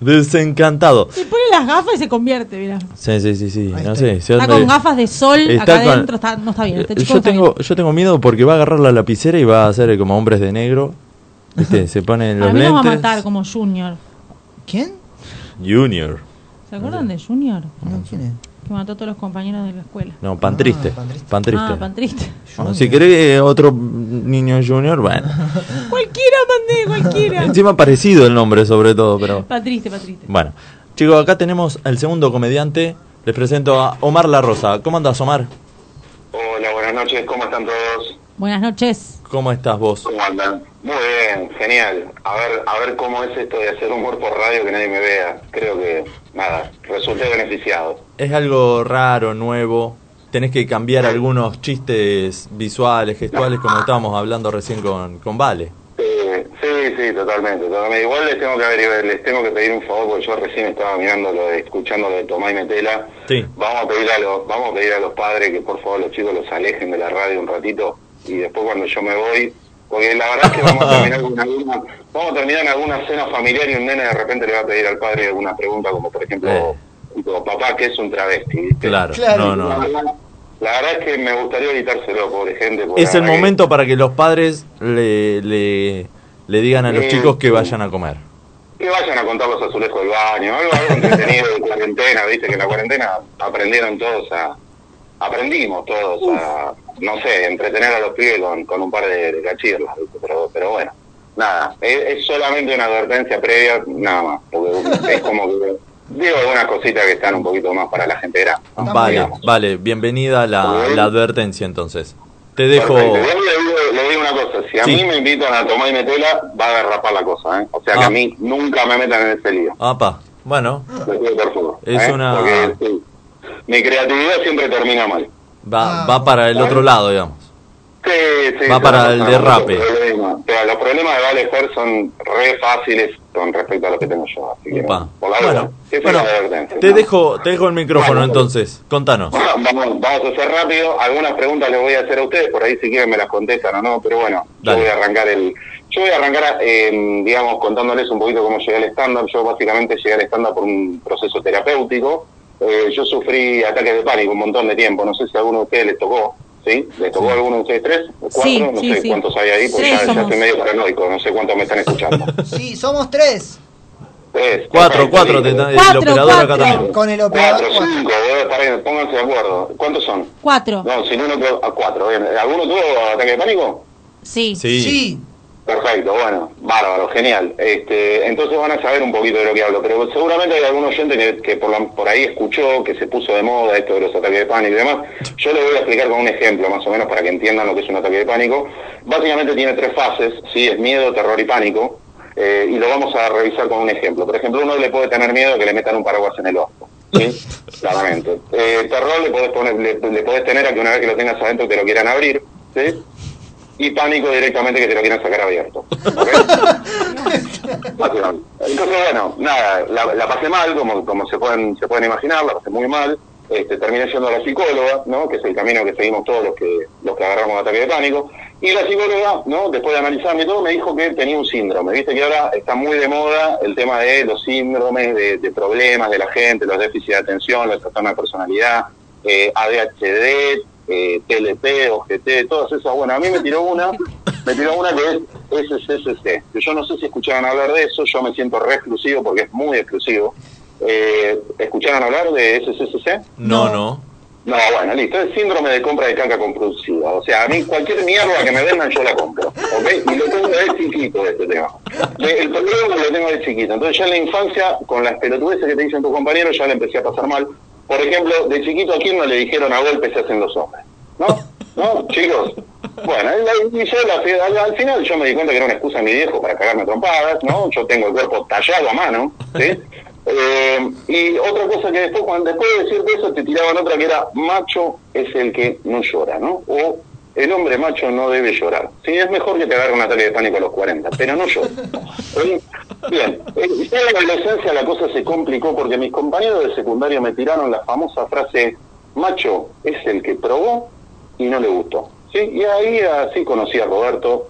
Speaker 1: Desencantado.
Speaker 3: Se pone las gafas y se convierte, mira.
Speaker 1: Sí, sí, sí, sí. No sé. se
Speaker 3: Está
Speaker 1: anda-
Speaker 3: con gafas de sol
Speaker 1: Está
Speaker 3: acá
Speaker 1: con- Eh,
Speaker 3: adentro, está- no está bien. Este chico no
Speaker 1: Yo
Speaker 3: está
Speaker 1: tengo, yo tengo miedo porque va a agarrar la lapicera y va a hacer como hombres de negro.
Speaker 3: [LAUGHS]
Speaker 1: ¿Viste? Se ponen
Speaker 3: bien.
Speaker 1: los
Speaker 3: Para mí nos va a
Speaker 1: lentes.
Speaker 3: matar como Junior. ¿Quién?
Speaker 1: Junior.
Speaker 3: ¿Se acuerdan de Junior? ¿quién es? Que mató a todos los compañeros de la escuela.
Speaker 1: No, pan triste. Ah, pan triste.
Speaker 3: Ah, pan triste. [LAUGHS]
Speaker 1: Bueno, si querés eh, otro niño junior, bueno. [LAUGHS]
Speaker 3: cualquiera, mandé, cualquiera.
Speaker 1: Encima parecido el nombre, sobre todo, pero.
Speaker 3: Pan triste, pan triste.
Speaker 1: Bueno. Chicos, acá tenemos al segundo comediante. Les presento a Omar La Rosa. ¿Cómo andas, Omar?
Speaker 9: Hola, buenas noches, ¿cómo están todos?
Speaker 3: Buenas noches.
Speaker 1: ¿Cómo estás vos?
Speaker 9: ¿Cómo andan? Muy bien, genial. A ver, a ver cómo es esto de hacer humor por radio que nadie me vea. Creo que, nada, resulté beneficiado.
Speaker 1: Es algo raro, nuevo. Tenés que cambiar algunos chistes visuales, gestuales, como estábamos hablando recién con, con Vale.
Speaker 9: Eh, sí, sí, totalmente, totalmente. Igual les tengo que averiguar- les tengo que pedir un favor porque yo recién estaba mirando lo de, escuchando lo de Tomá y Metela.
Speaker 1: Sí.
Speaker 9: Vamos a pedir a los, vamos a pedir a los padres que por favor los chicos los alejen de la radio un ratito y después cuando yo me voy, porque la verdad es que vamos a terminar con alguna, vamos a terminar en alguna cena familiar y un nene de repente le va a pedir al padre alguna pregunta como por ejemplo, tipo, papá que es un travesti, ¿viste?
Speaker 1: Eh. Claro, Claro. no, no.
Speaker 9: La verdad, la verdad es que me gustaría evitárselo, pobre gente. porque
Speaker 1: Es
Speaker 9: la
Speaker 1: el
Speaker 9: verdad que-
Speaker 1: momento para que los padres le, le, le digan a los
Speaker 9: Eh,
Speaker 1: chicos que vayan a comer.
Speaker 9: Que vayan a contar los azulejos del baño, algo, algo entretenido de cuarentena, viste que en la cuarentena aprendieron todos a, aprendimos todos a, no sé, entretener a los pibes con, con un par de, de cachirlas, ¿viste? Pero, pero bueno, nada, es, es solamente una advertencia previa, nada más, porque es como que digo algunas cositas que están un poquito más para la gente grande. ¿no?
Speaker 1: Vale,
Speaker 9: Digamos.
Speaker 1: vale, bienvenida la, la advertencia entonces. Te dejo.
Speaker 9: Perfecto. Igual Le digo, le digo una cosa, si a
Speaker 1: Sí.
Speaker 9: mí me invitan a tomar y metela, va a agarrapar la cosa, ¿eh? O sea que
Speaker 1: Ah.
Speaker 9: a mí nunca me metan en ese lío.
Speaker 1: Apa, bueno,
Speaker 9: Lo pido por favor,
Speaker 1: Es
Speaker 9: ¿eh?
Speaker 1: una-
Speaker 9: Porque, sí, mi creatividad siempre termina mal.
Speaker 1: va, va para el otro lado, digamos.
Speaker 9: Sí, sí,
Speaker 1: Va
Speaker 9: claro,
Speaker 1: para el
Speaker 9: claro,
Speaker 1: derrape.
Speaker 9: Los problemas, Pero los problemas de Vale Fer son re fáciles con respecto a lo que tengo yo. Así que,
Speaker 1: Upa.
Speaker 9: por la
Speaker 1: Bueno,
Speaker 9: duda, esa es
Speaker 1: bueno,
Speaker 9: la advertencia,
Speaker 1: Te
Speaker 9: ¿no?
Speaker 1: dejo, te dejo el micrófono entonces. Contanos.
Speaker 9: Vamos, vamos a ser rápido. Algunas preguntas les voy a hacer a ustedes, por ahí si quieren me las contestan o no, pero bueno,
Speaker 1: Dale.
Speaker 9: yo voy a arrancar el. Yo voy a arrancar, eh, digamos, contándoles un poquito cómo llegué al estándar. Yo básicamente llegué al estándar por un proceso terapéutico. Eh, yo sufrí ataques de pánico un montón de tiempo. No sé si a alguno de ustedes les tocó, ¿sí? ¿Les tocó a alguno de ustedes tres? ¿Cuatro?
Speaker 2: Sí,
Speaker 9: no
Speaker 2: sí,
Speaker 9: sé
Speaker 2: sí.
Speaker 9: cuántos hay ahí, porque
Speaker 2: Sí,
Speaker 9: ya, ya
Speaker 2: somos.
Speaker 9: estoy medio paranoico. No sé cuántos me están
Speaker 1: [LAUGHS]
Speaker 9: escuchando.
Speaker 2: Sí, somos tres.
Speaker 9: Tres,
Speaker 1: Cuatro, cuatro, te-
Speaker 9: perfecto,
Speaker 1: el
Speaker 9: listo.
Speaker 1: operador acá también.
Speaker 2: Con el operador.
Speaker 9: Cuatro, cinco, eh, paren, pónganse de acuerdo. ¿Cuántos son?
Speaker 3: Cuatro.
Speaker 9: No, si no, no creo- a cuatro. Bien. ¿Alguno tuvo ataque de pánico?
Speaker 3: Sí.
Speaker 9: Sí. Perfecto, bueno, bárbaro, genial. Este, entonces van a saber un poquito de lo que hablo, pero seguramente hay algún oyente que, que por, la- por ahí escuchó, que se puso de moda esto de los ataques de pánico y demás. Yo les voy a explicar con un ejemplo, más o menos, para que entiendan lo que es un ataque de pánico. Básicamente tiene tres fases, sí, es miedo, terror y pánico, eh, y lo vamos a revisar con un ejemplo. Por ejemplo, uno le puede tener miedo a que le metan un paraguas en el ojo. Claramente. Eh, terror le podés, poner, le, le podés tener a que una vez que lo tengas adentro te lo quieran abrir, ¿sí? Y pánico directamente que te lo quieran sacar abierto. Entonces, bueno, nada, la, la pasé mal, como, como se, pueden, se pueden imaginar, la pasé muy mal. este, terminé yendo a la psicóloga, ¿no? que es el camino que seguimos todos los que, los que agarramos ataque de pánico, y la psicóloga, ¿no? después de analizarme y todo, me dijo que tenía un síndrome, viste que ahora está muy de moda el tema de los síndromes, de, de problemas de la gente, los déficits de atención, los trastornos de personalidad, eh, ADHD, eh, TLP, OGT, todas esas, bueno, a mí me tiró una, me tiró una que es SSCC, que yo no sé si escucharon hablar de eso, yo me siento re exclusivo porque es muy exclusivo, eh, ¿Escucharon hablar de SSCC?
Speaker 1: No, no.
Speaker 9: No, bueno, listo. Es síndrome de compra de caca compulsiva. O sea, a mí cualquier mierda que me vendan yo la compro. ¿Ok? Y lo tengo de chiquito este tema. Eh, El problema lo tengo de chiquito. Entonces ya en la infancia, con las pelotudeces que te dicen tus compañeros, ya le empecé a pasar mal. Por ejemplo, de chiquito a quién no le dijeron a golpes se hacen los hombres. ¿No? ¿No, chicos? Bueno, y la- y yo la- al, al final yo me di cuenta que era una excusa de mi viejo para cagarme a trompadas, ¿no? Yo tengo el cuerpo tallado a mano, ¿sí? Eh, y otra cosa que después, cuando después de decirte eso, te tiraban otra que era macho es el que no llora, ¿no? O el hombre macho no debe llorar. Sí, es mejor que te agarre un ataque de pánico a los 40, pero no yo. Eh, Bien, eh, ya en la adolescencia la cosa se complicó porque mis compañeros de secundario me tiraron la famosa frase, macho es el que probó y no le gustó. Sí, y ahí así conocí a Roberto.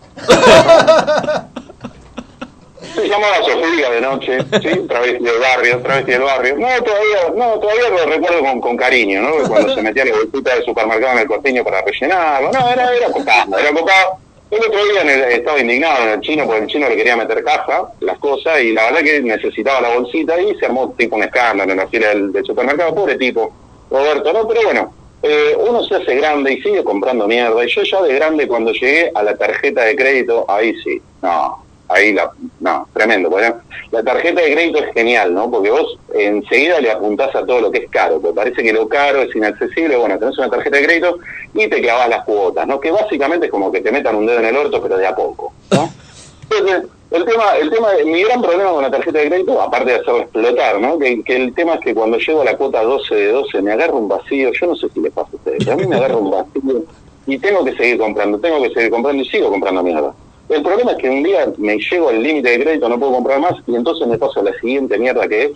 Speaker 9: Se llamaba Sofía de noche, sí, travesti del barrio, travesti del barrio. No, todavía, no, todavía lo recuerdo con, con cariño, ¿no? Cuando se metía la bolsita del supermercado en el cortiño para rellenarlo. No, era, era copado, era copado. El otro día en el- estaba indignado en el chino porque el chino le quería meter caja, las cosas, y la verdad que necesitaba la bolsita y se armó tipo un escándalo en la fila del, del supermercado, pobre tipo, Roberto, ¿no? Pero bueno, eh, uno se hace grande y sigue comprando mierda. Y yo ya de grande cuando llegué a la tarjeta de crédito, ahí sí, no, ahí la, no, tremendo. porque La tarjeta de crédito es genial, ¿no? Porque vos enseguida le apuntás a todo lo que es caro, porque parece que lo caro es inaccesible, bueno, tenés una tarjeta de crédito y te clavas las cuotas, ¿no? Que básicamente es como que te metan un dedo en el orto, pero de a poco, ¿no? Entonces, el tema, el tema, mi gran problema con la tarjeta de crédito, aparte de hacerlo explotar, ¿no? Que, que el tema es que cuando llego a la cuota 12 de 12 me agarro un vacío, yo no sé si le pasa a ustedes, pero a mí me agarro un vacío y tengo que seguir comprando, tengo que seguir comprando y sigo comprando mierda. El problema es que un día me llego al límite de crédito, no puedo comprar más y entonces me paso a la siguiente mierda que es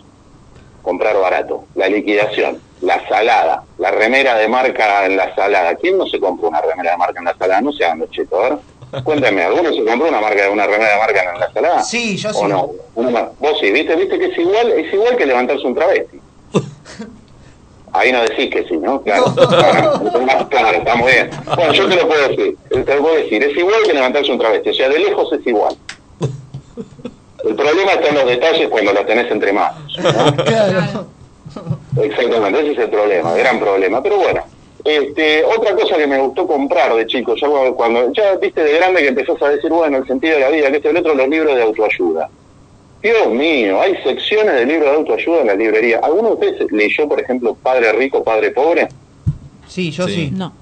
Speaker 9: comprar barato, la liquidación, la salada, la remera de marca en la salada. ¿Quién no se compra una remera de marca en la salada? No se hagan los chetos, a ver. Cuéntame, ¿alguno se compró una marca una remera de marca en la salada?
Speaker 2: Sí, yo
Speaker 9: ¿O
Speaker 2: sí.
Speaker 9: no? Una mar- Vos sí, ¿viste? ¿Viste que es igual, es igual que levantarse un
Speaker 2: [LAUGHS]
Speaker 9: travesti? Ahí no decís que sí, ¿no? Claro. Bueno, claro, está muy bien. Bueno, yo te lo puedo decir. Te lo puedo decir. Es igual que levantarse un travesti. O sea, de lejos es igual. El problema está en los detalles cuando la tenés entre manos. Exactamente, ese es el problema, gran problema. Pero bueno, este, otra cosa que me gustó comprar de chico, ya cuando, cuando- ya viste de grande que empezás a decir, bueno, el sentido de la vida, que este el otro, los libros de autoayuda. Dios mío, hay secciones de libros de autoayuda en la librería. ¿Alguno de ustedes leyó, por ejemplo, Padre Rico, Padre Pobre?
Speaker 2: Sí, yo sí.
Speaker 3: No.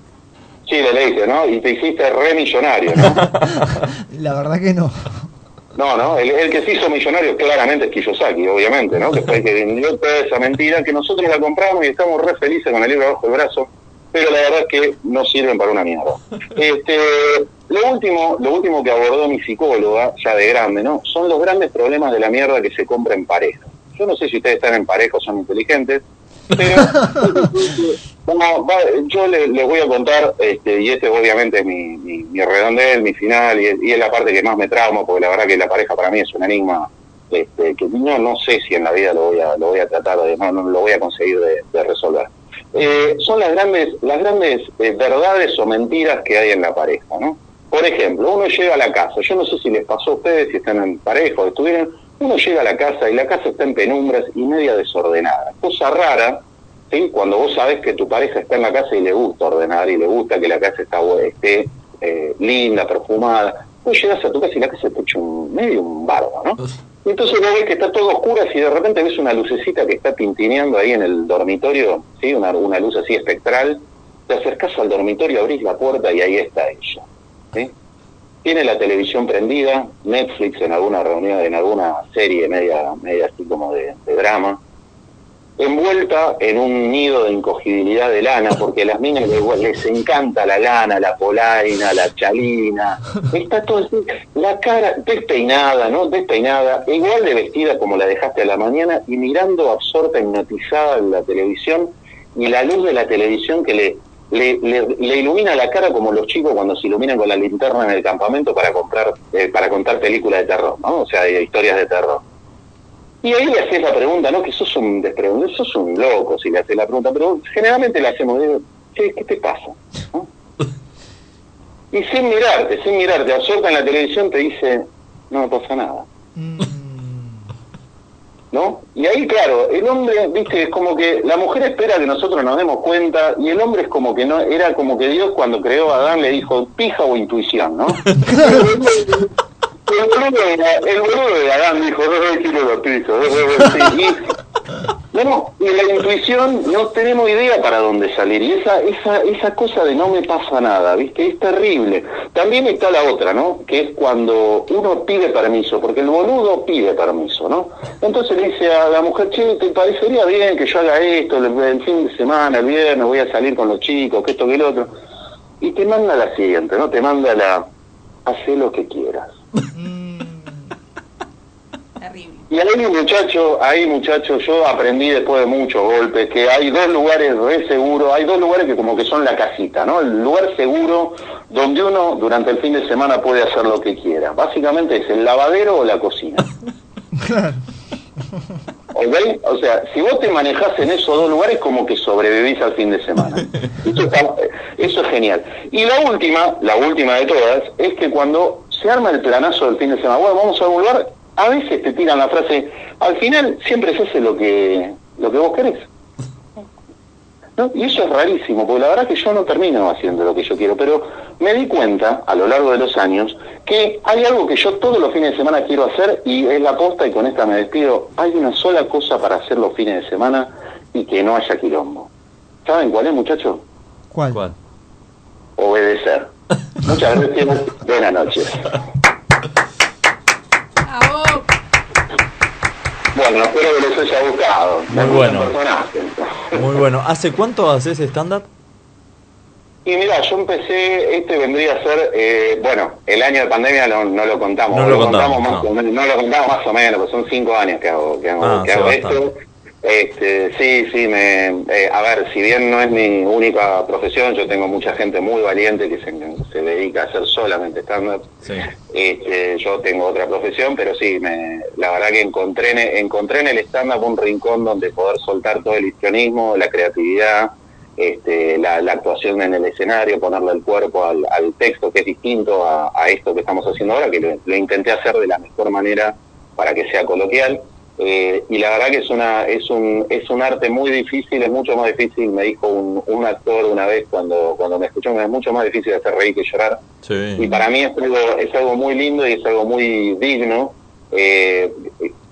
Speaker 9: Sí, lo leíste, ¿no? Y te hiciste re millonario, ¿no?
Speaker 2: La verdad que no.
Speaker 9: No, no, el, el que se hizo millonario claramente es Kiyosaki, obviamente, ¿no? Que fue el que vendió toda esa mentira, que nosotros la compramos y estamos re felices con el libro bajo el brazo, pero la verdad es que no sirven para una mierda. Este, lo último, lo último que abordó mi psicóloga, ya de grande, ¿no? Son los grandes problemas de la mierda que se compra en pareja. Yo no sé si ustedes están en pareja o son inteligentes, bueno, va, yo le- les voy a contar, este, y este obviamente es mi, mi, mi redondel, mi final, y es, y es la parte que más me trauma, porque la verdad que la pareja para mí es un enigma este, que no, no sé si en la vida lo voy a, lo voy a tratar, de, no, no lo voy a conseguir de, de resolver. Eh, son las grandes, las grandes eh, verdades o mentiras que hay en la pareja, ¿no? Por ejemplo, uno llega a la casa, yo no sé si les pasó a ustedes, si están en pareja o estuvieron, uno llega a la casa y la casa está en penumbras y media desordenada. Cosa rara, ¿sí? cuando vos sabés que tu pareja está en la casa y le gusta ordenar y le gusta que la casa está, bu- esté eh, linda, perfumada, vos llegas a tu casa y la casa te echa un medio un barba, ¿no? Y entonces vos ves que está todo oscuro y de repente ves una lucecita que está tintineando ahí en el dormitorio, ¿sí? una, una luz así espectral, te acercás al dormitorio, abrís la puerta y ahí está ella. ¿sí? Tiene la televisión prendida, Netflix en alguna reunión, en alguna serie media, media así como de- de drama envuelta en un nido de incogibilidad de lana, porque a las minas les, les encanta la lana, la polaina, la chalina. Está todo así, la cara despeinada, ¿no? Despeinada, igual de vestida como la dejaste a la mañana y mirando absorta, hipnotizada en la televisión y la luz de la televisión que le, le, le- le ilumina la cara como los chicos cuando se iluminan con la linterna en el campamento para comprar eh, para contar películas de terror, ¿no? O sea, de historias de terror. Y ahí le haces la pregunta, ¿no? Que sos un despreguntado, sos un loco si le haces la pregunta, pero generalmente le hacemos, digo, "Che, ¿qué te pasa? ¿No? Y sin mirarte, sin mirarte, absorta en la televisión, te dice, no me pasa nada. ¿No? Y ahí, claro, el hombre, viste, es como que la mujer espera que nosotros nos demos cuenta y el hombre es como que no, era como que Dios cuando creó a Adán le dijo pija o intuición, ¿no? El boludo, de- el boludo de Adán dijo, "Ay, quiero la pija, ay, ay, sí". Y- no, no, este, y la intuición no tenemos idea para dónde salir. Y esa, esa, esa cosa de no me pasa nada, ¿viste? Es terrible. También está la otra, ¿no? Que es cuando uno pide permiso, porque el boludo pide permiso, ¿no? Entonces le dice a la mujer, che, ¿te parecería bien que yo haga esto el, el fin de semana, el viernes, voy a salir con los chicos, que esto, que el otro? Y te manda la siguiente, ¿no? Te manda la, hace lo que quieras. Y ahí, muchacho, ahí, muchacho, yo aprendí después de muchos golpes que hay dos lugares re seguros, hay dos lugares que como que son la casita, ¿no? El lugar seguro donde uno durante el fin de semana puede hacer lo que quiera. Básicamente es el lavadero o la cocina. ¿Ok? O sea, si vos te manejás en esos dos lugares, como que sobrevivís al fin de semana. Eso, está- eso es genial. Y la última, la última de todas, es que cuando se arma el planazo del fin de semana, bueno, vamos a algún lugar, a veces te tiran la frase, al final siempre se hace lo que, lo que vos querés. ¿No? Y eso es rarísimo, porque la verdad que yo no termino haciendo lo que yo quiero, pero me di cuenta a lo largo de los años que hay algo que yo todos los fines de semana quiero hacer y es la posta y con esta me despido. Hay una sola cosa para hacer los fines de semana y que no haya quilombo. ¿Saben cuál es, muchachos?
Speaker 2: ¿Cuál?
Speaker 9: Obedecer. Muchas gracias. Buenas noches. Bueno, espero que los haya buscado.
Speaker 1: Muy
Speaker 9: Me
Speaker 1: bueno.
Speaker 9: gustan personajes.
Speaker 1: Muy bueno. ¿Hace cuánto haces stand-up?
Speaker 9: Y mira, yo empecé, este vendría a ser, eh, bueno, el año de pandemia no, no lo contamos,
Speaker 1: No lo contamos,
Speaker 9: más
Speaker 1: no.
Speaker 9: o menos, no lo contamos más o menos, pues son cinco años que hago, que hago,
Speaker 1: Ah,
Speaker 9: que
Speaker 1: hace
Speaker 9: hago
Speaker 1: bastante.
Speaker 9: esto. Este, sí, sí, me, eh, a ver, si bien no es mi única profesión, yo tengo mucha gente muy valiente que se, se dedica a hacer solamente stand-up. Este, yo tengo otra profesión, pero sí, me, la verdad que encontré, en- encontré en el stand-up un rincón donde poder soltar todo el histrionismo, la creatividad, este, la, la actuación en el escenario, ponerle el cuerpo al, al texto, que es distinto a, a esto que estamos haciendo ahora, que lo, lo intenté hacer de la mejor manera para que sea coloquial. Eh, y la verdad que es una es un es un arte muy difícil, es mucho más difícil, me dijo un, un actor una vez cuando cuando me escuchó, es mucho más difícil hacer reír que llorar. Y para mí es algo, es algo muy lindo y es algo muy digno eh,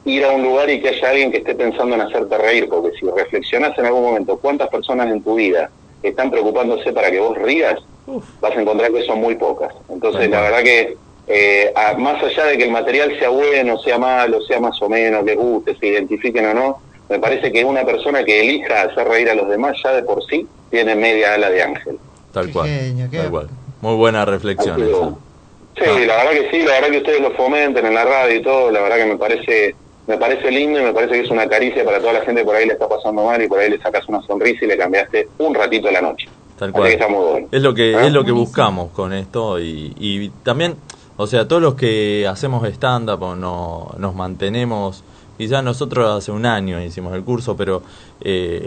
Speaker 9: ir a un lugar y que haya alguien que esté pensando en hacerte reír, porque si reflexionas en algún momento cuántas personas en tu vida están preocupándose para que vos rías, vas a encontrar que son muy pocas. Entonces, la verdad que eh, a- más allá de que el material sea bueno, sea malo, sea más o menos, les guste, se identifiquen o no, me parece que una persona que elija hacer reír a los demás ya de por sí tiene media ala de ángel.
Speaker 1: Tal cual. Tal cual. Muy buena reflexión.
Speaker 9: Así que,
Speaker 1: esa.
Speaker 9: Sí,
Speaker 1: Ah.
Speaker 9: la verdad que sí, la verdad que ustedes lo fomenten en la radio y todo, la verdad que me parece me parece lindo y me parece que es una caricia para toda la gente que por ahí le está pasando mal y por ahí le sacas una sonrisa y le cambiaste un ratito la noche.
Speaker 1: Tal
Speaker 9: Así
Speaker 1: cual.
Speaker 9: que está muy bueno.
Speaker 1: Es lo que, es lo que buscamos con esto y, y también, o sea, todos los que hacemos stand-up o no, nos mantenemos, quizás nosotros hace un año hicimos el curso, pero eh,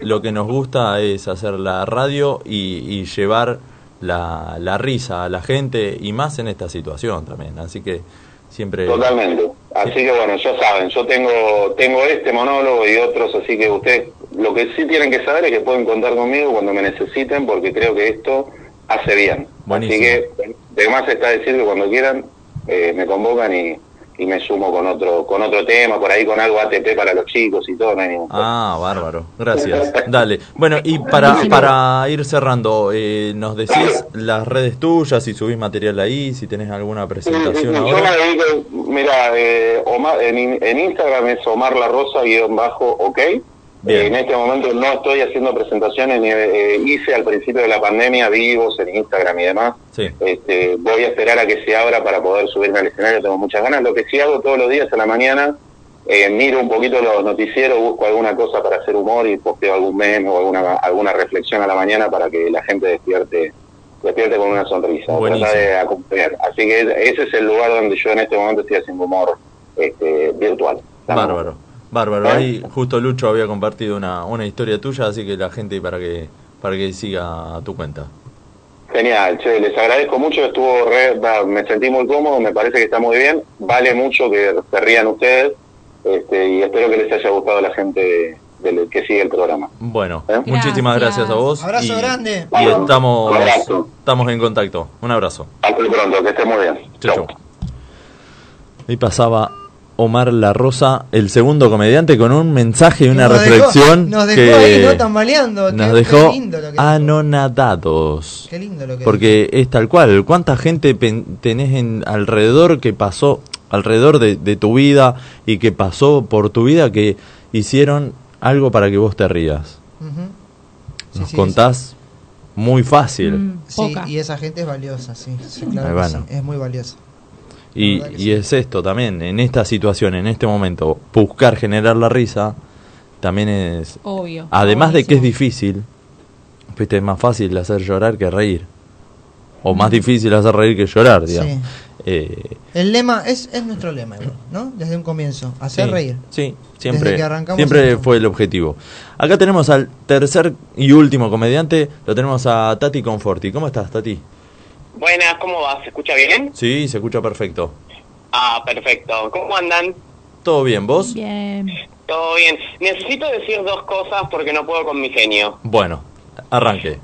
Speaker 1: lo que nos gusta es hacer la radio y, y llevar la, la risa a la gente y más en esta situación también, así que siempre...
Speaker 9: Totalmente. Así que bueno, ya saben, yo tengo tengo este monólogo y otros, así que ustedes lo que sí tienen que saber es que pueden contar conmigo cuando me necesiten porque creo que esto hace bien.
Speaker 1: Buenísimo.
Speaker 9: Así que además está decir que cuando quieran eh, me convocan y, y me sumo con otro con otro tema, por ahí con algo ATP para los chicos y todo, no hay ningún
Speaker 1: Ah, bárbaro. Gracias. Dale. Bueno, y para, para ir cerrando, eh, ¿nos decís las redes tuyas, si subís material ahí, si tenés alguna presentación
Speaker 9: Yo me
Speaker 1: ahora?
Speaker 9: dedico, mira, eh, Omar- en, in- en Instagram es Omar La Rosa guión bajo, ok.
Speaker 1: Bien.
Speaker 9: Eh, en este momento no estoy haciendo presentaciones, ni, eh, hice al principio de la pandemia vivos en Instagram y demás.
Speaker 1: Sí.
Speaker 9: Este, voy a esperar a que se abra para poder subirme al escenario, tengo muchas ganas. Lo que sí hago todos los días a la mañana eh, miro un poquito los noticieros, busco alguna cosa para hacer humor y posteo algún meme o alguna, alguna reflexión a la mañana para que la gente despierte despierte con una sonrisa,
Speaker 1: Buenísimo.
Speaker 9: trata de acompañar. Así que ese es el lugar donde yo en este momento estoy haciendo humor este, virtual.
Speaker 1: Bárbaro, bárbaro.
Speaker 9: ¿Eh?
Speaker 1: Ahí justo Lucho había compartido una, una historia tuya, así que la gente para que para que siga a tu cuenta.
Speaker 9: Genial, che, les agradezco mucho, estuvo re- va, me sentí muy cómodo, me parece que está muy bien, vale mucho que se rían ustedes este, y espero que les haya gustado a la gente del- que sigue el programa.
Speaker 1: Bueno,
Speaker 9: ¿Eh?
Speaker 1: muchísimas gracias a vos.
Speaker 2: Abrazo
Speaker 1: y-
Speaker 2: grande.
Speaker 1: Y estamos,
Speaker 9: Abrazo.
Speaker 1: estamos en contacto. Un abrazo.
Speaker 9: Hasta pronto, que esté muy bien.
Speaker 1: Chau, chau. Ahí pasaba Omar La Rosa, el segundo comediante, con un mensaje y una
Speaker 2: Nos dejó-
Speaker 1: reflexión
Speaker 2: nos dejó
Speaker 1: que
Speaker 2: ahí, ¿no? Tambaleando.
Speaker 1: nos
Speaker 2: Qué-
Speaker 1: dejó
Speaker 2: Qué lindo lo que,
Speaker 1: anonadados.
Speaker 2: qué lindo lo que
Speaker 1: Porque es tal cual. ¿Cuánta gente pen- tenés en alrededor que pasó alrededor de, de tu vida y que pasó por tu vida que hicieron algo para que vos te rías?
Speaker 2: Ujú.
Speaker 1: Nos
Speaker 2: sí,
Speaker 1: contás muy fácil.
Speaker 2: Sí, y esa gente es valiosa, sí. sí,
Speaker 1: Ahí
Speaker 2: claro
Speaker 1: va,
Speaker 2: que
Speaker 1: ¿no?
Speaker 2: sí, Eh, es muy valiosa.
Speaker 1: Y, y es esto también, en esta situación, en este momento, buscar generar la risa también es...
Speaker 3: Obvio.
Speaker 1: Además de que es difícil, viste, es más fácil hacer llorar que reír. O más difícil hacer reír que llorar, digamos. Eh,
Speaker 2: El lema es, es nuestro lema, igual, ¿no? Desde un comienzo, hacer
Speaker 1: Sí,
Speaker 2: reír.
Speaker 1: Sí, siempre,
Speaker 2: Desde que arrancamos
Speaker 1: siempre
Speaker 2: esto.
Speaker 1: fue el objetivo. Acá tenemos al tercer y último comediante, lo tenemos a Tati Conforti. ¿Cómo estás, Tati?
Speaker 16: Buenas, ¿cómo va? ¿Se escucha bien?
Speaker 1: Sí, se escucha perfecto.
Speaker 16: Ah, perfecto. ¿Cómo andan?
Speaker 1: ¿Todo bien, vos?
Speaker 3: Bien.
Speaker 16: Todo bien. Necesito decir dos cosas porque no puedo con mi genio.
Speaker 1: Bueno, arranque.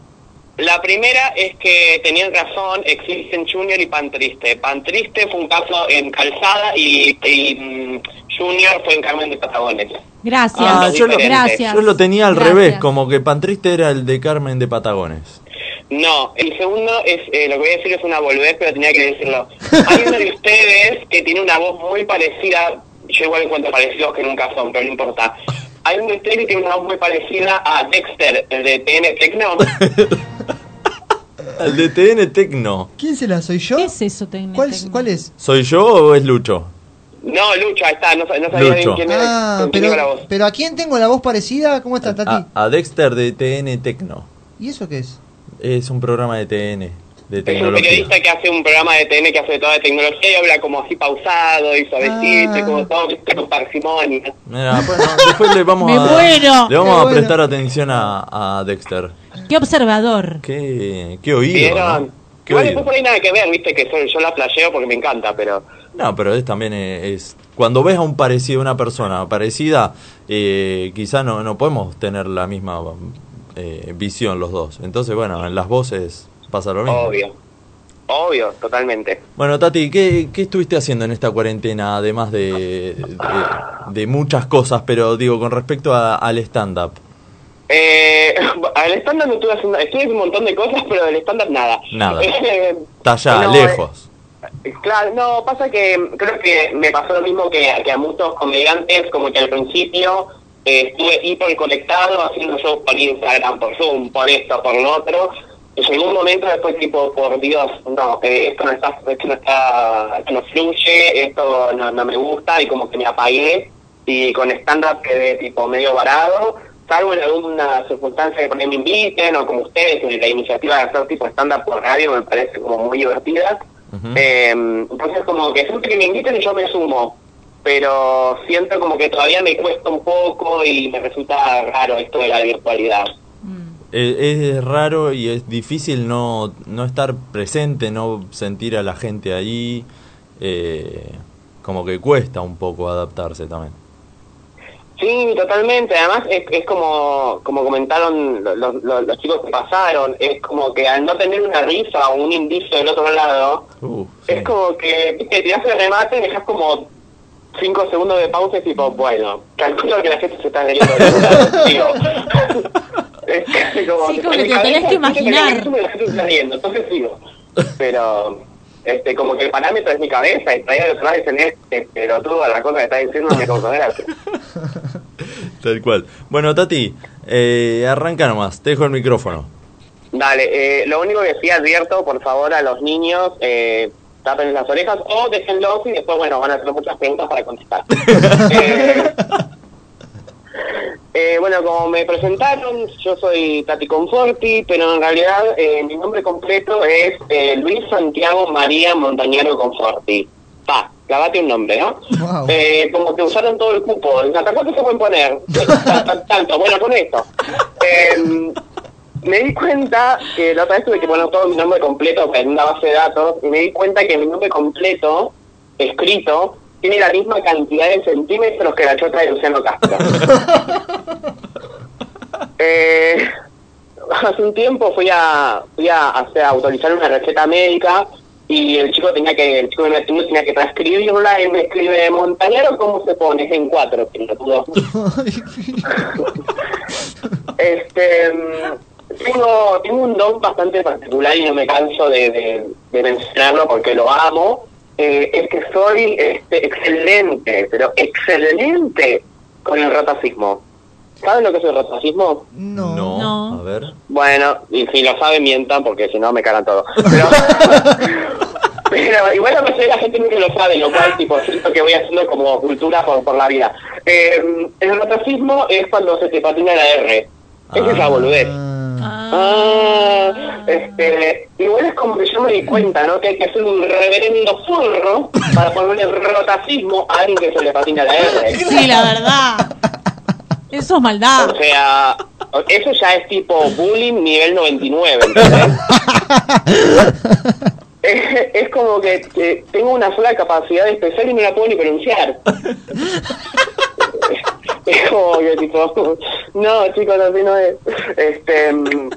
Speaker 16: La primera es que tenían razón, existen Junior y Pan Triste. Pan Triste fue un caso en Calzada y, y, mm, Junior fue en Carmen de Patagones.
Speaker 3: Gracias.
Speaker 1: Ah, yo, lo,
Speaker 3: gracias.
Speaker 1: yo lo tenía al
Speaker 3: Gracias.
Speaker 1: revés, como que Pantriste era el de Carmen de Patagones.
Speaker 16: No, el segundo es, eh, lo que voy a decir es una volvés, pero tenía que decirlo. Hay uno de ustedes que tiene una voz muy parecida, yo igual encuentro parecidos que nunca son, pero no importa. Hay uno de ustedes que tiene una voz muy parecida a Dexter, el de TN Tecno.
Speaker 1: El de TN Tecno.
Speaker 2: ¿Quién se la soy yo? ¿Qué es
Speaker 3: eso, técnico?
Speaker 2: ¿Cuál, es- ¿Cuál es?
Speaker 1: ¿Soy yo o es Lucho?
Speaker 16: No, Lucho, ahí está, no, sa- no sabía
Speaker 1: Lucho.
Speaker 16: bien quién era.
Speaker 2: Ah,
Speaker 16: quién era la voz.
Speaker 2: pero, pero ¿a quién tengo la voz parecida? ¿Cómo está, Tati?
Speaker 1: A, a Dexter de TN Tecno.
Speaker 2: ¿Y eso qué es?
Speaker 1: Es un programa de TN, de
Speaker 16: Es un
Speaker 1: tecnología.
Speaker 16: periodista que hace un programa de TN que hace de toda la tecnología y habla como así pausado y suavecito, y como todo con parsimonia.
Speaker 1: Mirá, bueno, después le vamos
Speaker 3: [LAUGHS] Me
Speaker 1: a,
Speaker 3: muero.
Speaker 1: le vamos
Speaker 3: Me
Speaker 1: a
Speaker 3: muero.
Speaker 1: prestar atención a, a Dexter.
Speaker 3: Qué observador.
Speaker 1: Qué, qué oído.
Speaker 16: ¿Vieron?
Speaker 1: ¿no? Qué oído.
Speaker 16: Igual después por ahí nada que ver, viste, que soy- yo la flasheo porque me encanta, pero...
Speaker 1: No, pero es también eh, es cuando ves a un parecido, una persona parecida, eh, quizá no, no podemos tener la misma eh, visión los dos. Entonces, bueno, en las voces pasa lo mismo.
Speaker 16: Obvio. Obvio, totalmente.
Speaker 1: Bueno, Tati, ¿qué, qué estuviste haciendo en esta cuarentena, además de, de, de muchas cosas, pero digo, con respecto a- al stand-up?
Speaker 16: Eh, [LAUGHS] al estándar no estuve haciendo... Estuve haciendo un montón de cosas, pero del estándar nada.
Speaker 1: Nada.
Speaker 16: [LAUGHS] Eh,
Speaker 1: Está allá,
Speaker 16: No,
Speaker 1: lejos.
Speaker 16: Eh, Claro, no, pasa que creo que me pasó lo mismo que, que a muchos comediantes, como que al principio eh, estuve hiperconectado haciendo shows por Instagram, por Zoom, por esto, por lo otro. Y llegó un momento después tipo, por Dios, no, eh, esto no está, esto no está, esto no fluye, esto no, no me gusta, y como que me apagué, y con stand-up quedé tipo medio varado, salvo en alguna circunstancia que por ahí me inviten, o como ustedes, que la iniciativa de hacer tipo stand-up por radio me parece como muy divertida. Eh, entonces como que siempre que me inviten yo me sumo, pero siento como que todavía me cuesta un poco y me resulta raro esto de la virtualidad.
Speaker 1: Eh, Es, raro y es difícil no, no estar presente, no sentir a la gente ahí. eh, como que cuesta un poco adaptarse también.
Speaker 16: Sí, totalmente. Además es, es como como comentaron lo- lo- lo- los, chicos que pasaron, es como que al no tener una risa o un indicio del otro lado,
Speaker 1: Uh,
Speaker 16: es como que viste, tirás el remate y dejas como cinco segundos de pausa y tipo, bueno, calculo que la gente se está riendo. de otro lado, digo. Es casi como
Speaker 3: Sí, como que
Speaker 16: en mi
Speaker 3: te
Speaker 16: cabeza,
Speaker 3: lo tenés que
Speaker 16: siento
Speaker 3: imaginar.
Speaker 16: la gente se está riendo, entonces sigo. Pero, este, como que el parámetro es mi cabeza y traía los trajes en este, pero tú a la cosa que estás diciendo me causó gracia.
Speaker 1: Tal cual. Bueno, Tati, eh, arranca nomás, te dejo el micrófono.
Speaker 16: Dale, eh, lo único que sí advierto, por favor, a los niños, eh, tapen las orejas o déjenlos y después, bueno, van a tener muchas preguntas para contestar. Eh, bueno, como me presentaron, yo soy Tati Conforti, pero en realidad eh, mi nombre completo es eh, Luis Santiago María Montañero Conforti. Va, clavate un nombre, ¿no? Eh, como que usaron todo el cupo. ¿Hasta cuánto se pueden poner? Tan- Tanto, bueno, con esto. Eh, me di cuenta que la otra vez tuve que poner todo mi nombre completo pues, en una base de datos y me di cuenta que mi nombre completo, escrito, tiene la misma cantidad de centímetros que la chota de Luciano Castro. Eh, hace un tiempo fui a, fui a, hacer- a autorizar una receta médica y el chico tenía que el chico de medicina tenía que transcribirla y me escribe montañero cómo se pone Es en cuatro pelotudo. este mm, tengo tengo un don bastante particular y no me canso de, de- de mencionarlo porque lo amo Eh, es que soy este, excelente pero excelente con el ratacismo ¿saben lo que es el ratacismo?
Speaker 1: No, a ver.
Speaker 16: Bueno, y si lo saben, mientan, porque si no me cagan todo.
Speaker 3: [LAUGHS]
Speaker 16: Pero, pero igual la mayoría de la gente nunca lo sabe, lo cual, tipo, siento que voy haciendo como cultura por, por la vida. Eh, el racismo es cuando se te patina la R. Es esa boludez. Ah, este, igual es como que yo me di cuenta, ¿no? Que hay que hacer un reverendo furro para ponerle rotacismo a alguien que se le patina la R.
Speaker 3: Sí, la verdad. Eso es maldad.
Speaker 16: O sea, eso ya es tipo bullying nivel 99, ¿entendés? [LAUGHS] es, es como que eh, tengo una sola capacidad especial y no la puedo ni pronunciar. es como que tipo, no, chicos, así no es. Este, mm,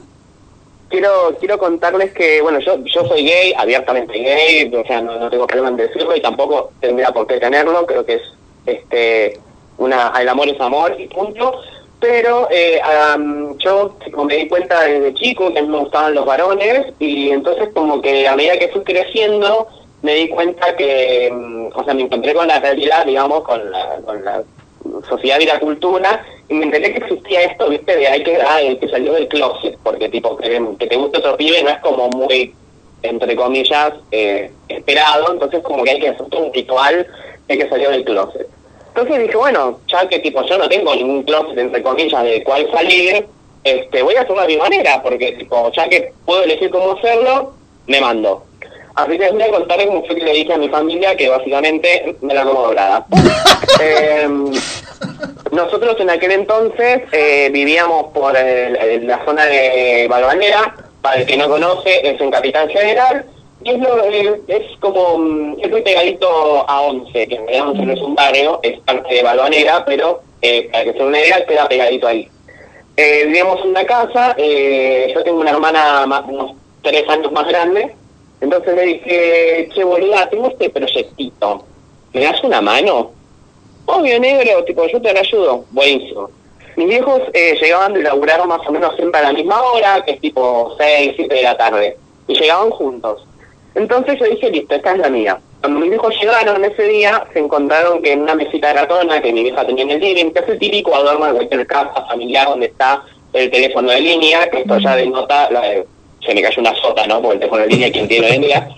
Speaker 16: quiero quiero contarles que, bueno, yo yo soy gay, abiertamente gay, o sea, no, no tengo problema en decirlo y tampoco tendría por qué tenerlo, creo que es este una el amor es amor y punto. Pero eh, am, yo tipo, me di cuenta desde chico que a mí me gustaban los varones y entonces como que a medida que fui creciendo me di cuenta que, mm, o sea, me encontré con la realidad, digamos, con la, con la sociedad y la cultura, y me enteré que existía esto, viste, de hay que, ah, el que salió del closet, porque tipo, que, que te gusta otro pibe no es como muy, entre comillas, eh, esperado, entonces como que hay que hacer todo un ritual de que salió del closet. Entonces dije, bueno, ya que tipo yo no tengo ningún closet, entre comillas, del cual salir, este, voy a hacerlo a mi manera, porque tipo, ya que puedo elegir cómo hacerlo, me mando. Así que les voy a contar cómo fue que le dije a mi familia que básicamente me la como doblada. Em, nosotros en aquel entonces eh, vivíamos por el- el- la zona de Balvanera, para el que no conoce, es en Capital General, y es, lo- eh, es como, mm, es muy pegadito a 11, que en realidad 11 no es un barrio, es parte de Balvanera, pero eh, para que se den una idea, queda pegadito ahí. Eh, vivíamos en una casa, eh, yo tengo una hermana más- unos tres años más grande, entonces le dije, che boluda, tengo este proyectito, ¿me das una mano? Obvio, "Oh, negro, tipo, yo te ayudo. Buenísimo. Mis viejos eh, llegaban de laburar más o menos siempre a la misma hora, que es tipo 6, 7 de la tarde. Y llegaban juntos. Entonces yo dije, listo, esta es la mía. Cuando mis viejos llegaron ese día, se encontraron que en una mesita de ratona que mi vieja tenía en el living, que es el típico adorno de cualquier casa familiar donde está el teléfono de línea, que esto ya denota, la, se me cayó una sota, ¿no? Porque el teléfono de línea, quien tiene hoy en día.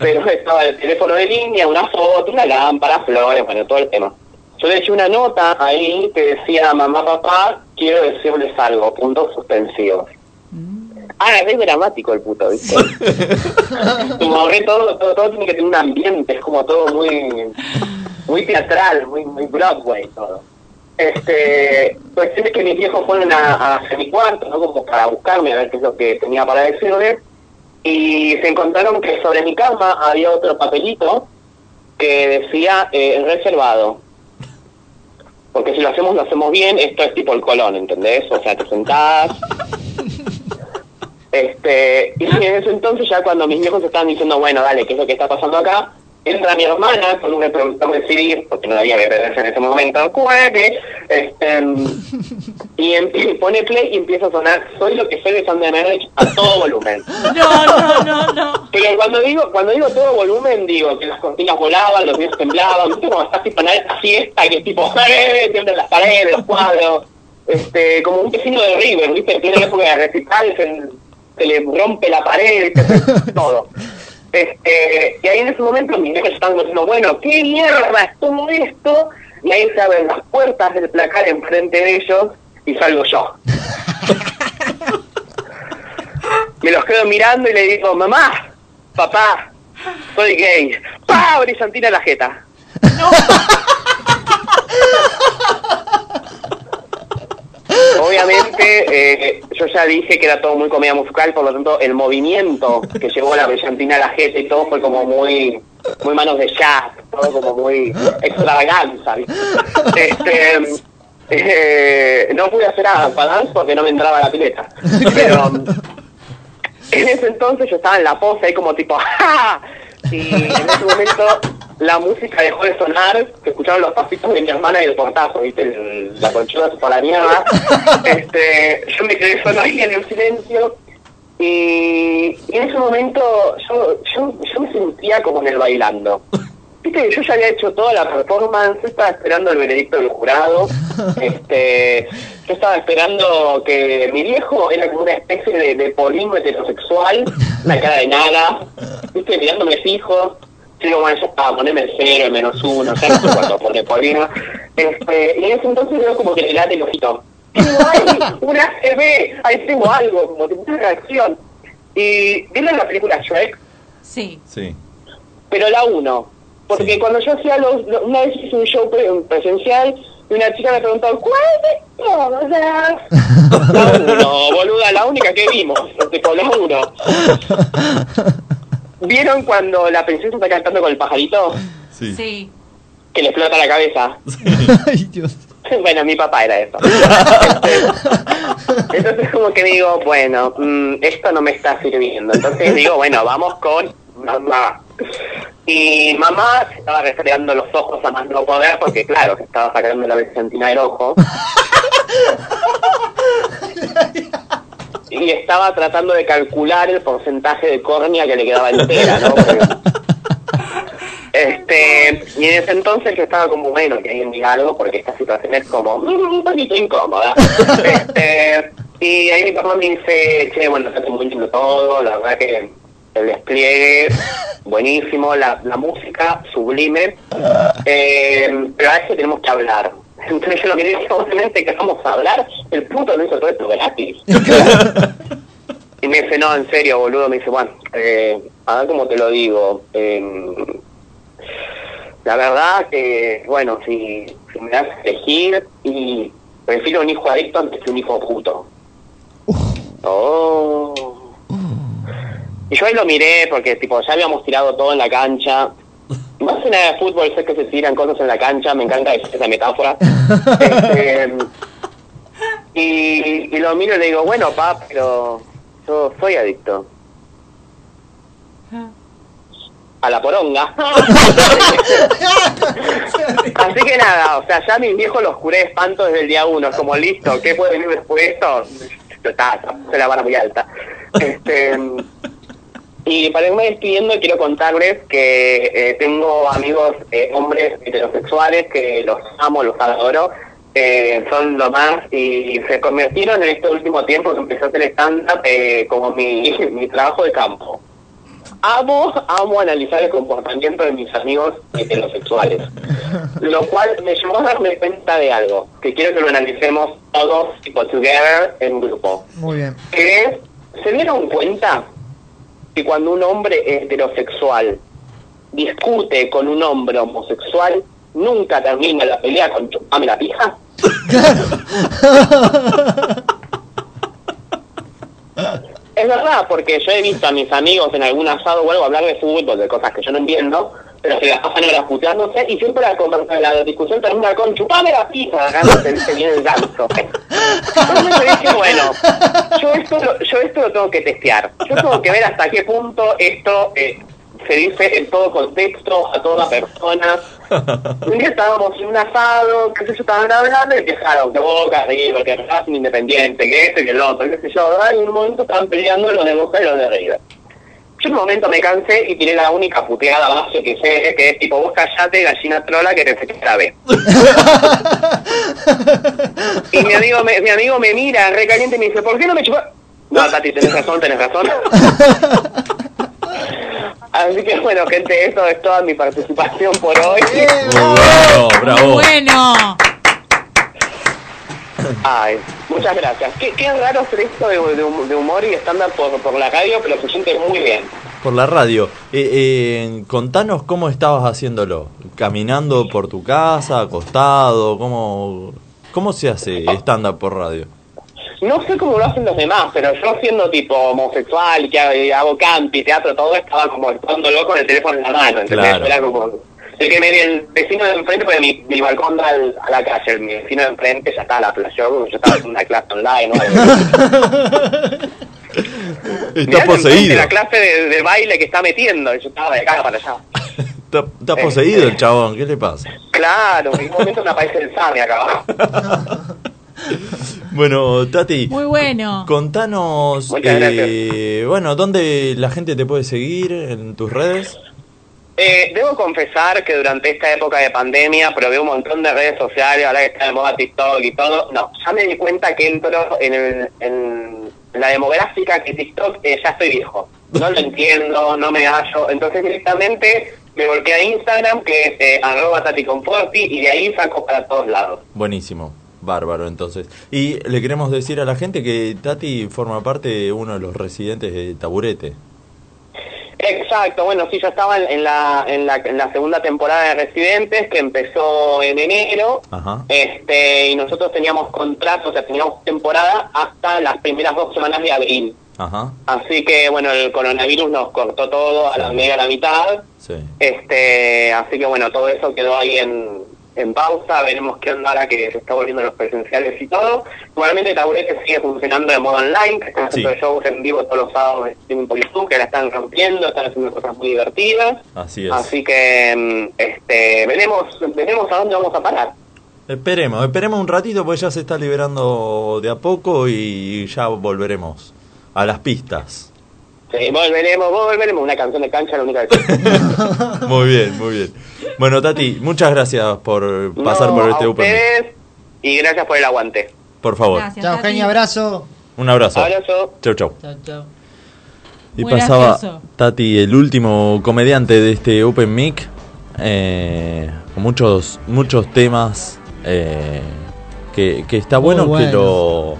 Speaker 16: Pero estaba el teléfono de línea, una foto, una lámpara, flores, bueno, todo el tema. Yo le eché una nota ahí que decía, mamá, papá, quiero decirles algo, puntos suspensivos. Ah, es re dramático el puto, ¿viste? como re todo, todo, todo tiene que tener un ambiente, es como todo muy, muy teatral, muy, muy Broadway todo. Este, cuestión es que mis viejos fueron a, hacia mi cuarto, ¿no? Como para buscarme, a ver qué es lo que tenía para decirles. Y se encontraron que sobre mi cama había otro papelito que decía eh, reservado. Porque si lo hacemos, lo hacemos bien. Esto es tipo el colón, ¿entendés? O sea, te sentás. Este, y en ese entonces, ya cuando mis viejos estaban diciendo, bueno, dale, ¿qué es lo que está pasando acá? Entra mi hermana con un reproductor de CD, porque no había VHS en ese momento, cueque, este, y, em- y pone play y empieza a sonar Soy lo que soy de Sandra Nerich a todo volumen.
Speaker 3: No, no, no, no.
Speaker 16: Pero cuando digo, cuando digo todo volumen, digo que las cortinas volaban, los pies temblaban, ¿viste? Como estás tipo en la siesta, que es tipo, [LAUGHS] ¡eh! tiemblan las paredes, los cuadros, este, como un vecino de River, ¿viste? En plena época de recitales, en- se le rompe la pared, ¿viste? todo. Este, y ahí en ese momento mis viejos estaban diciendo, bueno, ¿qué mierda es todo esto? Y ahí se abren las puertas del placar enfrente de ellos y salgo yo. Me los quedo mirando y le digo, mamá, papá, soy gay. ¡Pah! Brillantina en la jeta. Obviamente, eh, yo ya dije que era todo muy comedia musical, por lo tanto, el movimiento que llevó la brillantina a la gente y todo fue como muy, muy manos de jazz, todo como muy extravaganza. ¿viste? Este, eh, no pude hacer agua dance porque no me entraba la pileta. Pero en ese entonces yo estaba en la pose ahí como tipo, [LAUGHS] ¡ja! Y en ese momento la música dejó de sonar, se escucharon los pasitos de mi hermana y el portazo, ¿viste? El- la conchuda se fue a la mierda. Este, yo me quedé solo ahí en el silencio. Y, y en ese momento yo, yo, yo me sentía como en el bailando. Viste, yo ya había hecho toda la performance, yo estaba esperando el veredicto del jurado. Este, yo estaba esperando que mi viejo era como una especie de, de polingo heterosexual, una cara de nada, viste, mirándome fijo. Yo digo, bueno, ya está, poneme el cero, el menos uno, ya no sé cuánto pone polino. Este, y en ese entonces veo como que le late el ojito. Y digo, ay, una CB, ahí tengo algo, como tengo una reacción. Y ¿vieron la película Shrek?
Speaker 3: Sí.
Speaker 1: Sí.
Speaker 16: pero la uno. Porque cuando yo hacía los, lo- una vez hice un show pre- presencial y una chica me preguntó, ¿cuál de todas? La uno, boluda, la única que vimos, tipo la uno. ¿Vieron cuando la princesa está cantando con el pajarito?
Speaker 1: Sí.
Speaker 16: Que le explota la cabeza. Bueno, mi papá era eso. Entonces como que digo, bueno, mm, esto no me está sirviendo. Entonces digo, bueno, vamos con mamá. Y mamá se estaba resfriando los ojos a más no poder porque claro, se estaba sacando la brillantina del ojo. Y estaba tratando de calcular el porcentaje de córnea que le quedaba entera, ¿no? Porque- Este, y en ese entonces yo estaba como, bueno, que alguien diga algo porque esta situación es como mm, un poquito incómoda. Este, y ahí mi papá me dice, che, bueno, está muy lindo todo, la verdad que el despliegue, buenísimo, la, la música, sublime, eh, pero a eso tenemos que hablar. Entonces yo lo que dije, obviamente que vamos a hablar, el puto no hizo todo esto gratis. Y me dice, no, en serio, boludo. Me dice, bueno, eh, a ver cómo te lo digo. Eh, la verdad que, bueno, si, si me das a elegir, y prefiero un hijo adicto antes que un hijo puto. Oh. Y yo ahí lo miré porque, tipo, ya habíamos tirado todo en la cancha. Más que nada de fútbol, sé que se tiran cosas en la cancha, me encanta esa metáfora. Este, y, y lo miro y le digo, bueno, pa, pero yo soy adicto. A la poronga. Así que nada, o sea, ya mis viejos los curé de espanto desde el día uno. Es como, listo, ¿qué puede venir después de esto? Está, se la vara muy alta. Este, y para irme despidiendo, quiero contarles que eh, tengo amigos eh, hombres heterosexuales que los amo, los adoro. eh, son lo más y se convirtieron en este último tiempo que empecé a hacer stand-up eh, como mi, [LAUGHS] mi trabajo de campo. Amo, amo analizar el comportamiento de mis amigos heterosexuales, lo cual me llevó a darme cuenta de algo, que quiero que lo analicemos todos, tipo, together, en grupo
Speaker 2: Muy [LAUGHS] bien.
Speaker 16: que es, ¿se dieron cuenta que cuando un hombre heterosexual discute con un hombre homosexual, nunca termina la pelea con chupame la pija? Es verdad, porque yo he visto a mis amigos en algún asado o algo hablar de fútbol, de cosas que yo no entiendo, pero se las pasan horas puteándose y siempre la, conversa- la discusión termina con chupame la pija, agarrándose se viene el ganso. Entonces yo dije, bueno, yo esto, lo- yo esto lo tengo que testear. Yo tengo que ver hasta qué punto esto eh, se dice en todo contexto, a toda persona. Un día estábamos en un asado, qué sé yo, estaban hablando y empezaron que Boca, River, que Racing Independiente, que este, que el otro, qué sé yo. ¿verdad? Y en un momento estaban peleando los de Boca y los de River. Yo en un momento me cansé y tiré la única puteada base que sé, que es tipo, vos callate, gallina trola, que te se grave. y mi amigo, me, mi amigo me mira recaliente y me dice, ¿por qué no me chupas? No, Tati, tenés razón, tenés razón. Ah, Así que bueno, gente, eso es toda mi participación por hoy.
Speaker 1: Bravo, bravo.
Speaker 3: Bueno.
Speaker 16: Ay, muchas gracias. Qué, qué raro hacer esto de, de hum- de humor y estándar por, por la radio, pero se siente muy bien.
Speaker 1: Por la radio. Eh, eh, contanos cómo estabas haciéndolo. ¿Caminando por tu casa, acostado? ¿Cómo, cómo se hace stand-up por radio?
Speaker 16: No sé cómo lo hacen los demás, pero yo siendo tipo homosexual, que ha- hago campi, teatro, todo, estaba como estándolo con el teléfono en la mano. ¿entendés?
Speaker 1: Claro.
Speaker 16: Era como- el, que me- el vecino de enfrente, porque mi, mi balcón da al- a la calle, mi vecino de enfrente ya está a la playa, yo, yo estaba en una clase online o algo. Mirá
Speaker 1: [LAUGHS] Está
Speaker 16: de enfrente
Speaker 1: poseído.
Speaker 16: La clase de, de baile que está metiendo, y yo estaba de acá para allá.
Speaker 1: Está, está poseído el chabón. ¿Qué le pasa?
Speaker 16: Claro, en un momento una país del SAME acá abajo.
Speaker 1: Bueno, Tati,
Speaker 3: Muy bueno.
Speaker 1: contanos.
Speaker 16: Muchas
Speaker 1: eh, bueno, ¿dónde la gente te puede seguir? ¿En tus redes?
Speaker 16: Eh, debo confesar que durante esta época de pandemia probé un montón de redes sociales, ahora que está de moda TikTok y todo. No, ya me di cuenta que entro en, el- en la demográfica que TikTok eh, ya estoy viejo. No lo entiendo, no me hallo. Entonces directamente me volqué a Instagram, que es eh, arroba taticonforti, y de ahí saco para todos lados.
Speaker 1: Buenísimo, bárbaro entonces. Y le queremos decir a la gente que Tati forma parte de uno de los residentes de Taburete.
Speaker 16: Exacto, bueno, sí, yo estaba en, en la, en, la, en la segunda temporada de Residentes, que empezó en enero,
Speaker 1: Ajá.
Speaker 16: este, y nosotros teníamos contrato, o sea, teníamos temporada hasta las primeras dos semanas de abril.
Speaker 1: Ajá,
Speaker 16: Así que, bueno, el coronavirus nos cortó todo a la media, a la mitad,
Speaker 1: sí.
Speaker 16: este, así que, bueno, todo eso quedó ahí en, en pausa, veremos qué onda ahora que se está volviendo los presenciales y todo. Igualmente, Taburete sigue funcionando de modo online, que están haciendo shows en vivo todos los sábados en streaming por YouTube, que la están rompiendo, están haciendo cosas muy divertidas.
Speaker 1: Así es.
Speaker 16: Así que mm, este, veremos, veremos a dónde vamos a parar.
Speaker 1: Esperemos, esperemos un ratito porque ya se está liberando de a poco y ya volveremos a las pistas.
Speaker 16: Sí, volveremos, volveremos. Una canción de cancha, la única
Speaker 1: [LAUGHS]
Speaker 16: que...
Speaker 1: Muy bien, muy bien. Bueno, Tati, muchas gracias por pasar
Speaker 16: No,
Speaker 1: por
Speaker 16: a
Speaker 1: este Open. Mic.
Speaker 16: ustedes y gracias por el aguante.
Speaker 1: Por favor,
Speaker 2: Chao, Eugenia, abrazo.
Speaker 1: un abrazo.
Speaker 16: Abrazo.
Speaker 1: Chau, chau.
Speaker 2: Chao, chao.
Speaker 1: Y
Speaker 2: Muy
Speaker 1: pasaba
Speaker 2: gracioso.
Speaker 1: Tati, el último comediante de este Open Mic, eh, con muchos, muchos temas eh, que, que está
Speaker 2: Muy
Speaker 1: bueno,
Speaker 2: bueno.
Speaker 1: Que, lo,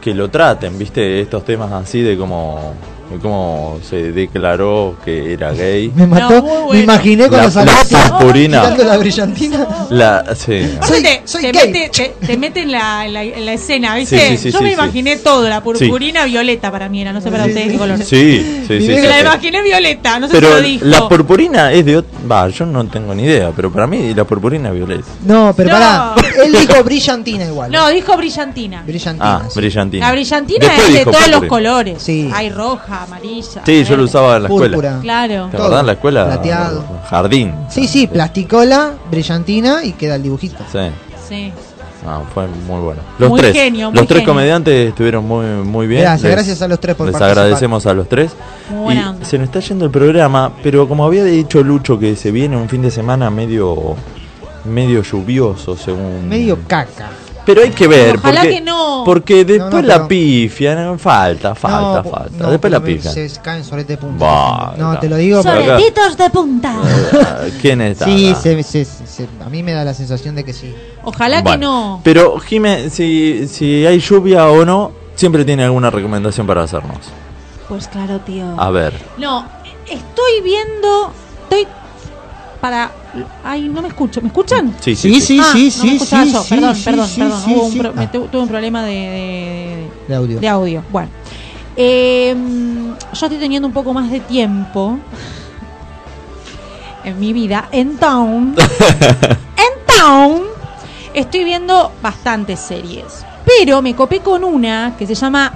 Speaker 1: que lo traten, ¿viste? Estos temas así de cómo, de cómo se declaró que era gay.
Speaker 2: Me mató, me imaginé
Speaker 1: La-
Speaker 2: cuando
Speaker 1: la
Speaker 2: saliste
Speaker 1: purpurina.
Speaker 2: quitando la brillantina.
Speaker 1: La, sí.
Speaker 3: Aparte, te, te mete, te, te mete en, la, en la- en la escena, ¿viste?
Speaker 1: Sí, sí, sí,
Speaker 3: Yo
Speaker 1: sí,
Speaker 3: me
Speaker 1: sí.
Speaker 3: imaginé todo, la purpurina violeta para mí era, no sé para ustedes qué color.
Speaker 1: Sí, sí, sí. sí,
Speaker 3: me la
Speaker 1: sí.
Speaker 3: imaginé violeta, no sé
Speaker 1: Pero
Speaker 3: si lo dijo.
Speaker 1: la purpurina es de otro. Va, yo no tengo ni idea, pero para mí la purpurina es violeta.
Speaker 2: No, pero pará. Él dijo brillantina igual.
Speaker 3: No, dijo brillantina.
Speaker 1: Ah, brillantina.
Speaker 3: La brillantina
Speaker 1: Después
Speaker 3: es de
Speaker 1: dijo
Speaker 3: todos los
Speaker 1: purpurina.
Speaker 3: colores. Hay roja, amarilla.
Speaker 1: Sí, yo lo usaba en la escuela.
Speaker 3: Claro.
Speaker 1: ¿Te acordás en la escuela?
Speaker 2: Plateado.
Speaker 1: Jardín.
Speaker 2: Sí, sí, plasticola, brillantina y queda el dibujito.
Speaker 1: Sí.
Speaker 3: Sí.
Speaker 1: No, fue muy bueno. Los
Speaker 2: Muy
Speaker 1: tres.
Speaker 2: genio,
Speaker 1: los
Speaker 2: muy
Speaker 1: tres
Speaker 2: genio.
Speaker 1: comediantes estuvieron muy, muy bien.
Speaker 2: Gracias, gracias a los tres por
Speaker 1: Les
Speaker 2: participar.
Speaker 1: agradecemos a los tres.
Speaker 2: Muy
Speaker 1: y
Speaker 2: buena onda.
Speaker 1: se nos está yendo el programa, pero como había dicho Lucho que se viene un fin de semana medio medio lluvioso según
Speaker 2: Medio caca.
Speaker 1: pero hay que ver
Speaker 2: Ojalá
Speaker 1: porque
Speaker 2: que no.
Speaker 1: porque
Speaker 2: No, no,
Speaker 1: después
Speaker 2: pero-
Speaker 1: la pifian falta falta
Speaker 2: No, po-
Speaker 1: falta
Speaker 2: no,
Speaker 1: después la
Speaker 2: porque
Speaker 1: pifian
Speaker 2: Se caen este sorete de punta. [LAUGHS]
Speaker 1: Bah,
Speaker 2: no,
Speaker 1: acá.
Speaker 2: te lo digo
Speaker 1: Sobre
Speaker 2: porque-
Speaker 3: Titos de punta.
Speaker 1: Eh, quién está
Speaker 2: Sí,
Speaker 1: acá?
Speaker 2: se- se- se- a mí me da la sensación de que sí.
Speaker 3: Ojalá que
Speaker 1: Bueno.
Speaker 3: no.
Speaker 1: Pero, Jimé, si, si hay lluvia o no, siempre tiene alguna recomendación para hacernos.
Speaker 3: Pues claro, tío.
Speaker 1: A ver.
Speaker 3: No, estoy viendo. Estoy. Para. Ay, no me escucho. ¿Me escuchan?
Speaker 1: Sí, sí, Sí, sí. sí,
Speaker 3: Ah,
Speaker 1: sí,
Speaker 3: no me
Speaker 1: sí,
Speaker 3: escuchaba
Speaker 1: sí,
Speaker 3: yo.
Speaker 1: sí,
Speaker 3: Perdón,
Speaker 1: sí,
Speaker 3: perdón,
Speaker 1: sí,
Speaker 3: perdón.
Speaker 1: sí,
Speaker 3: Hubo un
Speaker 1: sí.
Speaker 3: pro- me
Speaker 1: Ah.
Speaker 3: tu- tuve un problema de. de-
Speaker 2: De audio.
Speaker 3: de audio. Bueno. Eh, yo estoy teniendo un poco más de tiempo en mi vida. En
Speaker 1: [LAUGHS]
Speaker 3: town. en town. Estoy viendo bastantes series. Pero me copé con una que se llama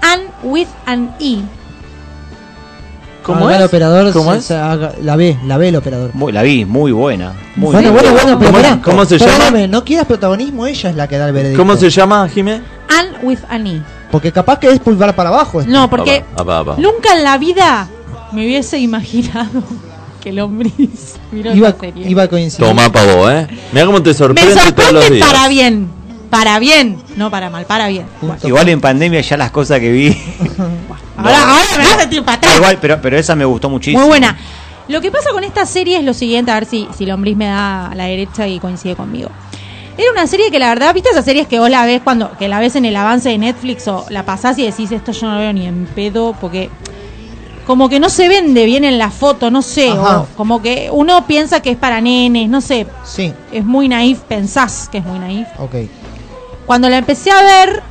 Speaker 3: Anne with an E.
Speaker 2: ¿Cómo
Speaker 4: es?
Speaker 2: El Ah, operador
Speaker 4: ¿Cómo
Speaker 2: se-
Speaker 4: es?
Speaker 2: se haga- la ve, la ve el operador.
Speaker 4: Muy- la vi, muy buena. Muy
Speaker 2: bueno,
Speaker 4: buena.
Speaker 2: bueno, bueno, pero
Speaker 4: ¿Cómo-
Speaker 2: pará,
Speaker 4: ¿Cómo se llama?
Speaker 2: perdóname, no quieras protagonismo, ella es la que da el veredicto.
Speaker 1: ¿Cómo se llama, Jimé?
Speaker 3: Anne with an E.
Speaker 2: Porque capaz que es pulgar para abajo. esto.
Speaker 3: No, porque
Speaker 1: Apa, apa, apa.
Speaker 3: nunca en la vida me hubiese imaginado [LAUGHS] que Lombriz miró
Speaker 2: Iba,
Speaker 3: esa serie.
Speaker 2: iba a coincidir.
Speaker 1: Toma pa' vos, ¿eh? Mirá cómo te sorprende,
Speaker 3: me
Speaker 1: todos los
Speaker 3: sorprende
Speaker 1: días.
Speaker 3: para bien. Para bien, no para mal, para bien.
Speaker 4: Igual en pandemia ya las
Speaker 2: [LAUGHS]
Speaker 4: cosas que vi.
Speaker 3: Ahora, ahora me vas a tirar para atrás.
Speaker 4: Igual, pero, pero esa me gustó muchísimo.
Speaker 3: Muy buena. Lo que pasa con esta serie es lo siguiente, a ver si, si Lombriz me da a la derecha y coincide conmigo. Era una serie que la verdad, ¿viste esas series que vos la ves cuando, que la ves en el avance de Netflix o la pasás y decís esto yo no lo veo ni en pedo porque como que no se vende bien en la foto, no sé,
Speaker 2: Ajá.
Speaker 3: o como que uno piensa que es para nenes, no sé.
Speaker 2: Sí.
Speaker 3: Es muy naif, pensás que es muy naif.
Speaker 2: Ok.
Speaker 3: Cuando la empecé a ver,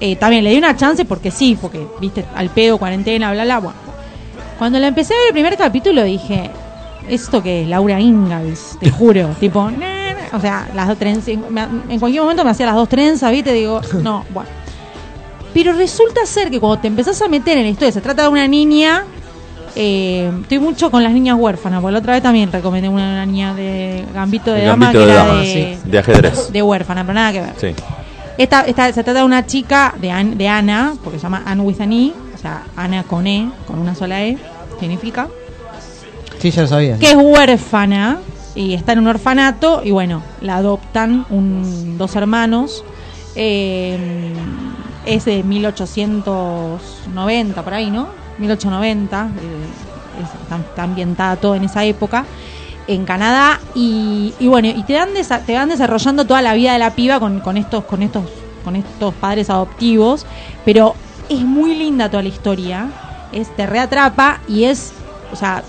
Speaker 3: eh, también le di una chance porque sí, porque viste, al pedo, cuarentena, bla, bla, bueno. Cuando la empecé a ver el primer capítulo dije, ¿esto que es? Laura Ingalls, te juro. tipo, "Na, na". o sea, las dos trenzas. me- En cualquier momento me hacía las dos trenzas, viste, digo, no, bueno. Pero resulta ser que cuando te empezás a meter en la historia, se trata de una niña. eh, estoy mucho con las niñas huérfanas, porque la otra vez también recomendé una, una niña de Gambito de
Speaker 1: El
Speaker 3: Dama,
Speaker 1: Gambito
Speaker 3: que
Speaker 1: de
Speaker 3: era
Speaker 1: Dama,
Speaker 3: de,
Speaker 1: sí. De ajedrez.
Speaker 3: De huérfana, pero nada que ver.
Speaker 1: Sí.
Speaker 3: Esta, esta- se trata de una chica de, An- de Ana, porque se llama Anne with an E, o sea, Ana con E, con una sola E, significa,
Speaker 2: Sí, ya lo sabía.
Speaker 3: que es huérfana y está en un orfanato y bueno, la adoptan un- dos hermanos. eh, es de 1890, por ahí, ¿no? 1890, eh, es- está, está ambientada todo en esa época en Canadá y, y bueno y te dan desa- te van desarrollando toda la vida de la piba con, con estos con estos con estos padres adoptivos pero es muy linda toda la historia es te reatrapa y es o sea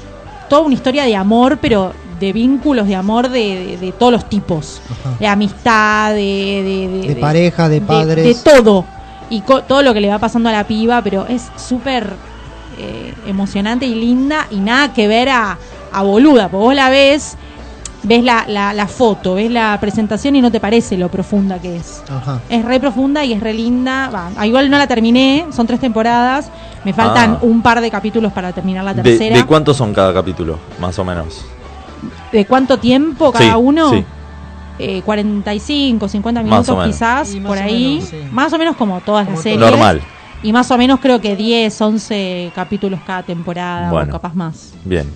Speaker 3: toda una historia de amor pero de vínculos de amor de, de- de todos los tipos de amistad de de,
Speaker 2: De pareja, de padres.
Speaker 3: de, todo y co- todo lo que le va pasando a la piba pero es súper eh, emocionante y linda y nada que ver a, a boluda, porque vos la ves, ves la, la, la foto, ves la presentación y no te parece lo profunda que es.
Speaker 2: Ajá.
Speaker 3: Es re profunda y es re linda. Va, ah, igual no la terminé, son tres temporadas, me faltan
Speaker 1: Ah.
Speaker 3: un par de capítulos para terminar la
Speaker 1: ¿De,
Speaker 3: tercera.
Speaker 1: de cuántos son cada capítulo, más o menos?
Speaker 3: ¿De cuánto tiempo cada
Speaker 1: Sí,
Speaker 3: uno?
Speaker 1: sí.
Speaker 3: Eh, 45, 50
Speaker 1: Más
Speaker 3: minutos
Speaker 1: o menos.
Speaker 3: quizás, por ahí. Más o menos como todas las series.
Speaker 1: Normal.
Speaker 3: Y más o menos creo que 10, 11 capítulos cada temporada,
Speaker 1: Bueno.
Speaker 3: o capaz más.
Speaker 1: Bien.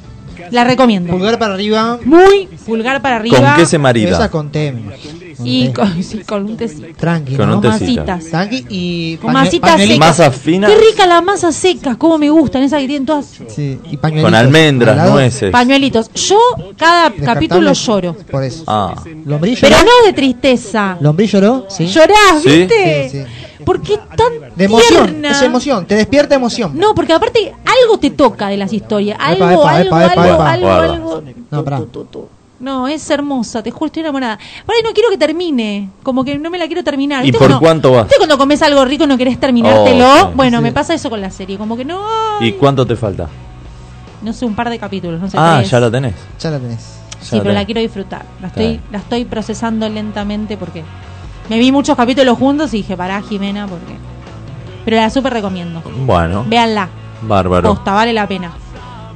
Speaker 3: La recomiendo. Pulgar
Speaker 2: para arriba.
Speaker 3: Muy pulgar para arriba.
Speaker 1: ¿Con qué se marida?
Speaker 2: Esa con té, me imagino.
Speaker 3: Y con, sí, con un tecito.
Speaker 2: Tranqui,
Speaker 1: Con
Speaker 2: ¿no?
Speaker 1: un tecito.
Speaker 3: Masitas.
Speaker 2: Tranqui y
Speaker 3: con
Speaker 2: pañue-
Speaker 3: masitas
Speaker 2: pañuelito.
Speaker 3: secas.
Speaker 1: Masa fina.
Speaker 3: Qué rica la masa seca, cómo me gustan esas que tienen todas
Speaker 2: Sí, y pañuelitos.
Speaker 1: Con almendras,
Speaker 2: Al lado.
Speaker 1: nueces.
Speaker 3: pañuelitos. Yo cada capítulo
Speaker 2: Descartables.
Speaker 3: lloro,
Speaker 2: Por eso.
Speaker 1: Ah.
Speaker 2: Lombrillo.
Speaker 3: pero no de tristeza.
Speaker 2: Lombrillo lloró, sí.
Speaker 3: Llorás,
Speaker 1: Sí.
Speaker 3: ¿viste?
Speaker 2: Sí,
Speaker 3: Porque es tan
Speaker 2: De emoción,
Speaker 3: tierna.
Speaker 2: es emoción, te despierta emoción.
Speaker 3: No, porque aparte algo te toca de las historias, algo,
Speaker 2: Epa, epa,
Speaker 3: algo,
Speaker 2: epa, epa,
Speaker 3: algo,
Speaker 2: epa.
Speaker 3: algo,
Speaker 2: Guarda.
Speaker 3: algo.
Speaker 2: No, pará.
Speaker 3: No, es hermosa, te juro, estoy enamorada. Por ahí no quiero que termine, como que no me la quiero terminar.
Speaker 1: ¿Y
Speaker 3: ¿Viste
Speaker 1: por
Speaker 3: cuando-
Speaker 1: cuánto va?
Speaker 3: ¿Viste cuando comes algo rico y no querés terminártelo?
Speaker 1: Oh, sí.
Speaker 3: bueno, me pasa eso con la serie, como que no,
Speaker 1: ¿Y cuánto te falta?
Speaker 3: no sé, un par de capítulos, no sé.
Speaker 1: Ah,
Speaker 3: tres.
Speaker 1: ya la tenés.
Speaker 2: Ya la tenés.
Speaker 3: Sí, pero la quiero disfrutar. La
Speaker 1: Está
Speaker 3: estoy,
Speaker 1: bien.
Speaker 3: la estoy procesando lentamente porque me vi muchos capítulos juntos y dije, pará, Jimena, porque. Pero la súper recomiendo.
Speaker 1: Bueno,
Speaker 3: Véanla,
Speaker 1: bárbaro.
Speaker 3: posta, vale la pena.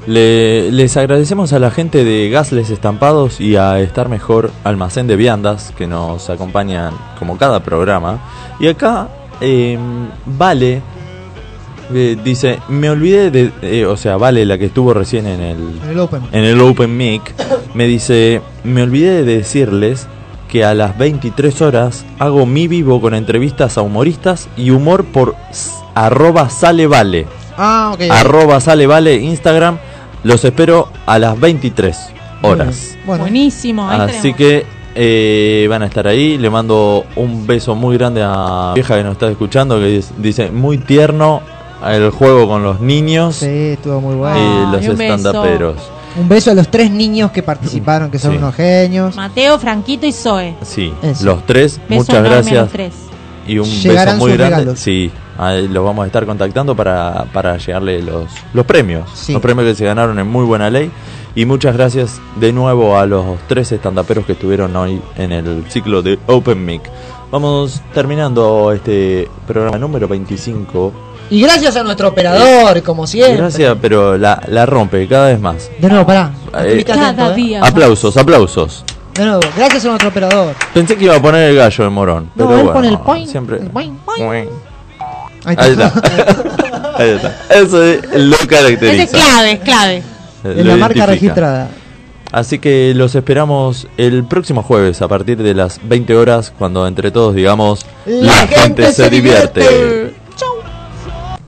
Speaker 1: Le- les agradecemos a la gente de Gasles Estampados y a Estar Mejor Almacén de Viandas que nos acompañan como cada programa. Y acá, eh, Vale eh, dice: Me olvidé de. eh, o sea, Vale, la que estuvo recién en el,
Speaker 2: En el Open.
Speaker 1: en el Open Mic, me dice: Me olvidé de decirles que a las 23 horas hago mi vivo con entrevistas a humoristas y humor por s- arroba sale vale.
Speaker 2: Ah, ok.
Speaker 1: Arroba sale vale Instagram. Los espero a las 23 horas.
Speaker 2: Bueno.
Speaker 3: Buenísimo, ahí
Speaker 1: Así
Speaker 3: tenemos.
Speaker 1: que eh, van a estar ahí. Le mando un beso muy grande a la vieja que nos está escuchando, que dis- dice muy tierno el juego con los niños
Speaker 2: Sí, estuvo muy
Speaker 1: y
Speaker 2: bueno.
Speaker 1: los
Speaker 3: y un beso.
Speaker 1: estandaperos.
Speaker 2: Un beso a los tres niños que participaron, que son
Speaker 1: Sí.
Speaker 2: unos genios.
Speaker 3: Mateo, Franquito y Zoe.
Speaker 1: Sí,
Speaker 2: Eso.
Speaker 1: los tres,
Speaker 3: Beso
Speaker 1: muchas
Speaker 3: enorme a
Speaker 1: gracias.
Speaker 3: los tres.
Speaker 1: Y un
Speaker 2: Llegarán
Speaker 1: beso muy
Speaker 2: sus
Speaker 1: grande.
Speaker 2: regalos.
Speaker 1: Sí, a él los vamos a estar contactando para, para llegarle los, los premios.
Speaker 2: Sí.
Speaker 1: Los premios que se ganaron en muy buena ley. Y muchas gracias de nuevo a los tres estandaperos que estuvieron hoy en el ciclo de Open Mic. Vamos terminando este programa número 25.
Speaker 2: Y gracias a nuestro operador, como siempre.
Speaker 1: Gracias, pero la, la rompe cada vez más.
Speaker 2: De nuevo, pará.
Speaker 1: Eh,
Speaker 2: Estuviste atento, ¿eh?
Speaker 1: aplausos, aplausos.
Speaker 2: De nuevo, gracias a nuestro operador.
Speaker 1: Pensé que iba a poner el gallo de morón.
Speaker 2: No,
Speaker 1: pero
Speaker 2: él
Speaker 1: bueno,
Speaker 2: pone el point.
Speaker 1: Siempre.
Speaker 2: el point.
Speaker 1: Ahí está. Ahí está. [LAUGHS] Eso es- lo
Speaker 3: Ese es
Speaker 1: caracteriza.
Speaker 3: clave, es clave.
Speaker 1: Eh,
Speaker 2: En
Speaker 1: lo
Speaker 2: la marca
Speaker 1: identifica.
Speaker 2: registrada.
Speaker 1: Así que los esperamos el próximo jueves a partir de las 20 horas cuando entre todos digamos
Speaker 2: La gente se divierte.